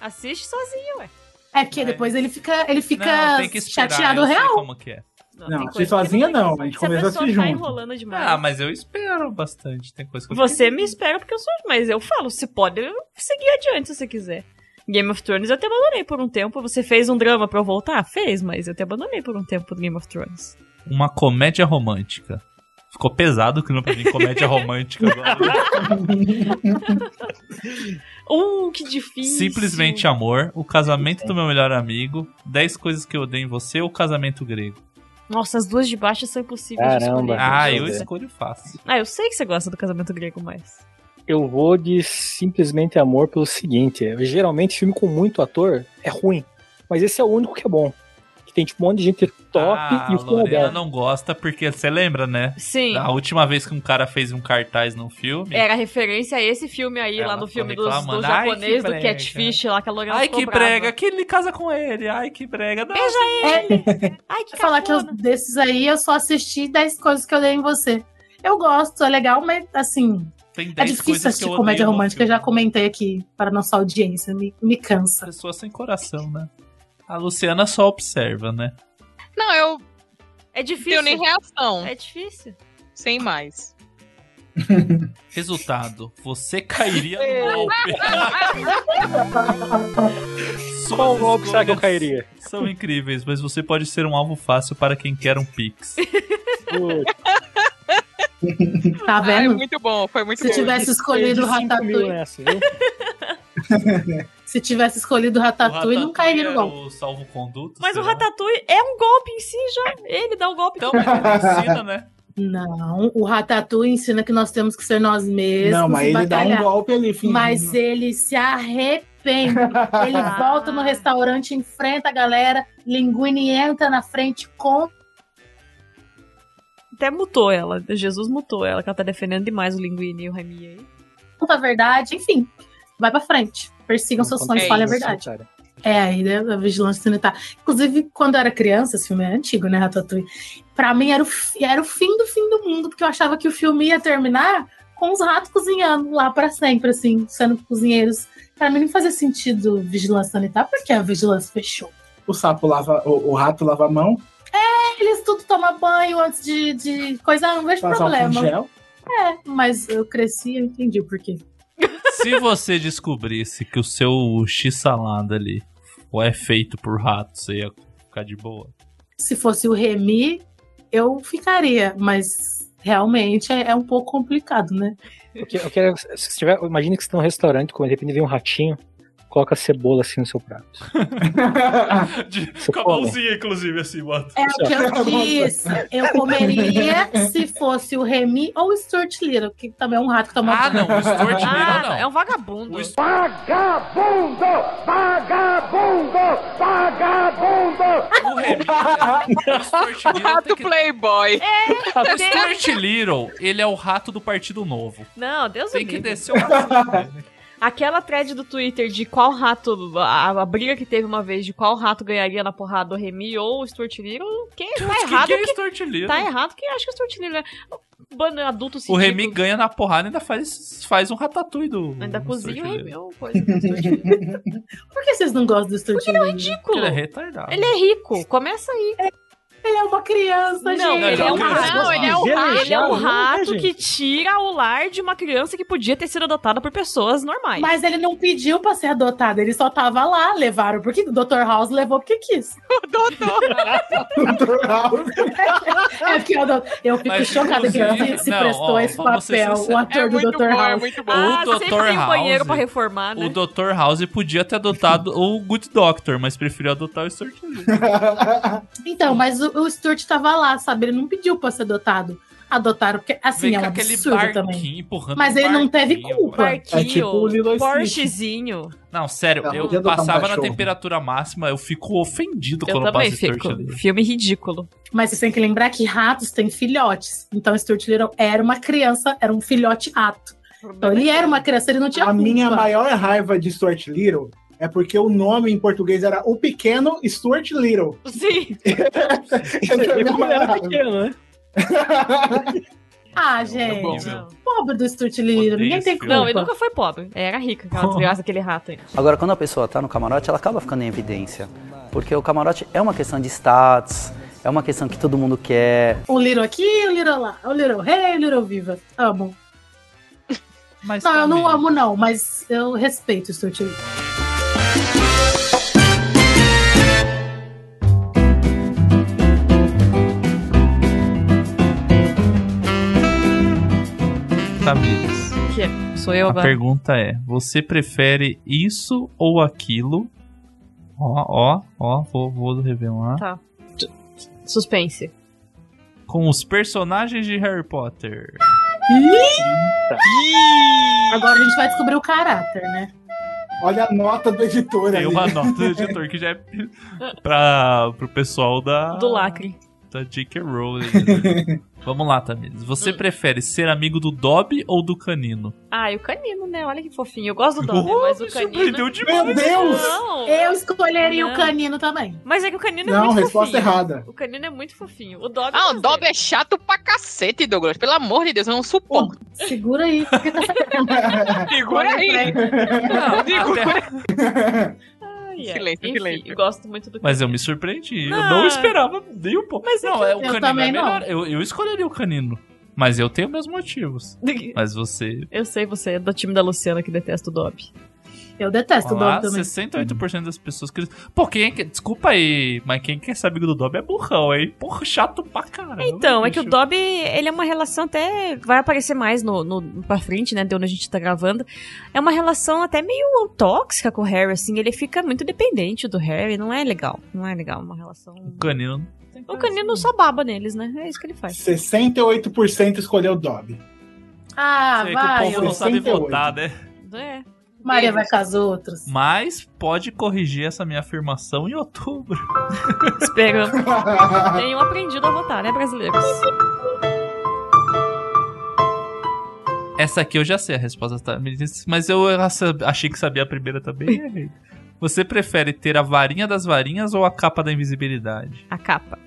Speaker 8: Assiste sozinho, ué.
Speaker 4: É porque
Speaker 1: Mas-
Speaker 4: depois ele fica, ele
Speaker 1: Não,
Speaker 4: fica
Speaker 1: tem que esperar,
Speaker 4: chateado
Speaker 1: eu sei
Speaker 4: real.
Speaker 1: como que é.
Speaker 5: Não,
Speaker 8: tem
Speaker 5: assiste
Speaker 8: coisa que
Speaker 5: sozinha
Speaker 8: tem
Speaker 5: não,
Speaker 8: como.
Speaker 5: a gente
Speaker 8: Se a
Speaker 5: começa a
Speaker 8: pessoa
Speaker 5: assistir
Speaker 8: tá
Speaker 5: junto.
Speaker 8: enrolando demais.
Speaker 1: Ah, mas eu espero bastante. Tem coisa que eu
Speaker 8: Você me espera porque eu sou. Mas eu falo, se pode seguir adiante se você quiser. Game of Thrones eu te abandonei por um tempo. Você fez um drama pra eu voltar? Fez, mas eu te abandonei por um tempo do Game of Thrones.
Speaker 1: Uma comédia romântica. Ficou pesado o clima pra mim, comédia romântica agora.
Speaker 8: Uh, que difícil.
Speaker 1: Simplesmente Amor, O Casamento do Meu Melhor Amigo, 10 Coisas que Eu Odeio em Você ou Casamento Grego.
Speaker 8: Nossa, as duas de baixo são impossíveis de
Speaker 6: Caramba.
Speaker 8: escolher.
Speaker 1: Ah,
Speaker 6: deixa
Speaker 1: eu
Speaker 6: eu ver.
Speaker 1: escolho fácil.
Speaker 8: Ah, eu sei que você gosta do casamento grego mais.
Speaker 6: Eu vou de simplesmente amor pelo seguinte: geralmente filme com muito ator é ruim, mas esse é o único que é bom. Que tem tipo um monte de gente top
Speaker 1: ah,
Speaker 6: e o filme é
Speaker 1: Lorena
Speaker 6: bom.
Speaker 1: não gosta porque você lembra, né?
Speaker 8: Sim. É,
Speaker 1: A última vez que um cara fez um cartaz num filme.
Speaker 8: Era referência a esse filme aí,
Speaker 1: Ela
Speaker 8: lá do
Speaker 1: ficou
Speaker 8: filme dos,
Speaker 1: reclamando.
Speaker 8: dos
Speaker 1: Ai, que
Speaker 8: japonês, do
Speaker 1: brega.
Speaker 8: Catfish lá, que a Lorena
Speaker 1: Ai,
Speaker 8: ficou
Speaker 1: que
Speaker 8: brava.
Speaker 1: brega, que ele casa com ele. Ai, que brega. Não,
Speaker 8: Beija ele! Ai, que
Speaker 4: falar que eu-
Speaker 8: cafona.
Speaker 4: desses aí eu só assisti 10 coisas que eu dei em você. Eu gosto, é legal, mas assim,
Speaker 1: tem 10
Speaker 4: é
Speaker 1: coisas
Speaker 4: difícil
Speaker 1: que
Speaker 4: assistir
Speaker 1: eu odeio
Speaker 4: comédia
Speaker 1: no
Speaker 4: romântica, eu já
Speaker 1: filme.
Speaker 4: comentei aqui para nossa audiência, me, me cansa.
Speaker 1: Pessoa sem coração, né? A Luciana só observa, né?
Speaker 3: Não, eu não
Speaker 8: É difícil.
Speaker 3: tenho nem reação.
Speaker 8: É difícil.
Speaker 3: Sem mais.
Speaker 1: Resultado: você cairia no golpe. Suas
Speaker 6: Qual golpe será que eu
Speaker 1: escolhas
Speaker 6: cairia?
Speaker 1: São incríveis, mas você pode ser um alvo fácil para quem quer um pix.
Speaker 3: Ah,
Speaker 4: Tá
Speaker 3: é
Speaker 4: vendo?
Speaker 3: muito bom, foi muito
Speaker 4: Se
Speaker 3: bom.
Speaker 4: tivesse escolhido o Ratatouille. Se tivesse escolhido o
Speaker 1: O
Speaker 4: Ratatouille, não cairia no
Speaker 1: era
Speaker 4: golpe.
Speaker 1: o salvo conduto.
Speaker 8: Mas o é Ratatouille é um golpe em si já. Ele dá o golpe.
Speaker 1: Então, mas ele ensina, né?
Speaker 4: Não, o Ratatouille ensina que nós temos que ser nós mesmos.
Speaker 5: Não, mas
Speaker 4: e
Speaker 5: ele dá um
Speaker 4: batalhar.
Speaker 5: golpe ali, fingindo.
Speaker 4: Mas ele se arrepende. ele volta no restaurante, enfrenta a galera, Linguini entra na frente com.
Speaker 8: Até mutou ela. Jesus mutou ela, que ela tá defendendo demais o Linguini e o Raimi aí.
Speaker 4: Conta a verdade, enfim, vai pra frente. Persigam seus sonhos,
Speaker 3: é
Speaker 4: falem a
Speaker 3: isso,
Speaker 4: verdade. É, aí, né, a vigilância sanitária. Inclusive, quando eu era criança, esse filme é antigo, né, Ratatouille? Pra mim era o, fi- era o fim do fim do mundo, porque eu achava que o filme ia terminar com os ratos cozinhando lá pra sempre, assim, sendo cozinheiros. Pra mim não fazia sentido vigilância sanitária, porque a vigilância fechou.
Speaker 5: O sapo lava, o, o rato lava a mão,
Speaker 4: Eles tudo tomam banho antes de, de coisa, ah, não vejo
Speaker 5: faz álcool em
Speaker 4: problema.
Speaker 5: gel.
Speaker 4: É, mas eu cresci e eu entendi o porquê.
Speaker 1: Se você descobrisse que o seu x-salada ali é feito por rato, você ia ficar de boa.
Speaker 4: Se fosse o Remy, eu ficaria, mas realmente é, é um pouco complicado, né?
Speaker 6: Eu que- eu quero- se tiver, imagina que você tá num restaurante, como de repente vem um ratinho, coloca cebola assim no seu prato.
Speaker 1: De,
Speaker 6: Você
Speaker 1: com a
Speaker 6: come?
Speaker 1: mãozinha, inclusive, assim, bota.
Speaker 4: É o que eu disse. Eu comeria se fosse o Remy ou o Stuart Little, que também é um rato que toma
Speaker 1: Ah, não, o Stuart Little
Speaker 8: Ah, não,
Speaker 1: não.
Speaker 8: é um vagabundo.
Speaker 1: O Stu- O Remy, o Stuart Little tem
Speaker 3: Rato
Speaker 1: que-
Speaker 3: Playboy.
Speaker 1: O Stuart Little, ele é o rato do Partido Novo.
Speaker 8: Não, Deus
Speaker 1: Tem
Speaker 8: o
Speaker 1: que
Speaker 8: livre.
Speaker 1: descer o
Speaker 8: Tá
Speaker 1: rato.
Speaker 8: Aquela thread do Twitter de qual rato, a, a briga que teve uma vez de qual rato ganharia na porrada do Remy ou o Stuart Little, quem tá errado
Speaker 1: que é
Speaker 8: que
Speaker 1: Stuart Little?
Speaker 8: tá errado quem acha que o Stuart Little é um bando adulto
Speaker 1: O
Speaker 8: ridículo.
Speaker 1: Remy ganha na porrada e ainda faz, faz um ratatouille do.
Speaker 8: ainda
Speaker 1: do
Speaker 8: cozinha o
Speaker 1: Stuart
Speaker 8: Remy
Speaker 1: Little.
Speaker 8: ou coisa do Stuart Little.
Speaker 4: Por que vocês não gostam do Stuart Little? Ele
Speaker 8: Ridículo.
Speaker 1: Ele é retardado.
Speaker 8: Ele é rico, começa aí.
Speaker 4: é uma criança,
Speaker 8: Não,
Speaker 4: gente.
Speaker 1: ele é um
Speaker 4: criança.
Speaker 1: rato,
Speaker 8: ele é
Speaker 6: um rato.
Speaker 8: Ele é um
Speaker 6: Não, né,
Speaker 8: rato
Speaker 6: gente?
Speaker 8: que tira o lar de uma criança que podia ter sido adotada por pessoas normais.
Speaker 4: Mas ele não pediu pra ser adotado, ele só tava lá, levaram. Porque o Dr. House levou porque quis.
Speaker 1: Ah.
Speaker 4: É porque eu, adot- eu fico
Speaker 1: Mas,
Speaker 4: chocada que
Speaker 1: inclusive,
Speaker 4: ele se
Speaker 1: não,
Speaker 4: prestou
Speaker 1: ó,
Speaker 4: a esse
Speaker 1: vamos ser
Speaker 4: papel, o
Speaker 1: sinceros.
Speaker 4: ator
Speaker 3: É
Speaker 4: do
Speaker 3: muito
Speaker 4: Dr.
Speaker 3: bom, é
Speaker 4: House.
Speaker 3: muito bom.
Speaker 8: ah,
Speaker 1: o
Speaker 8: sempre
Speaker 1: Dr.
Speaker 8: tem banheiro
Speaker 1: House-
Speaker 8: pra reformar, né?
Speaker 1: O Dr. House podia ter adotado o Good Doctor, mas preferiu adotar o Stuart Little.
Speaker 4: Então, mas o, o Stuart tava lá, sabe? Ele não pediu pra ser adotado. Adotaram, porque assim,
Speaker 1: Vem
Speaker 4: é um
Speaker 1: com aquele
Speaker 4: absurdo
Speaker 1: barquinho
Speaker 4: também.
Speaker 1: empurrando
Speaker 4: Mas
Speaker 1: um
Speaker 4: ele não teve
Speaker 1: barquinho,
Speaker 4: culpa.
Speaker 1: velho.
Speaker 8: Barquinho,
Speaker 5: É tipo o Lilo e Stitch.
Speaker 8: Porschezinho.
Speaker 1: Não, sério,
Speaker 5: Não,
Speaker 1: eu
Speaker 5: podia adotar um
Speaker 1: passava na
Speaker 5: cachorro.
Speaker 1: temperatura máxima, eu fico ofendido
Speaker 8: Eu
Speaker 1: quando né? eu
Speaker 8: também
Speaker 1: passo Stuart
Speaker 8: fico.
Speaker 1: Little.
Speaker 8: Filme ridículo.
Speaker 4: Mas você tem que lembrar que ratos têm filhotes. Então, Stuart Little era uma criança, era um filhote rato. Então, ele era uma criança, ele não tinha
Speaker 5: A
Speaker 4: culpa.
Speaker 5: minha maior raiva de Stuart Little é porque o nome em português era O Pequeno Stuart Little.
Speaker 8: Sim.
Speaker 5: Essa é a minha
Speaker 6: Como
Speaker 5: maior
Speaker 6: era
Speaker 5: raiva.
Speaker 6: pequeno, né?
Speaker 4: Ah, gente.
Speaker 1: bom.
Speaker 8: Não.
Speaker 4: Pobre do Stuart Little.
Speaker 1: Odeio
Speaker 4: Ninguém
Speaker 1: esse
Speaker 4: tem
Speaker 1: filme.
Speaker 4: culpa.
Speaker 8: Não, ele nunca foi pobre. Era rica, aquela desgraça, aquele rato aí.
Speaker 12: Agora, quando a pessoa está tá no camarote, ela acaba ficando em evidência. Porque o camarote é uma questão de status, é uma questão que todo mundo quer.
Speaker 4: Um Little aqui, um Little lá. Um Little rei, um Little viva. Amo.
Speaker 1: Mas tá
Speaker 4: Não, eu não
Speaker 1: também-
Speaker 4: amo, não. Mas eu respeito o Stuart Little.
Speaker 1: tá Tamires,
Speaker 8: Sou eu
Speaker 1: a
Speaker 8: agora.
Speaker 1: pergunta é: você prefere isso ou aquilo? Ó, ó, ó, vou, vou um revelar.
Speaker 8: Tá. Suspense.
Speaker 1: Com os personagens de Harry Potter.
Speaker 4: Agora a gente vai descobrir o caráter, né?
Speaker 5: Olha a nota do editor
Speaker 1: Tem
Speaker 5: ali.
Speaker 1: uma nota do editor que já é pra, pro pessoal
Speaker 5: Ah.
Speaker 1: da.
Speaker 8: Do lacre.
Speaker 1: Da J.K. Rowling. né? Vamos lá, Tamires. Você prefere ser amigo do Dobby ou do Canino?
Speaker 8: Ah, e o canino, né? Olha que fofinho. Eu gosto do Dobby,
Speaker 1: Oh,
Speaker 8: mas o
Speaker 1: me
Speaker 8: canino... é
Speaker 1: surpreendeu demais.
Speaker 5: Meu Deus!
Speaker 8: Não!
Speaker 4: Eu escolheria
Speaker 8: Não.
Speaker 4: o canino também.
Speaker 8: Mas é que o canino é
Speaker 5: Não,
Speaker 8: muito
Speaker 5: resposta
Speaker 8: fofinho.
Speaker 5: errada.
Speaker 8: O canino é muito fofinho. O Dobby...
Speaker 3: Ah, o
Speaker 8: não
Speaker 3: Dobby
Speaker 8: sei.
Speaker 3: é chato pra cacete, Douglas. Pelo amor de Deus, eu não suporto.
Speaker 4: Segura aí. Por que tá
Speaker 3: Segura aí.
Speaker 1: Não, até-
Speaker 8: Ai, é.
Speaker 3: Silêncio,
Speaker 8: Enfim,
Speaker 3: silêncio.
Speaker 8: eu gosto muito do
Speaker 1: Mas eu me surpreendi. Eu
Speaker 8: Não.
Speaker 1: não esperava nem um pouco. Mas não, é, o
Speaker 4: eu
Speaker 1: canino é
Speaker 4: também não.
Speaker 1: melhor. Eu, eu escolheria o canino. Mas eu tenho meus motivos.
Speaker 8: canino.
Speaker 1: Mas você.
Speaker 8: Eu sei, você é do time da Luciana que detesta o Dobby.
Speaker 4: Eu detesto o
Speaker 1: Lá,
Speaker 4: Dobby também.
Speaker 1: 68% das pessoas que. Pô, quem é que. Desculpa aí, mas quem quer ser amigo do Dobby é burrão, hein? Porra, chato pra caramba.
Speaker 8: Então, é que o
Speaker 1: bicho.
Speaker 8: Dobby, ele é uma relação até. Vai aparecer mais no, no pra frente, né? De onde a gente tá gravando. É uma relação até meio tóxica com o Harry, assim. Ele fica muito dependente do Harry. Não é legal. Não é legal uma relação.
Speaker 1: O Um canino.
Speaker 8: O canino só baba neles, né? É isso que ele faz.
Speaker 5: 68% escolheu Dobby.
Speaker 4: Ah,
Speaker 1: Sei é que o
Speaker 4: vai.
Speaker 1: povo não sabe
Speaker 5: 68.
Speaker 1: votar, né?
Speaker 8: É.
Speaker 4: Maria vai com as outras.
Speaker 1: Mas pode corrigir essa minha afirmação em outubro.
Speaker 8: Esperamos. Tenham aprendido a votar, né, brasileiros?
Speaker 1: Essa aqui eu já sei a resposta, tá? Me disse- mas eu essa- achei que sabia a primeira também. e errei. Você prefere ter a varinha das varinhas ou a capa da invisibilidade?
Speaker 8: A capa.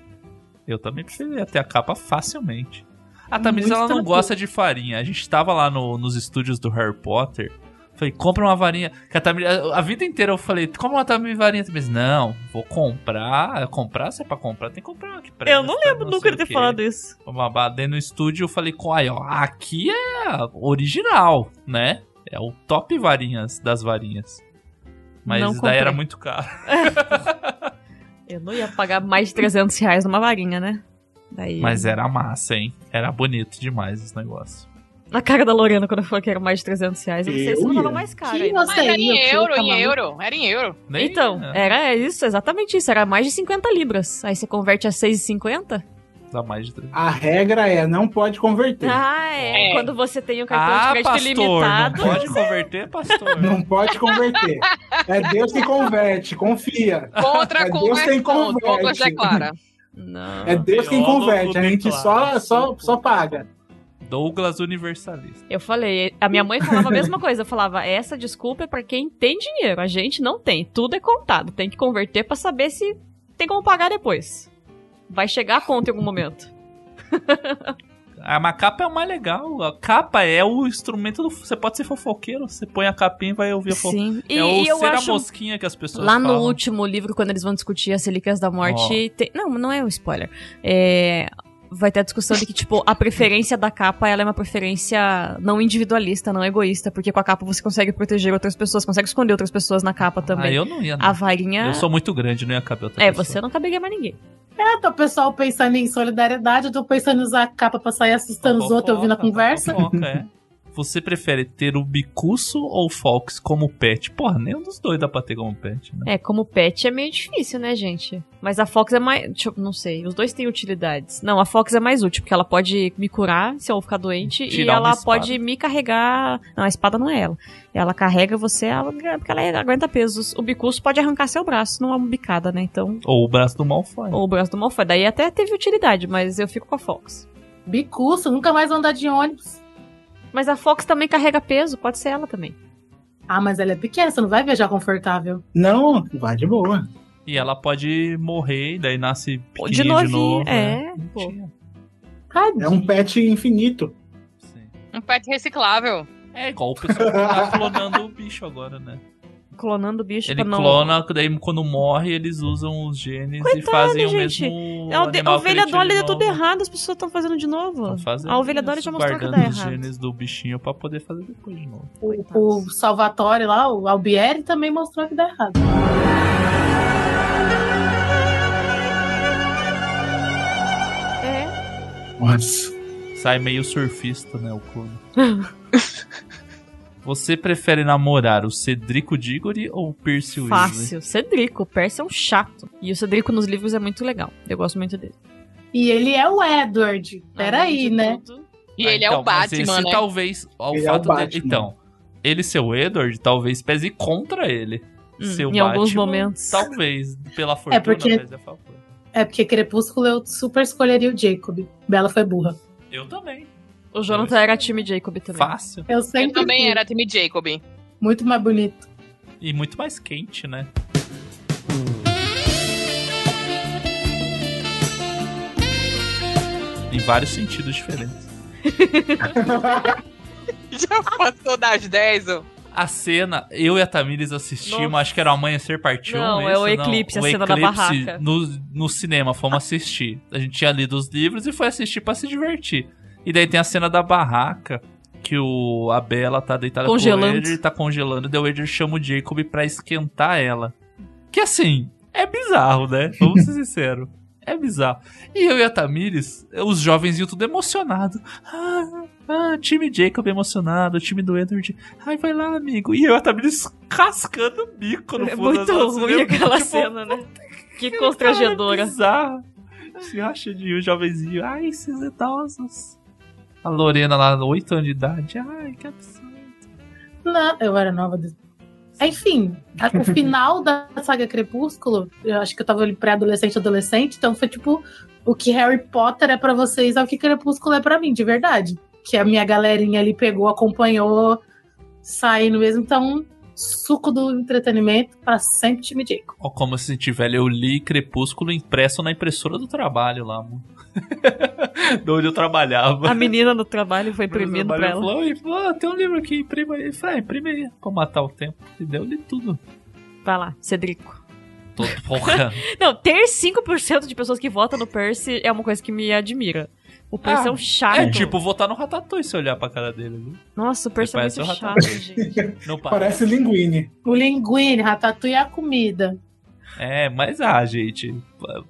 Speaker 1: Eu também preferia ter a capa facilmente. A Tamiris,
Speaker 8: Muito
Speaker 1: ela não
Speaker 8: tranquilo.
Speaker 1: gosta de farinha. A gente tava lá no- nos estúdios do Harry Potter. Falei, compra uma varinha. Que a, Tamiris, a, a vida inteira eu falei, como uma Tamiris varinha? Tamiris, não, vou comprar. Comprar, se é pra comprar, tem que comprar uma que presta,
Speaker 8: Eu não lembro
Speaker 1: sei
Speaker 8: nunca
Speaker 1: o
Speaker 8: de ter
Speaker 1: quê."
Speaker 8: falado isso.
Speaker 1: babá dentro no estúdio, eu falei com aí, ó, aqui é original, né? É o top varinhas das varinhas. Mas
Speaker 8: Não
Speaker 1: daí era
Speaker 8: comprei.
Speaker 1: muito caro.
Speaker 8: Eu não ia pagar mais de 300 reais numa varinha, né? Daí...
Speaker 1: Mas é. era massa, hein? Era bonito demais esse negócio.
Speaker 8: Na cara da Lorena, quando eu falei que era mais de 300 reais, eu não sei se
Speaker 1: Eu
Speaker 8: não tava
Speaker 1: ia.
Speaker 8: mais caro.
Speaker 4: Que
Speaker 8: ainda.
Speaker 4: você Mas era em ia, que euro, tá em maluco?
Speaker 3: euro, era em euro.
Speaker 1: Nem- é.
Speaker 8: então, era isso, exatamente isso. Era mais de 50 libras. Aí você converte a 6,50?
Speaker 1: Dá mais de três.
Speaker 5: A regra é, não pode converter.
Speaker 8: Ah, é. Quando você tem um cartão de
Speaker 1: Ah,
Speaker 8: crédito
Speaker 1: pastor,
Speaker 8: limitado.
Speaker 1: não pode converter, pastor.
Speaker 5: Não pode converter. É Deus que converte, confia.
Speaker 3: Contra
Speaker 5: é Deus quem
Speaker 3: conversão, Douglas
Speaker 5: converte.
Speaker 3: declara.
Speaker 8: Não.
Speaker 5: É Deus quem
Speaker 1: Teólogo
Speaker 5: converte, a gente só,
Speaker 1: declara.
Speaker 5: só, só paga.
Speaker 1: Douglas Universalista.
Speaker 8: Eu falei, a minha mãe falava a mesma coisa. Eu falava, essa desculpa é pra quem tem dinheiro. A gente não tem. Tudo é contado. Tem que converter pra saber se tem como pagar depois. Vai chegar a conta em algum momento.
Speaker 1: Ah, mas A capa é o mais legal. A capa é o instrumento do. Você pode ser fofoqueiro, você põe a capinha e vai ouvir a fofoca.
Speaker 8: Sim. E-
Speaker 1: é o
Speaker 8: e eu
Speaker 1: ser
Speaker 8: acho-
Speaker 1: a mosquinha que as pessoas
Speaker 8: Lá no
Speaker 1: falam.
Speaker 8: último livro, quando eles vão discutir as Relíquias da Morte,
Speaker 1: Ó.
Speaker 8: tem- não, não é um spoiler. É, Vai ter a discussão de que, tipo, a preferência da capa ela é uma preferência não individualista, não egoísta, porque com a capa você consegue proteger outras pessoas, consegue esconder outras pessoas na capa
Speaker 1: Ah,
Speaker 8: também.
Speaker 1: eu não ia. não.
Speaker 8: A varinha.
Speaker 1: Eu sou muito grande, não ia caber outra
Speaker 8: É,
Speaker 1: pessoa.
Speaker 8: você não caberia mais ninguém.
Speaker 4: É, tá o pessoal pensando em solidariedade, eu tô pensando em usar a capa pra sair
Speaker 8: um
Speaker 4: assustando os outros ouvindo a conversa.
Speaker 1: Tá Fofoca, é. Você prefere ter o bicuço ou o Fox como pet? Porra, nenhum dos dois dá pra ter como pet, né?
Speaker 8: É, como pet é meio difícil, né, gente? Mas a Fox é mais. Deixa eu- não sei, os dois têm utilidades. Não, a Fox é mais útil, porque ela pode me curar se eu ficar doente
Speaker 1: Tirar
Speaker 8: e
Speaker 1: uma
Speaker 8: ela
Speaker 1: espada.
Speaker 8: pode me carregar. Não, a espada não é ela. Ela carrega você, ela- porque ela aguenta pesos. O bicuço pode arrancar seu braço numa bicada, né? Então.
Speaker 1: Ou o braço do Malfoy.
Speaker 8: Ou o braço do Malfoy. Daí até teve utilidade, mas eu fico com a Fox.
Speaker 4: Bicuço, nunca mais vou andar de ônibus.
Speaker 8: Mas a Fox também carrega peso, pode ser ela também.
Speaker 4: Ah, mas ela é pequena, você não vai viajar confortável.
Speaker 5: Não, vai de boa.
Speaker 1: E ela pode morrer, e daí nasce pequenininho
Speaker 8: De
Speaker 1: de,
Speaker 8: novinho,
Speaker 1: novo. né?
Speaker 8: é. pô.
Speaker 5: É um pet infinito.
Speaker 3: Um pet reciclável.
Speaker 1: É igual o pessoal que tá clonando o bicho agora, né?
Speaker 8: Clonando o bicho
Speaker 1: Ele
Speaker 8: pra Tipo, não.
Speaker 1: clona, daí quando morre, eles usam os genes e
Speaker 8: Coitado,
Speaker 1: fazem
Speaker 8: gente. É
Speaker 1: o mesmo.
Speaker 8: A ode- a
Speaker 1: animal que
Speaker 8: ovelha
Speaker 1: ele tinha
Speaker 8: Dolly
Speaker 1: de
Speaker 8: deu tudo
Speaker 1: novo.
Speaker 8: errado, as pessoas estão fazendo de novo.
Speaker 1: Tá fazendo
Speaker 8: a ovelha
Speaker 1: isso,
Speaker 8: Dolly já mostrou que dá
Speaker 1: guardando os
Speaker 8: errado.
Speaker 1: genes do bichinho pra poder fazer depois de novo.
Speaker 4: O, o Salvatore lá, o Albieri, também mostrou que dá errado.
Speaker 8: É.
Speaker 5: Nossa.
Speaker 1: Sai meio surfista, né, o clone. Você prefere namorar o Cedrico Diggory ou o Percy Weasley?
Speaker 8: Fácil. Cedrico. O Percy é um chato. E o Cedrico nos livros é muito legal. Eu gosto muito dele.
Speaker 4: E ele é o Edward.
Speaker 8: Ah,
Speaker 4: Peraí, né?
Speaker 3: E
Speaker 1: Ah,
Speaker 3: ele é
Speaker 1: então,
Speaker 3: o
Speaker 1: mas
Speaker 3: Batman,
Speaker 1: esse
Speaker 3: né?
Speaker 1: talvez... O
Speaker 5: Ele é o
Speaker 1: fato dele-
Speaker 5: Batman.
Speaker 1: então, ele ser o Edward talvez pese contra ele.
Speaker 8: Hum,
Speaker 1: Seu
Speaker 8: em alguns
Speaker 1: Batman,
Speaker 8: momentos.
Speaker 1: Talvez, pela fortuna,
Speaker 4: porque-
Speaker 1: pese a favor.
Speaker 4: É porque Crepúsculo eu super escolheria o Jacob. Bela foi burra.
Speaker 1: Eu também.
Speaker 8: O Jonathan era time Jacob também.
Speaker 1: Fácil.
Speaker 4: Eu
Speaker 3: Eu
Speaker 4: sempre
Speaker 3: também
Speaker 4: fui.
Speaker 3: era time Jacob. Eu
Speaker 4: muito mais bonito.
Speaker 1: E muito mais quente, né? Em vários sentidos diferentes.
Speaker 3: Já passou das 10, ó.
Speaker 1: A cena, eu e a Tamires assistimos,
Speaker 8: Nossa.
Speaker 1: acho que era o Amanhecer Parte 1.
Speaker 8: Não, é o Eclipse, a cena da barraca.
Speaker 1: No, no cinema, fomos assistir. A gente tinha lido os livros e foi assistir pra se divertir. E daí tem a cena da barraca, que o, a Bella tá deitada
Speaker 8: Congelando.
Speaker 1: com o Edger e tá congelando. Daí o Edger chama o Jacob pra esquentar ela. Que assim, é bizarro, né? Vamos ser sinceros. É bizarro. E eu e a Tamires, eh, os jovens iam tudo emocionado. Ah, ah, time Jacob emocionado, time do Edward. Ai, vai lá, amigo. E eu e a Tamires cascando o bico no
Speaker 8: É
Speaker 1: fundo das
Speaker 8: muito
Speaker 1: nossas
Speaker 8: ruim
Speaker 1: mesas,
Speaker 8: aquela
Speaker 1: tipo,
Speaker 8: cena, né? Que constrangedora.
Speaker 1: Cara, é bizarro. Se acha de um jovenzinho. Ai, esses idosos. A Lorena lá, 8 anos de idade. Ai, que absurdo.
Speaker 4: Não, eu era nova. desse- Enfim, a- o final da saga Crepúsculo, eu acho que eu tava ali pré-adolescente, adolescente, então foi tipo o que Harry Potter é pra vocês, é o que Crepúsculo é pra mim, de verdade. Que a minha galerinha ali pegou, acompanhou, saindo mesmo. Então, suco do entretenimento pra sempre time Jacob.
Speaker 1: Ó, como se tiver, eu li Crepúsculo impresso na impressora do trabalho lá, amor. de onde eu trabalhava.
Speaker 8: A menina no trabalho foi imprimindo pra ela.
Speaker 1: Falou, e falou, "Ah, tem um livro aqui, imprima aí. Eu Falei, ah, imprime aí, pra matar o tempo. E deu de tudo.
Speaker 8: Vai lá, Cedrico.
Speaker 1: Tô, porra.
Speaker 8: Não, ter 5% de pessoas que votam no Percy é uma coisa que me admira. O Percy é um chato.
Speaker 1: É tipo votar no Ratatouille se olhar pra cara dele. viu?
Speaker 8: Nossa, o Percy é
Speaker 1: Parece
Speaker 8: muito
Speaker 1: um
Speaker 8: chato,
Speaker 1: ratatouille.
Speaker 8: gente.
Speaker 1: Não
Speaker 5: Parece linguine.
Speaker 4: O linguine, ratatouille é a comida.
Speaker 1: É, mas ah, gente.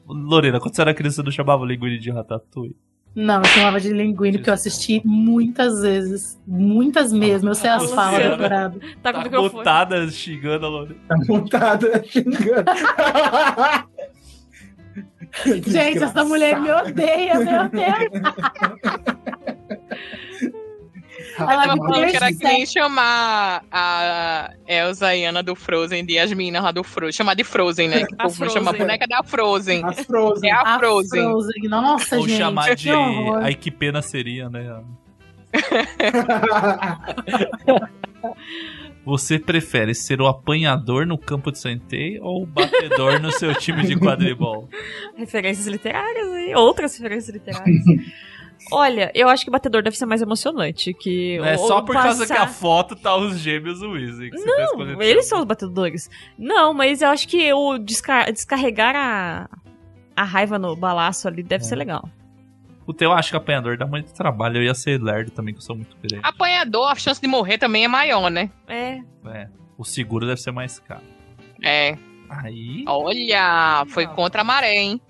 Speaker 1: Lorena, quando você era criança, você não chamava linguine de ratatouille?
Speaker 4: Não, eu chamava de linguine, porque eu assisti muitas vezes. Muitas mesmo. Eu sei as falas
Speaker 1: Luciana.
Speaker 4: decorado.
Speaker 8: Tá
Speaker 1: com tá mutada xingando a Lorena.
Speaker 5: Tá montada xingando.
Speaker 4: Gente, essa mulher me odeia, meu Deus.
Speaker 3: Ela é tava
Speaker 4: me
Speaker 5: é
Speaker 3: falando que era
Speaker 4: persegue.
Speaker 3: que nem chamar a Elsa e Anna do Frozen de as meninas lá do Frozen. Chamar de Frozen, né? Que o
Speaker 8: A
Speaker 3: povo chama a
Speaker 8: Frozen.
Speaker 3: boneca da Frozen.
Speaker 5: Frozen.
Speaker 3: É a Frozen.
Speaker 4: Nossa,
Speaker 1: Ou
Speaker 4: gente.
Speaker 1: chamar de.
Speaker 4: que horror.
Speaker 1: Ai, que pena seria, né? Você prefere ser o apanhador no campo de centeio ou o batedor no seu time de quadribol?
Speaker 8: Referências literárias e outras referências literárias. Olha, eu acho que o batedor deve ser mais emocionante que
Speaker 1: É
Speaker 8: o-
Speaker 1: só
Speaker 8: o
Speaker 1: por causa que
Speaker 8: passar-
Speaker 1: a foto tá os gêmeos Weasley. que você tá escolhendo.
Speaker 8: Não, eles são os batedores. Não, mas eu acho que o desca- descarregar a, a raiva no balaço ali
Speaker 1: É.
Speaker 8: deve ser legal.
Speaker 1: O teu acho que é apanhador dá muito trabalho. Eu ia ser lerdo também, que eu sou muito grande.
Speaker 3: Apanhador, a chance de morrer também é maior, né?
Speaker 8: É.
Speaker 1: É. O seguro deve ser mais caro.
Speaker 3: É.
Speaker 1: Aí.
Speaker 3: Olha, foi contra a maré, hein?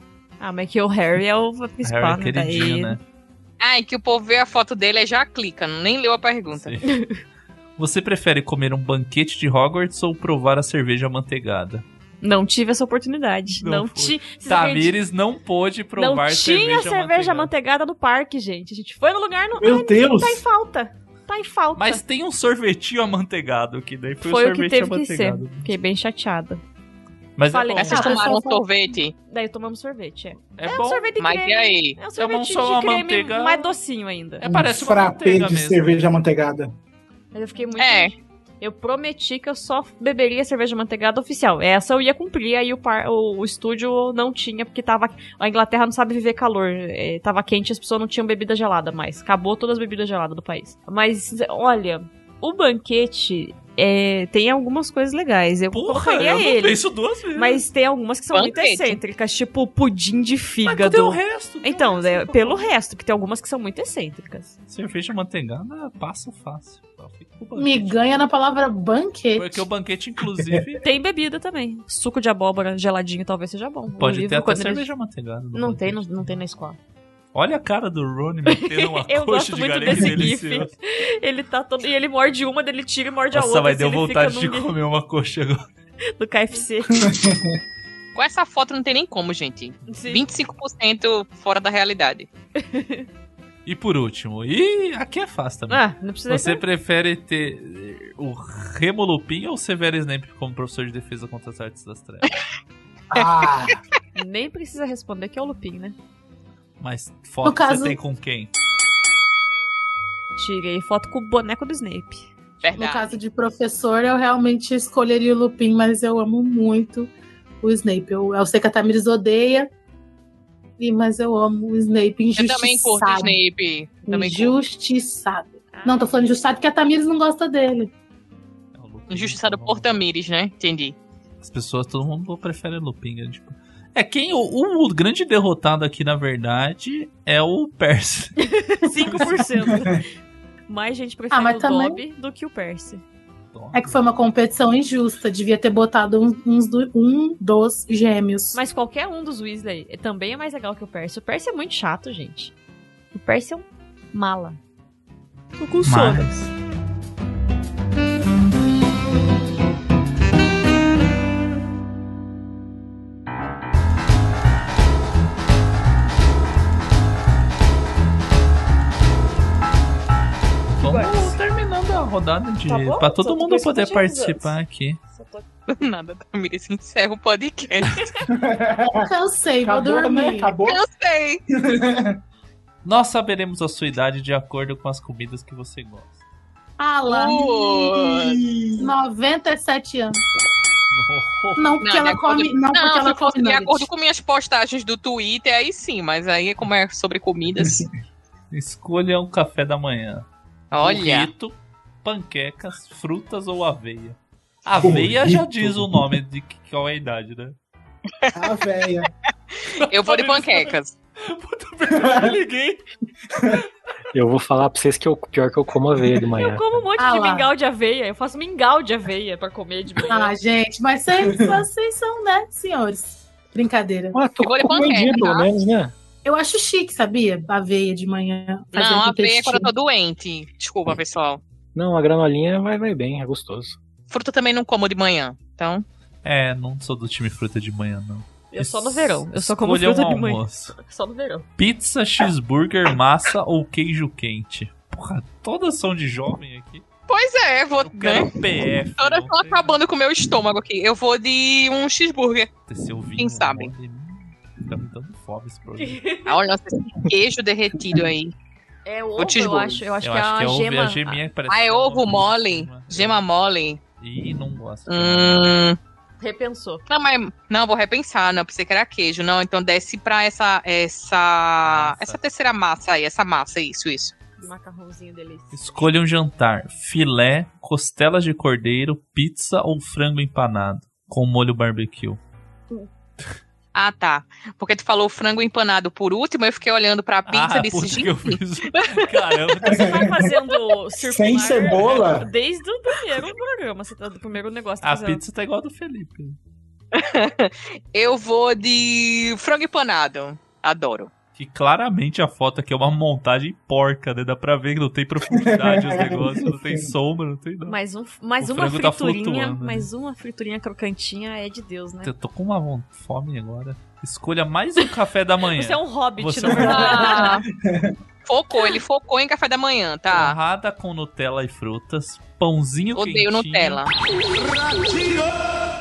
Speaker 8: Ah, mas que o Harry é o principal,
Speaker 1: Harry,
Speaker 8: né? Daí-
Speaker 1: queridinho, né?
Speaker 3: Ai, que o povo vê a foto dele e já clica, nem leu a pergunta.
Speaker 1: Você prefere comer um banquete de Hogwarts ou provar a cerveja manteigada?
Speaker 8: Não tive essa oportunidade.
Speaker 1: Não
Speaker 8: Não,
Speaker 1: foi.
Speaker 8: ti- Vocês acreditam?
Speaker 1: Tamires não pôde
Speaker 8: Não
Speaker 1: provar
Speaker 8: tinha
Speaker 1: cerveja,
Speaker 8: cerveja
Speaker 1: manteigada.
Speaker 8: manteigada. no parque, gente. A gente foi no lugar no.
Speaker 1: Meu
Speaker 8: Ai,
Speaker 1: Deus!
Speaker 8: Tá em falta. Tá em falta.
Speaker 1: Mas tem um sorvetinho amanteigado, que daí foi,
Speaker 8: foi,
Speaker 1: o
Speaker 8: o que
Speaker 1: sorvete
Speaker 8: teve que ser.
Speaker 1: amanteigado.
Speaker 8: Fiquei bem chateada.
Speaker 1: Mas
Speaker 8: Falei,
Speaker 1: é bom.
Speaker 8: "Ah,
Speaker 3: Vocês
Speaker 8: pessoal,
Speaker 3: tomaram um
Speaker 8: falou."
Speaker 3: sorvete?
Speaker 8: Daí tomamos sorvete, é.
Speaker 1: É,
Speaker 8: um
Speaker 1: bom,
Speaker 8: sorvete de
Speaker 3: mas
Speaker 8: creme.
Speaker 3: e aí?
Speaker 8: É um
Speaker 1: Eu não
Speaker 8: sorvete
Speaker 1: sou uma
Speaker 8: de creme
Speaker 1: manteiga-
Speaker 8: mais docinho ainda.
Speaker 1: É, parece uma
Speaker 5: Um Frappé
Speaker 1: manteiga
Speaker 5: de
Speaker 1: mesmo.
Speaker 5: cerveja amanteigada.
Speaker 8: Mas eu fiquei muito.
Speaker 1: É.
Speaker 8: Eu prometi que eu só beberia cerveja manteigada oficial. Essa eu ia cumprir, aí o, par- o- o estúdio não tinha, porque tava. A Inglaterra não sabe viver calor. é, tava quente as pessoas não tinham bebida gelada mais. Acabou todas as bebidas geladas do país. Mas, olha, o banquete é, tem algumas coisas legais. Eu
Speaker 1: Porra,
Speaker 8: compraria
Speaker 1: eu não
Speaker 8: é ele.
Speaker 1: penso duas vezes.
Speaker 8: Mas tem algumas que são muito
Speaker 1: Banquete.
Speaker 8: excêntricas, tipo pudim de fígado.
Speaker 1: cadê o resto?
Speaker 8: Então, é, pelo resto, que tem algumas que são muito excêntricas.
Speaker 1: Cerveja manteigada passa fácil. Só fica o
Speaker 4: Me
Speaker 1: banquete.
Speaker 4: ganha na palavra banquete.
Speaker 1: Porque o banquete, inclusive,
Speaker 8: Tem bebida também. Suco de abóbora geladinho talvez seja bom. O
Speaker 1: pode
Speaker 8: livro,
Speaker 1: ter até
Speaker 8: quando ele-
Speaker 1: cerveja manteigada. no
Speaker 8: Não
Speaker 1: banquete.
Speaker 8: tem, não, não tem na escola.
Speaker 1: Olha a cara do Rony metendo uma
Speaker 8: Eu
Speaker 1: coxa
Speaker 8: gosto
Speaker 1: de
Speaker 8: muito
Speaker 1: galinha
Speaker 8: desse gif.
Speaker 1: deliciosa.
Speaker 8: Ele tá todo. E ele morde uma, daí ele tira e morde a
Speaker 1: Nossa,
Speaker 8: outra.
Speaker 1: mas
Speaker 8: assim,
Speaker 1: deu
Speaker 8: ele
Speaker 1: vontade de
Speaker 8: fica num-
Speaker 1: comer uma coxa agora.
Speaker 8: Do KFC.
Speaker 3: Com essa foto não tem nem como, gente. 25% fora da realidade.
Speaker 1: E por último, e aqui é fácil também.
Speaker 8: Ah, não precisa
Speaker 1: Você
Speaker 8: nem-
Speaker 1: prefere ter eh, o Remo Lupin ou o Severo Snape como professor de defesa contra as artes das trevas?
Speaker 5: Ah.
Speaker 8: Nem precisa responder que é o Lupin, né?
Speaker 1: Mas foto
Speaker 8: No caso-
Speaker 1: você tem com quem?
Speaker 8: Tirei foto com o boneco do Snape.
Speaker 4: No caso de professor, eu realmente escolheria o Lupin, mas eu amo muito o Snape. Eu, eu sei que a Tamiris odeia, e- mas eu amo o Snape
Speaker 3: Eu
Speaker 4: injustiçado.
Speaker 3: também curto o Snape. Eu Também curto. Ah.
Speaker 4: Injustiçado. Não, tô falando injustiçado porque a Tamiris não gosta dele.
Speaker 1: É então
Speaker 3: Injustiçado por Tamires, né? Entendi.
Speaker 1: As pessoas, todo mundo prefere Lupin. é Tipo... É quem o, o grande derrotado aqui, na verdade, é o Percy.
Speaker 8: 5%. mais gente prefere
Speaker 4: Ah, mas
Speaker 8: o
Speaker 4: também-
Speaker 8: Dobby do que o Percy.
Speaker 4: É que foi uma competição injusta. Devia ter botado um, uns do- um dos gêmeos.
Speaker 8: Mas qualquer um dos Weasley também é mais legal que o Percy. O Percy é muito chato, gente. O Percy é um mala. Tô com sono.
Speaker 1: Vamos terminando a rodada de.
Speaker 3: Tá bom?
Speaker 1: pra
Speaker 3: Só
Speaker 1: todo
Speaker 3: tô
Speaker 1: mundo poder
Speaker 3: discutindo
Speaker 1: participar aqui.
Speaker 3: Nada, Tamires, se encerra o podcast.
Speaker 4: Cansei, vou
Speaker 3: Acabou,
Speaker 4: dormir.
Speaker 3: né? Acabou? Cansei.
Speaker 1: Nós saberemos a sua idade de acordo com as comidas que você gosta.
Speaker 4: Ah lá.
Speaker 1: Putz.
Speaker 4: 97 anos. Não, porque ela
Speaker 3: de acordo-
Speaker 4: come. Não, porque ela
Speaker 3: se fosse
Speaker 4: come.
Speaker 3: De
Speaker 4: nugget.
Speaker 3: acordo com minhas postagens do Twitter, aí sim, mas aí como é sobre comidas.
Speaker 1: Escolha um café da manhã.
Speaker 3: Olha.
Speaker 1: Burrito, panquecas, frutas ou aveia. Aveia já
Speaker 3: Burrito.
Speaker 1: diz o nome de que- qual é a idade, né?
Speaker 5: A Ah, véia.
Speaker 3: Eu vou de panquecas.
Speaker 1: Liguei.
Speaker 6: Eu vou falar pra vocês que é o pior que eu como aveia de
Speaker 1: é.
Speaker 6: manhã.
Speaker 8: Eu como um monte
Speaker 4: Ah
Speaker 8: de
Speaker 4: lá.
Speaker 8: mingau de aveia. Eu faço mingau de aveia pra comer de manhã.
Speaker 4: Ah, gente, mas vocês, vocês são, né, senhores? Brincadeira.
Speaker 6: Ah, tô comedido, pelo menos, né?
Speaker 4: Eu acho chique, sabia? Aveia de manhã. fazer um
Speaker 3: Não, aveia é
Speaker 4: com intestino.
Speaker 3: quando eu tô doente. Desculpa, pessoal.
Speaker 6: Não, a granolinha vai, vai bem, é gostoso.
Speaker 3: Fruta também não como de manhã. Então,
Speaker 1: É, não sou do time fruta de manhã, não.
Speaker 8: Eu só no verão. Eu só como
Speaker 1: Escolha
Speaker 8: fruta
Speaker 1: um
Speaker 8: de manhã.
Speaker 1: almoço.
Speaker 8: Só no verão.
Speaker 1: Pizza, cheeseburger, massa ou queijo quente? Porra, todas são de jovem aqui.
Speaker 3: pois é, vou.
Speaker 1: Quero um
Speaker 3: Né?
Speaker 1: PF.
Speaker 3: Agora estão acabando com o meu estômago aqui. Eu vou de um cheeseburger.
Speaker 1: Esse ouvido
Speaker 3: Quem sabe?
Speaker 1: tá me dando fome esse programa.
Speaker 3: Ah, Olha, nossa, esse queijo derretido aí.
Speaker 8: É
Speaker 3: o
Speaker 8: ovo, eu acho. Eu acho que é uma
Speaker 1: ovo,
Speaker 8: gema.
Speaker 1: É a geminha que parece.
Speaker 3: Ah, é
Speaker 1: né?
Speaker 3: ovo mole? Gema mole?
Speaker 1: Ih, não gosto.
Speaker 3: Hum.
Speaker 8: Repensou.
Speaker 3: Não, mas não, vou repensar, não, pensei que era queijo. Não, então desce pra essa essa essa terceira massa aí, essa massa, isso, isso.
Speaker 8: Macarrãozinho delícia.
Speaker 1: Escolha um jantar: filé, costelas de cordeiro, pizza ou frango empanado com molho barbecue.
Speaker 3: Ah, tá. Porque tu falou frango empanado por último, eu fiquei olhando pra pizza
Speaker 1: Ah,
Speaker 3: e desse
Speaker 1: puta que eu fiz.
Speaker 8: Você vai fazendo circular
Speaker 5: Sem cebola?
Speaker 8: Desde o primeiro programa, você tá do primeiro negócio.
Speaker 1: A pizza tá igual a do Felipe.
Speaker 3: Eu vou de frango empanado. Adoro.
Speaker 1: Que claramente a foto aqui é uma montagem porca, né? Dá pra ver que não tem profundidade os negócios, não tem sombra, não tem nada.
Speaker 8: Mais, um, mais
Speaker 1: O
Speaker 8: uma
Speaker 1: frango tá
Speaker 8: friturinha,
Speaker 1: flutuando, né?
Speaker 8: mais uma friturinha crocantinha é de Deus, né?
Speaker 1: Eu tô com uma von- fome agora. Escolha mais um café da manhã.
Speaker 8: Você é um hobbit,
Speaker 1: Você
Speaker 8: na
Speaker 1: é um
Speaker 8: verdade.
Speaker 3: Focou, ele focou em café da manhã, tá?
Speaker 1: Torrada com Nutella e frutas, pãozinho quentinho,
Speaker 3: Odeio Nutella.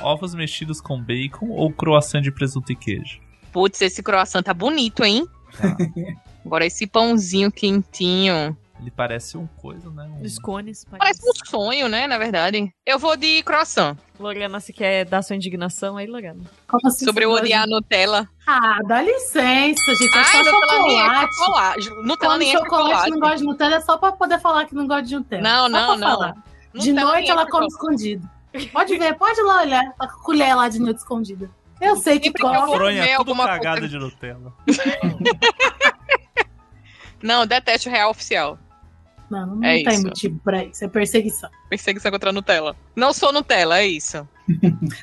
Speaker 1: ovos mexidos com bacon ou croissant de presunto e queijo.
Speaker 3: Putz, esse croissant tá bonito, hein? Agora esse pãozinho quentinho.
Speaker 1: Ele parece um coisa, né? Um...
Speaker 8: Dos cones. pai.
Speaker 3: Parece um sonho, né, na verdade. Eu vou de croissant.
Speaker 8: Lorena, você quer dar sua indignação aí, Lorena?
Speaker 4: Como assim,
Speaker 3: Sobre eu
Speaker 4: você
Speaker 3: odiar Nutella.
Speaker 4: Ah, dá licença, gente. É
Speaker 3: Ai,
Speaker 4: só
Speaker 3: Nutella nem é
Speaker 4: chocolate.
Speaker 3: chocolate. Nutella
Speaker 4: Quando
Speaker 3: nem é
Speaker 4: chocolate,
Speaker 3: chocolate.
Speaker 4: não gosta de Nutella, é só pra poder falar que não gosta de Nutella.
Speaker 3: Não,
Speaker 4: Só
Speaker 3: não,
Speaker 4: pra
Speaker 3: não.
Speaker 4: falar. De
Speaker 3: Nutella
Speaker 4: noite
Speaker 3: nem é
Speaker 4: ela come
Speaker 3: chocolate.
Speaker 4: escondido. Pode ver, pode ir lá olhar. Tá com a colher lá de noite escondida. Eu sei que
Speaker 3: Sempre que eu
Speaker 4: gosta.
Speaker 3: vou
Speaker 1: Fronha,
Speaker 3: comer
Speaker 1: tudo
Speaker 3: alguma
Speaker 1: cagada
Speaker 3: coisa-
Speaker 1: de Nutella.
Speaker 3: Não, detesto real oficial.
Speaker 4: Não, não
Speaker 3: É
Speaker 4: tem
Speaker 3: isso.
Speaker 4: motivo pra isso. É perseguição.
Speaker 3: Perseguição contra a Nutella. Não sou Nutella, é isso.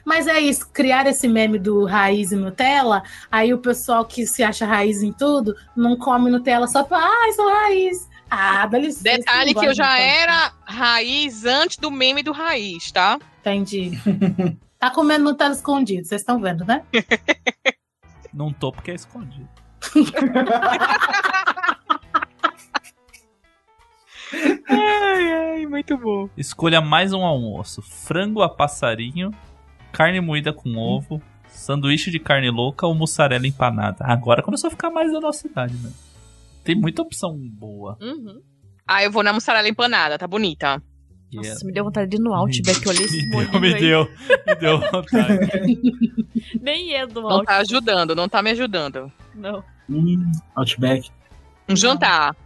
Speaker 4: Mas é isso, criar esse meme do raiz e Nutella, aí o pessoal que se acha raiz em tudo, não come Nutella só pra, ah, sou raiz. Ah, dá licença.
Speaker 3: Detalhe
Speaker 4: não
Speaker 3: que eu
Speaker 4: gosto de
Speaker 3: já
Speaker 4: Nutella.
Speaker 3: era raiz antes do meme do raiz, tá?
Speaker 4: Entendi. Tá comendo Nutella escondido, vocês estão vendo, né?
Speaker 1: Não tô porque é escondido.
Speaker 3: Ai, ai, muito bom.
Speaker 1: Escolha mais um almoço: frango a passarinho, carne moída com ovo, sanduíche de carne louca ou mussarela empanada. Agora começou a ficar mais da nossa idade, né? Tem muita opção boa.
Speaker 8: Uhum.
Speaker 3: Ah, eu vou na mussarela empanada, tá bonita.
Speaker 1: Nossa,
Speaker 8: Você me deu vontade de ir no Outback, olhei esse molhinho
Speaker 1: Me
Speaker 8: aí.
Speaker 1: deu, me deu vontade.
Speaker 8: Nem é do
Speaker 3: Não tá
Speaker 8: Outback,
Speaker 3: ajudando, não tá me ajudando.
Speaker 8: não.
Speaker 5: Hum, Outback.
Speaker 3: Um jantar.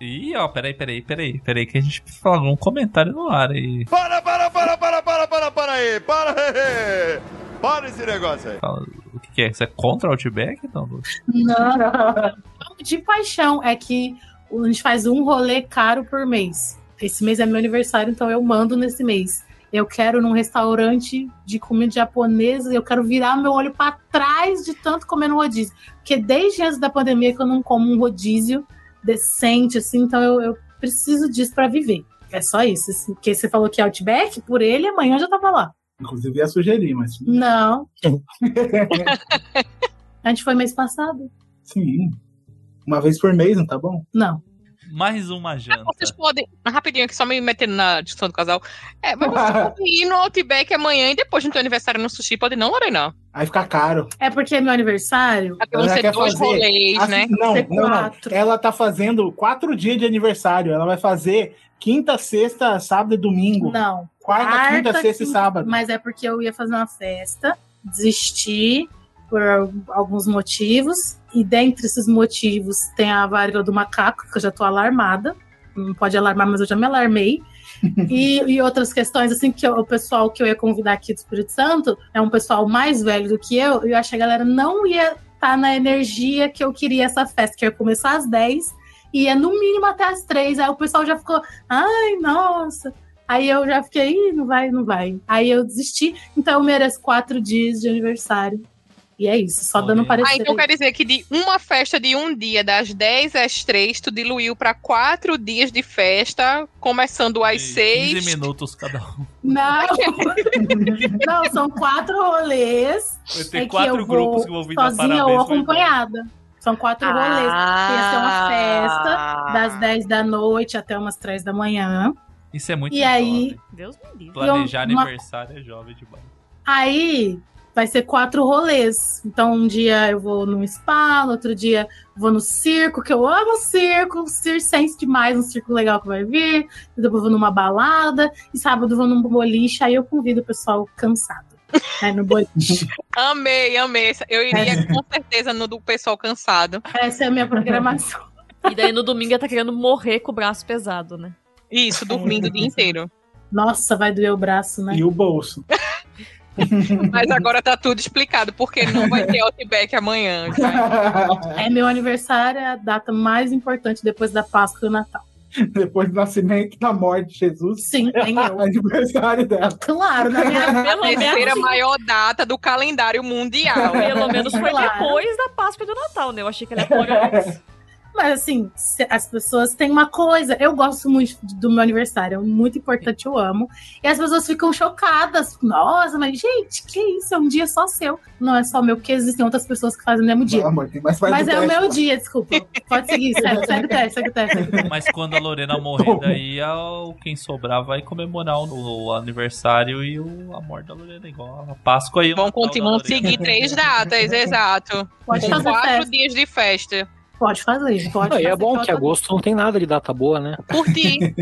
Speaker 1: Ih, ó, peraí, peraí, peraí, peraí, que a gente falou um comentário no ar aí.
Speaker 13: Para, para, para, para, para, para, para aí. Para aí. Para esse negócio aí.
Speaker 1: Fala, O então, que, que é? Você é contra o Outback? Não, Lu?
Speaker 4: Não, não. De paixão é que o- a gente faz um rolê caro por mês. Esse mês é meu aniversário, então eu mando nesse mês. Eu quero num restaurante de comida japonesa, eu quero virar meu olho para trás de tanto comer no rodízio. Porque desde antes da pandemia que eu não como um rodízio decente, assim, então eu, eu preciso disso para viver. É só isso. Assim. Porque você falou que é Outback, por ele, amanhã eu já tava lá.
Speaker 5: Inclusive ia sugerir, mas.
Speaker 4: Não. a gente foi mês passado?
Speaker 5: Sim. Uma vez por mês, não tá bom?
Speaker 4: Não.
Speaker 1: Mais uma
Speaker 5: tá.
Speaker 1: janta.
Speaker 3: Vocês podem. Ah, Rapidinho aqui, só me metendo na discussão do casal. É, mas vocês podem ir no Outback amanhã e depois do teu aniversário no sushi. Pode não, Lorena?
Speaker 5: Aí fica caro.
Speaker 4: É porque é meu aniversário.
Speaker 3: Porque vão
Speaker 5: Ela
Speaker 3: ser
Speaker 5: quer
Speaker 3: dois
Speaker 5: fazer-
Speaker 3: rolês,
Speaker 5: assim,
Speaker 3: né?
Speaker 5: Não,
Speaker 4: Ser
Speaker 5: não, não.
Speaker 4: quatro.
Speaker 5: Ela tá fazendo quatro dias de aniversário. Ela vai fazer quinta, sexta, sábado e domingo.
Speaker 4: Não.
Speaker 5: Quarta, quinta, sexta e
Speaker 4: quinta-
Speaker 5: sábado.
Speaker 4: Mas é porque eu ia fazer uma festa, desisti por al- alguns motivos. E dentre esses motivos tem a varíola do macaco, que eu já tô alarmada. Não pode alarmar, mas eu já me alarmei. e, e outras questões, assim, que eu- o pessoal que eu ia convidar aqui do Espírito Santo é um pessoal mais velho do que eu. E eu acho que a galera não ia estar Tá na energia que eu queria essa festa, que ia começar às 10 e ia no mínimo até às 3. Aí o pessoal já ficou, ai, nossa. Aí eu já fiquei, "Ih, não vai, não vai. Aí eu desisti. Então eu mereço quatro dias de aniversário. E é isso, só dando parecer.
Speaker 3: Ah, então quer dizer que de uma festa de um dia, das 10 às 3, tu diluiu pra quatro dias de festa, começando às 6.
Speaker 1: 15 minutos cada um.
Speaker 4: Não. não, são quatro rolês.
Speaker 1: Vai ter
Speaker 4: é que
Speaker 1: quatro
Speaker 4: eu
Speaker 1: grupos que vão vir dar
Speaker 4: sozinha
Speaker 1: parabéns, né?
Speaker 4: ou
Speaker 1: vai embora.
Speaker 4: acompanhada. São quatro rolês. Ia ser
Speaker 2: Ah.
Speaker 4: uma festa das 10 da noite até umas 3 da manhã.
Speaker 1: Isso é muito
Speaker 4: e aí,
Speaker 8: Deus me livre.
Speaker 1: Planejar
Speaker 4: eu- uma-
Speaker 1: aniversário é jovem demais.
Speaker 4: Aí vai ser quatro rolês. Então, um dia eu vou num spa, no outro dia vou no circo, que eu amo circo, circense demais, um circo legal que vai vir. E Depois eu vou numa balada, e sábado eu vou num boliche, aí eu convido o pessoal cansado. Né, no boliche.
Speaker 3: Amei, amei. Eu iria com certeza no do pessoal cansado.
Speaker 4: Essa é a minha programação.
Speaker 8: E daí no domingo ela tá querendo morrer com o braço pesado, né?
Speaker 3: Isso, dormindo o dia inteiro.
Speaker 4: Nossa, vai doer o braço, né?
Speaker 5: E o bolso.
Speaker 3: Mas agora tá tudo explicado, porque não vai ter outback amanhã.
Speaker 4: É meu aniversário, é a data mais importante depois da Páscoa e o Natal.
Speaker 5: Depois do nascimento e da morte de Jesus. é
Speaker 4: Sim, tem eu.
Speaker 5: aniversário dela.
Speaker 4: Claro, na minha
Speaker 8: Pelo
Speaker 3: A terceira
Speaker 4: assim,
Speaker 8: menos-
Speaker 3: maior data do calendário mundial.
Speaker 8: Pelo menos foi
Speaker 4: Claro.
Speaker 8: depois da Páscoa e do Natal, né? Eu achei que ele ia fora antes.
Speaker 4: Mas assim, se- as pessoas têm uma coisa. Eu gosto muito do meu aniversário, é muito importante, eu amo. E as pessoas ficam chocadas. Nossa, mas gente, que isso? É um dia só seu. Não é só meu, porque existem outras pessoas que fazem no mesmo dia.
Speaker 5: Não, amor, tem mais
Speaker 4: mas
Speaker 5: do
Speaker 4: é o
Speaker 5: teste.
Speaker 4: meu dia, desculpa. Pode seguir, segue, segue o teste, segue o teste. segue o teste.
Speaker 1: Mas quando a Lorena morrer, daí ao- quem sobrar vai comemorar o, o aniversário e o, a morte da Lorena, igual a Páscoa e o
Speaker 3: Vão
Speaker 1: Natal da
Speaker 3: continuar
Speaker 1: Lorena.
Speaker 3: seguir três datas, exato.
Speaker 4: Pode
Speaker 3: São
Speaker 4: fazer
Speaker 3: quatro
Speaker 4: festa.
Speaker 3: dias de festa.
Speaker 4: Pode fazer, pode
Speaker 6: Não,
Speaker 4: fazer.
Speaker 6: e é bom
Speaker 4: pode
Speaker 6: que
Speaker 4: fazer.
Speaker 6: agosto não tem nada de data boa, né?
Speaker 3: Curti.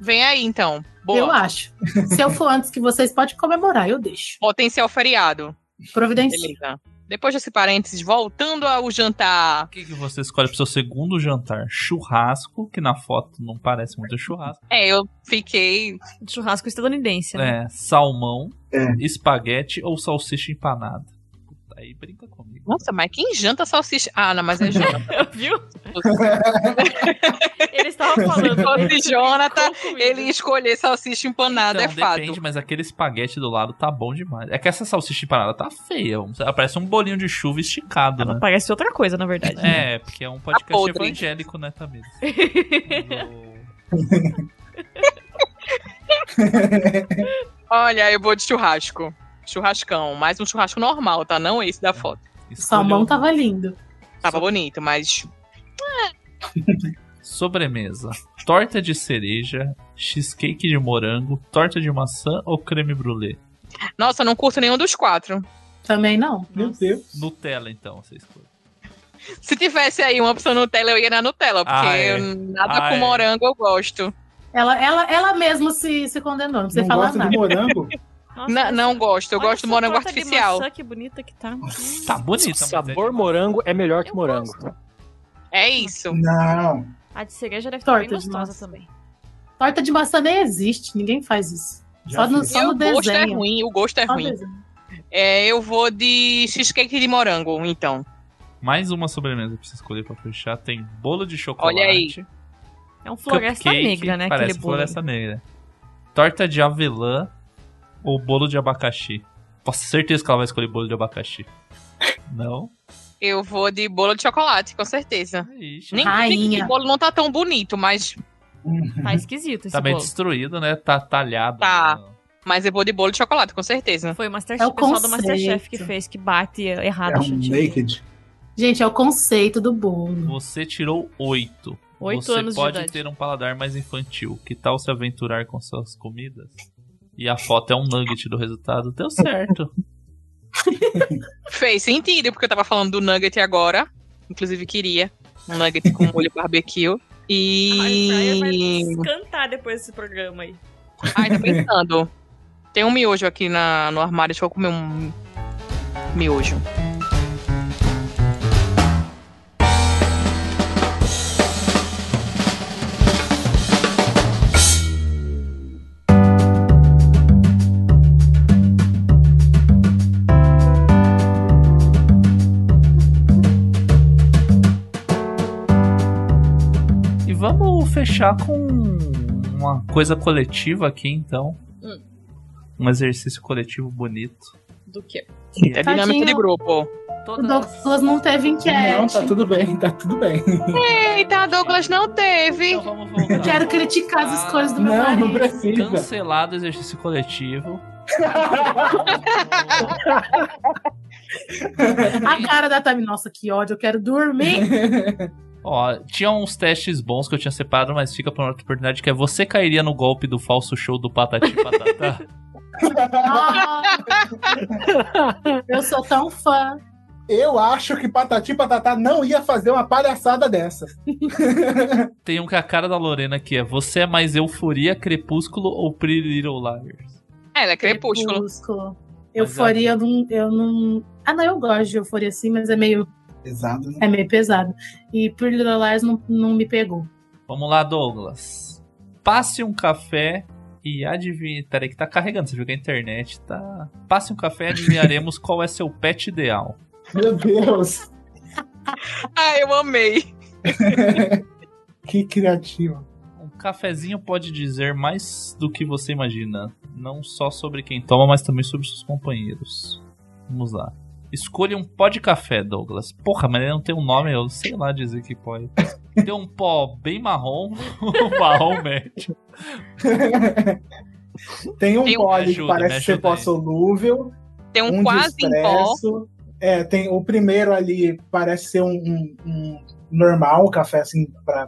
Speaker 3: Vem aí, então.
Speaker 4: Eu
Speaker 3: Boa.
Speaker 4: acho. Se eu for antes que vocês, pode comemorar, eu deixo.
Speaker 3: Potencial feriado.
Speaker 4: Providencia.
Speaker 3: Beleza. Depois desse parênteses, voltando ao jantar.
Speaker 1: O que, que você escolhe pro seu segundo jantar? Churrasco, que na foto não parece muito churrasco.
Speaker 3: É, eu fiquei.
Speaker 8: um Churrasco estadunidense,
Speaker 3: Então.
Speaker 8: né?
Speaker 1: É, salmão, espaguete ou salsicha empanada. Puta, Aí brinca comigo.
Speaker 3: Nossa, mas quem janta salsicha? Ah, não, mas é janta.
Speaker 8: Viu? Ele estava
Speaker 3: Se
Speaker 8: falando.
Speaker 3: fosse Jonathan,
Speaker 8: Com comida.
Speaker 3: ele ia escolher salsicha empanada, é
Speaker 1: Então,
Speaker 3: fato.
Speaker 1: depende, mas aquele espaguete do lado tá bom demais. É que essa salsicha empanada tá feia. Ela parece um bolinho de chuva esticado, né?
Speaker 8: Parece outra coisa, na verdade.
Speaker 1: É, porque é um podcast
Speaker 3: Tá podre.
Speaker 1: evangélico, né, Tamires?
Speaker 3: Olha, eu vou de churrasco. Churrascão, mas um churrasco normal, tá? Não esse
Speaker 1: É.
Speaker 3: da foto.
Speaker 4: O salmão
Speaker 3: tá-
Speaker 4: tava lindo.
Speaker 3: Tava bonito, mas.
Speaker 1: Sobremesa. Torta de cereja, cheesecake de morango, torta de maçã ou creme brulee?
Speaker 3: Nossa, eu não curto nenhum dos quatro.
Speaker 4: Também não.
Speaker 5: Meu Deus.
Speaker 1: Nutella, então, você escolhe.
Speaker 3: Se tivesse aí uma opção Nutella, eu ia na Nutella, porque
Speaker 1: Ah, é.
Speaker 3: eu- nada
Speaker 1: Ah,
Speaker 3: com
Speaker 1: é.
Speaker 3: morango eu gosto.
Speaker 4: Ela, ela, ela mesma se, se condenou, não precisa
Speaker 5: Não
Speaker 4: falar
Speaker 5: gosta
Speaker 4: nada.
Speaker 5: de morango?
Speaker 8: Nossa,
Speaker 3: Na-
Speaker 8: essa-
Speaker 3: não gosto, eu
Speaker 8: olha
Speaker 3: gosto do
Speaker 8: essa
Speaker 3: morango
Speaker 8: torta de
Speaker 3: artificial.
Speaker 8: maçã, que bonita que tá.
Speaker 1: Tá bonita, mas é
Speaker 6: Sabor morango é melhor que morango.
Speaker 3: É isso.
Speaker 5: Não.
Speaker 8: A de cereja deve estar
Speaker 4: Torta
Speaker 8: bem
Speaker 4: de
Speaker 8: gostosa
Speaker 4: maçã.
Speaker 8: também.
Speaker 4: Torta de maçã nem existe, ninguém faz isso.
Speaker 5: Já
Speaker 4: Só no,
Speaker 5: fiz.
Speaker 4: só
Speaker 3: E
Speaker 4: no
Speaker 3: o gosto é
Speaker 4: desenho.
Speaker 3: ruim, o gosto é
Speaker 4: Só no
Speaker 3: ruim.
Speaker 4: desenho.
Speaker 3: É, eu vou de cheesecake de morango, então.
Speaker 1: Mais uma sobremesa pra você escolher pra fechar. Tem bolo de chocolate.
Speaker 3: Olha aí.
Speaker 8: É um floresta
Speaker 1: cupcake,
Speaker 8: negra, né?
Speaker 1: Parece
Speaker 8: Aquele bolo.
Speaker 1: floresta negra. Torta de avelã ou bolo de abacaxi? Posso ter certeza que ela vai escolher bolo de abacaxi. Não?
Speaker 3: Eu vou de bolo de chocolate, com certeza. Nem nem que
Speaker 8: Rainha.
Speaker 3: o bolo não tá tão bonito, mas
Speaker 8: Tá esquisito esse
Speaker 1: tá bem
Speaker 8: bolo.
Speaker 1: destruído, né? Tá talhado.
Speaker 3: tá. Mas eu vou de bolo de chocolate, com certeza.
Speaker 8: Foi o
Speaker 4: É
Speaker 8: Masterchef, o pessoal do Masterchef que fez, que bate errado.
Speaker 1: É um
Speaker 8: gente.
Speaker 5: Naked.
Speaker 4: Gente, é o conceito do bolo.
Speaker 1: Você tirou oito.
Speaker 8: Oito
Speaker 1: Você
Speaker 8: anos de
Speaker 1: pode
Speaker 8: idade.
Speaker 1: ter um paladar mais infantil. Que tal se aventurar com suas comidas? E a foto é um nugget do resultado. Deu certo.
Speaker 3: Fez sentido, porque eu tava falando do nugget agora. Inclusive, queria um nugget com molho barbecue. E.
Speaker 8: Cantar depois desse programa aí.
Speaker 3: Ai, tô pensando. Tem um miojo aqui na, no armário, deixa eu comer um miojo.
Speaker 1: E vamos fechar com uma coisa coletiva aqui, então.
Speaker 3: Hum.
Speaker 1: Um exercício coletivo bonito.
Speaker 3: Do que?
Speaker 1: É
Speaker 4: Tadinho. dinâmica de
Speaker 3: grupo.
Speaker 4: O Douglas não teve enquete.
Speaker 5: Não, tá tudo bem, tá tudo bem.
Speaker 3: Eita, Douglas não teve.
Speaker 2: Então
Speaker 4: Eu quero criticar as escolhas do meu
Speaker 5: Não,
Speaker 4: marido.
Speaker 5: não precisa.
Speaker 1: Cancelado o exercício coletivo.
Speaker 4: A cara da Tami, nossa, que ódio, eu quero dormir.
Speaker 1: Ó, tinha uns testes bons que eu tinha separado, mas fica pra uma outra oportunidade, que é você cairia no golpe do falso show do Patati Patatá.
Speaker 4: eu sou tão fã.
Speaker 5: Eu acho que Patati Patatá não ia fazer uma palhaçada dessa.
Speaker 1: Tem um que é a cara da Lorena aqui é Você é mais euforia, crepúsculo ou Pretty Little Liars?
Speaker 3: Ela é crepúsculo.
Speaker 4: Crepúsculo. Euforia, eu não, eu não. Ah, não, eu gosto de euforia sim, mas é meio.
Speaker 5: Pesado, né?
Speaker 4: É meio pesado. E por Little Lies não, não me pegou.
Speaker 1: Vamos lá, Douglas. Passe um café e adivinhe. Peraí, que tá carregando, você viu que a internet tá. Passe um café e adivinharemos qual é seu pet ideal.
Speaker 5: Meu Deus,
Speaker 3: Ai, Ah, eu amei.
Speaker 5: que criativo.
Speaker 1: Um cafezinho pode dizer mais do que você imagina. Não só sobre quem toma, mas também sobre seus companheiros. Vamos lá. Escolha um pó de café, Douglas. Porra, mas ele não tem um nome, eu sei lá dizer que pó. é. Deu um pó bem marrom, um marrom médio.
Speaker 5: Tem um
Speaker 1: Tem um-
Speaker 5: óleo que
Speaker 1: Ajuda, me
Speaker 5: parece ser
Speaker 1: ajuda aí.
Speaker 5: pó solúvel.
Speaker 3: Tem um quase em pó.
Speaker 5: expresso. É, tem o primeiro ali, parece ser um, um- um normal, café assim, pra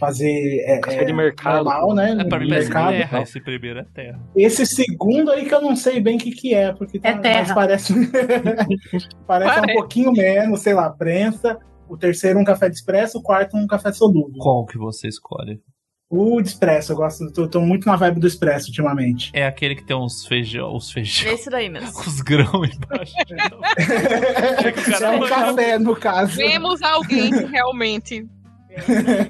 Speaker 5: fazer. É,
Speaker 6: Café de
Speaker 5: é,
Speaker 6: mercado.
Speaker 5: Normal, né?
Speaker 1: É, pra mim
Speaker 5: No
Speaker 1: parece
Speaker 5: mercado.
Speaker 1: terra, esse primeiro é terra.
Speaker 5: Esse segundo aí que eu não sei bem o que, que é, porque tá-
Speaker 4: terra.
Speaker 5: mas parece, parece, um pouquinho menos, sei lá, prensa. O terceiro um café de expresso, o quarto um café solúvel.
Speaker 1: Qual que você escolhe?
Speaker 5: O de expresso, eu gosto, tô, tô muito na vibe do expresso ultimamente.
Speaker 1: É aquele que tem uns feijão, os feijão,
Speaker 8: Esse daí mesmo.
Speaker 1: os grãos embaixo.
Speaker 5: É um café, no caso.
Speaker 3: Vemos alguém que realmente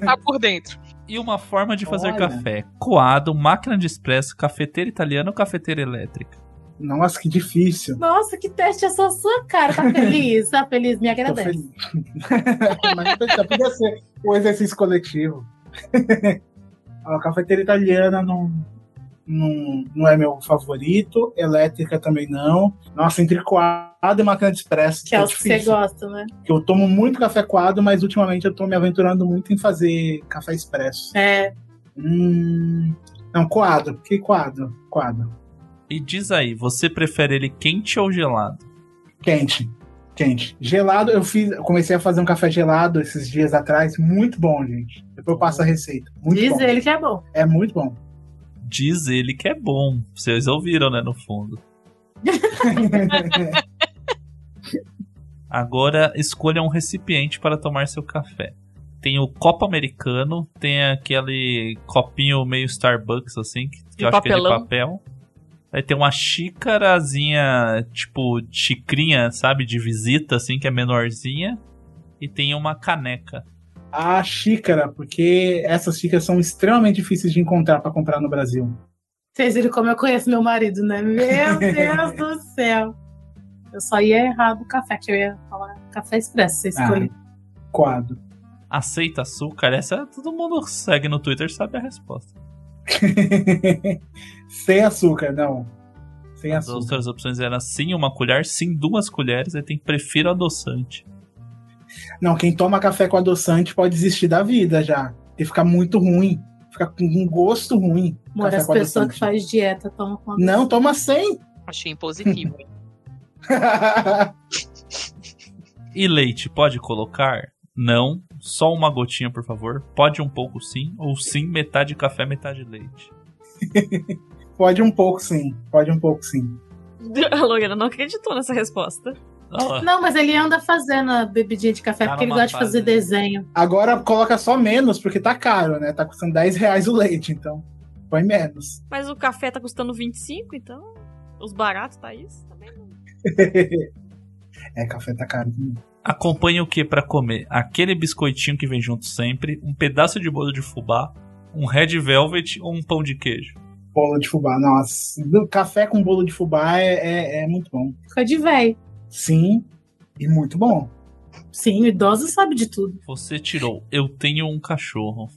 Speaker 3: tá por dentro.
Speaker 1: E uma forma de fazer
Speaker 3: Olha.
Speaker 1: café: coado, máquina de expresso, cafeteira italiana ou cafeteira elétrica?
Speaker 5: Nossa, que difícil.
Speaker 4: Nossa, que teste é só sua cara. Tá feliz, tá feliz, me
Speaker 5: Tô
Speaker 4: agradece.
Speaker 5: feliz. Mas podia- podia ser o exercício coletivo. A cafeteira italiana não, não, não é meu favorito, elétrica também não. Nossa, entre coado e máquina de expresso.
Speaker 4: Que é
Speaker 5: tá
Speaker 4: o que você
Speaker 5: difícil.
Speaker 4: gosta, né?
Speaker 5: Porque Eu tomo muito café coado, mas ultimamente eu tô me aventurando muito em fazer café expresso.
Speaker 4: É.
Speaker 5: Hum, não, coado. Que coado? Coado.
Speaker 1: E diz aí, você prefere ele quente ou gelado?
Speaker 5: Quente. Quente. Gelado, eu fiz. eu comecei a fazer um café gelado esses dias atrás. Muito bom, gente. Depois eu passo a receita. Muito
Speaker 4: Diz
Speaker 5: bom.
Speaker 4: ele que é bom.
Speaker 5: É muito bom.
Speaker 1: Diz ele que é bom. Vocês ouviram, né, no fundo. Agora escolha um recipiente para tomar seu café. Tem o copo americano, tem aquele copinho meio Starbucks, assim, que
Speaker 8: De
Speaker 1: eu acho que é de
Speaker 8: papelão.
Speaker 1: papel. Aí tem uma xícarazinha, tipo, xicrinha, sabe, de visita, assim, que é menorzinha. E tem uma caneca.
Speaker 5: A xícara, porque essas xícaras são extremamente difíceis de encontrar para comprar no Brasil.
Speaker 4: Vocês viram como eu conheço meu marido, né? Meu Deus do céu. Eu só ia errar do café, que eu ia falar Café Expresso, você
Speaker 5: Ah,
Speaker 4: escolhe.
Speaker 5: Quadro.
Speaker 1: Aceita açúcar? Essa todo mundo que segue no Twitter sabe a resposta.
Speaker 5: Sem açúcar, não. Sem
Speaker 1: As
Speaker 5: açúcar.
Speaker 1: outras opções eram sim uma colher, sim duas colheres, aí tem prefiro adoçante.
Speaker 5: Não, quem toma café com adoçante pode desistir da vida já. E ficar muito ruim. Fica com um gosto ruim.
Speaker 4: Agora
Speaker 5: café
Speaker 4: as
Speaker 5: com
Speaker 4: pessoas que
Speaker 5: adoçante.
Speaker 4: fazem dieta tomam com
Speaker 5: Não, toma sem.
Speaker 3: Achei impositivo.
Speaker 1: E leite, pode colocar? Não. Só uma gotinha, por favor. Pode um pouco sim, ou sim, metade café, metade leite.
Speaker 5: Pode um pouco, sim. Pode um pouco, sim.
Speaker 8: A Lorena não acreditou nessa resposta.
Speaker 4: Não, mas ele anda fazendo a bebidinha de café,
Speaker 5: Tá
Speaker 4: porque ele
Speaker 5: numa
Speaker 4: gosta de
Speaker 5: fase.
Speaker 4: fazer desenho.
Speaker 5: Agora coloca só menos, porque tá caro, né? Tá custando 10 reais o leite, então põe menos.
Speaker 8: Mas o café tá custando 25, então. Os baratos, tá isso? Também não.
Speaker 5: é, café tá caro.
Speaker 1: Acompanha o que pra comer? Aquele biscoitinho que vem junto sempre, um pedaço de bolo de fubá, um red velvet ou um pão de queijo.
Speaker 5: Bolo de fubá, nossa. Do- Café com bolo de fubá é, é- é muito bom.
Speaker 4: Fica de véi.
Speaker 5: Sim, e muito bom.
Speaker 4: Sim, o idoso sabe de tudo.
Speaker 1: Você tirou. Eu tenho um cachorro.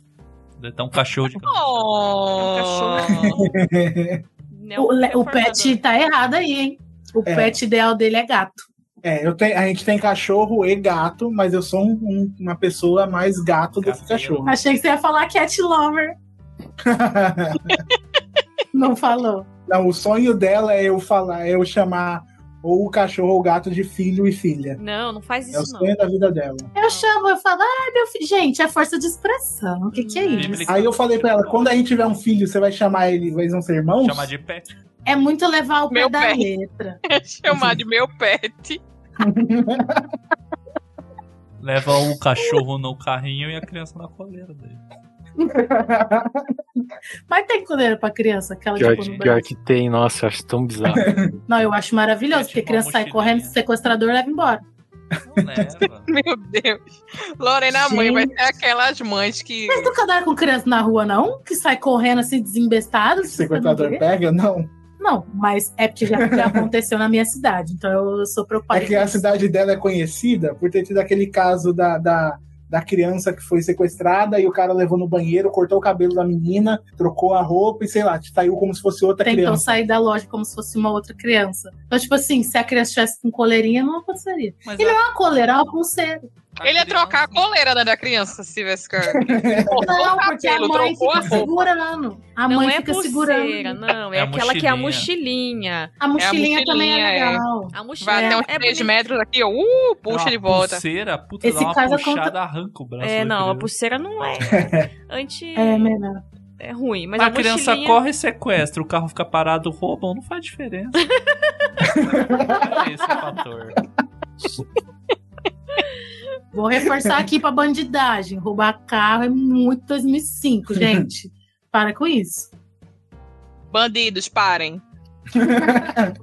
Speaker 1: Deve estar um cachorro de cachorro.
Speaker 3: Oh,
Speaker 8: É um
Speaker 5: um
Speaker 4: o, le- o pet tá errado aí, hein? O
Speaker 5: É.
Speaker 4: pet ideal dele é gato.
Speaker 5: É, eu tenho, a gente tem cachorro e gato, mas eu sou um- um- uma pessoa mais gato do que cachorro.
Speaker 4: Achei que você ia falar cat lover. Não falou.
Speaker 5: Não, o sonho dela é eu falar, é eu chamar ou o cachorro ou o gato de filho e filha.
Speaker 8: Não, não faz
Speaker 5: É o
Speaker 8: isso,
Speaker 5: sonho da vida dela.
Speaker 4: Eu chamo, eu falo, ah, meu filho. Gente, é força de expressão. O que, que é
Speaker 5: Uhum.
Speaker 4: isso?
Speaker 5: Aí eu falei pra ela, quando a gente tiver um filho, você vai chamar ele, eles vão ser irmãos?
Speaker 1: Chamar de pet.
Speaker 4: É muito levar o pé
Speaker 3: Meu
Speaker 4: da
Speaker 3: pé.
Speaker 4: letra.
Speaker 3: Oh, Chamar de meu pet.
Speaker 1: Leva o cachorro no carrinho e a criança na coleira dele.
Speaker 4: Mas tem coleira pra criança, aquela
Speaker 6: Pior,
Speaker 4: tipo,
Speaker 6: que-
Speaker 4: no
Speaker 6: pior
Speaker 4: braço.
Speaker 6: que tem, nossa, eu acho tão bizarro.
Speaker 4: Não, eu acho maravilhoso, porque criança sai correndo, sequestrador leva embora.
Speaker 3: Meu Deus. Lorena, a mãe vai
Speaker 4: Gente.
Speaker 3: ser aquelas mães que.
Speaker 4: Mas nunca andaram com criança na rua, não? Que sai correndo assim, desembestado? se você
Speaker 5: Sequestrador
Speaker 4: não vê?
Speaker 5: pega? Não.
Speaker 4: Não, mas é porque já, já aconteceu na minha cidade, então eu sou preocupada.
Speaker 5: É que a cidade dela é conhecida por ter tido aquele caso da, da, da criança que foi sequestrada e o cara levou no banheiro, cortou o cabelo da menina, trocou a roupa e sei lá, saiu como se fosse outra
Speaker 4: Tentou
Speaker 5: criança.
Speaker 4: sair da loja como se fosse uma outra criança. Então, tipo assim, se a criança tivesse com coleirinha, não aconteceria. e não é uma coleira, é uma pulseira.
Speaker 3: Ele
Speaker 1: é
Speaker 3: ia trocar a coleira né, da criança se tivesse. que- Cortou
Speaker 4: Não,
Speaker 3: o
Speaker 4: porque a
Speaker 3: cabelo,
Speaker 4: mãe
Speaker 3: É, trocou a
Speaker 4: fica
Speaker 3: roupa.
Speaker 4: segurando. A
Speaker 8: não
Speaker 4: mãe
Speaker 8: é
Speaker 4: fica
Speaker 8: pulseira,
Speaker 4: segurando.
Speaker 8: não. É,
Speaker 3: É a
Speaker 8: aquela que é a
Speaker 3: mochilinha.
Speaker 8: mochilinha.
Speaker 4: A mochilinha também é legal.
Speaker 8: A mochilinha
Speaker 3: Vai até uns
Speaker 8: é
Speaker 3: 3
Speaker 8: bonita.
Speaker 3: metros aqui, ó. Uh, puxa
Speaker 1: Não,
Speaker 3: de
Speaker 1: a
Speaker 3: volta.
Speaker 1: Pulseira, puta,
Speaker 8: Esse
Speaker 1: dá uma
Speaker 8: caso é
Speaker 1: puxada,
Speaker 8: conta-
Speaker 1: arranca o braço.
Speaker 8: É,
Speaker 1: da
Speaker 8: não, a
Speaker 1: criança.
Speaker 8: pulseira não é anti.
Speaker 4: É melhor.
Speaker 8: É ruim, mas
Speaker 1: a,
Speaker 8: a
Speaker 1: criança
Speaker 8: mochilinha-
Speaker 1: corre e sequestra, o carro fica parado, roubam, não faz diferença. é esse o fator.
Speaker 4: Vou reforçar aqui pra bandidagem. Roubar carro é muito 2005, gente. Para com isso.
Speaker 3: Bandidos, parem.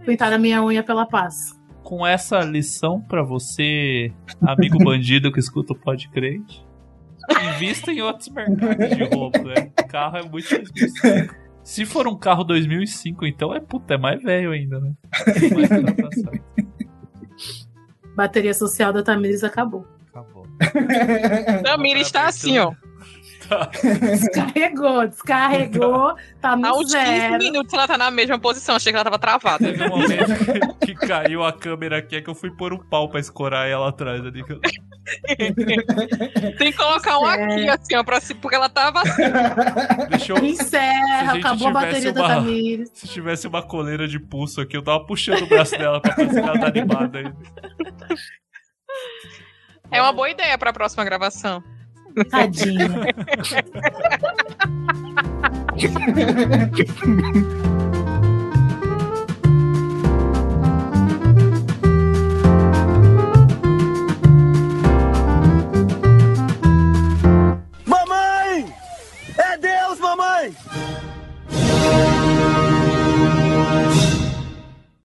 Speaker 4: Pintar a minha unha pela paz.
Speaker 1: Com essa lição pra você, amigo bandido que escuta o Pode Crente, invista em outros mercados de roupa, né? Carro é muito 2005. Se for um carro 2005, então é puta, é mais velho ainda, né? Mais ultrapassado.
Speaker 4: Bateria social da Tamiris acabou.
Speaker 1: Acabou.
Speaker 3: Samira está assim, ó.
Speaker 4: Descarregou, descarregou. Tá
Speaker 3: Há
Speaker 4: no
Speaker 3: uns 15
Speaker 4: zero.
Speaker 3: minutos ela tá na mesma posição. Achei que ela tava travada.
Speaker 1: que caiu a câmera aqui, é que eu fui pôr um pau pra escorar ela atrás ali. que eu-
Speaker 3: Tem que colocar um aqui, assim, ó, pra, se- porque ela tava assim.
Speaker 1: Deixa eu- Se a
Speaker 4: Encerra,
Speaker 1: gente
Speaker 4: acabou a
Speaker 1: tivesse
Speaker 4: bateria da
Speaker 1: uma-
Speaker 4: Tamiris.
Speaker 1: Se tivesse uma coleira de pulso aqui, eu tava puxando o braço dela pra ver se ela tá animada ainda.
Speaker 3: É uma boa ideia pra próxima gravação.
Speaker 4: Tadinha.
Speaker 14: Mamãe! É Deus, mamãe!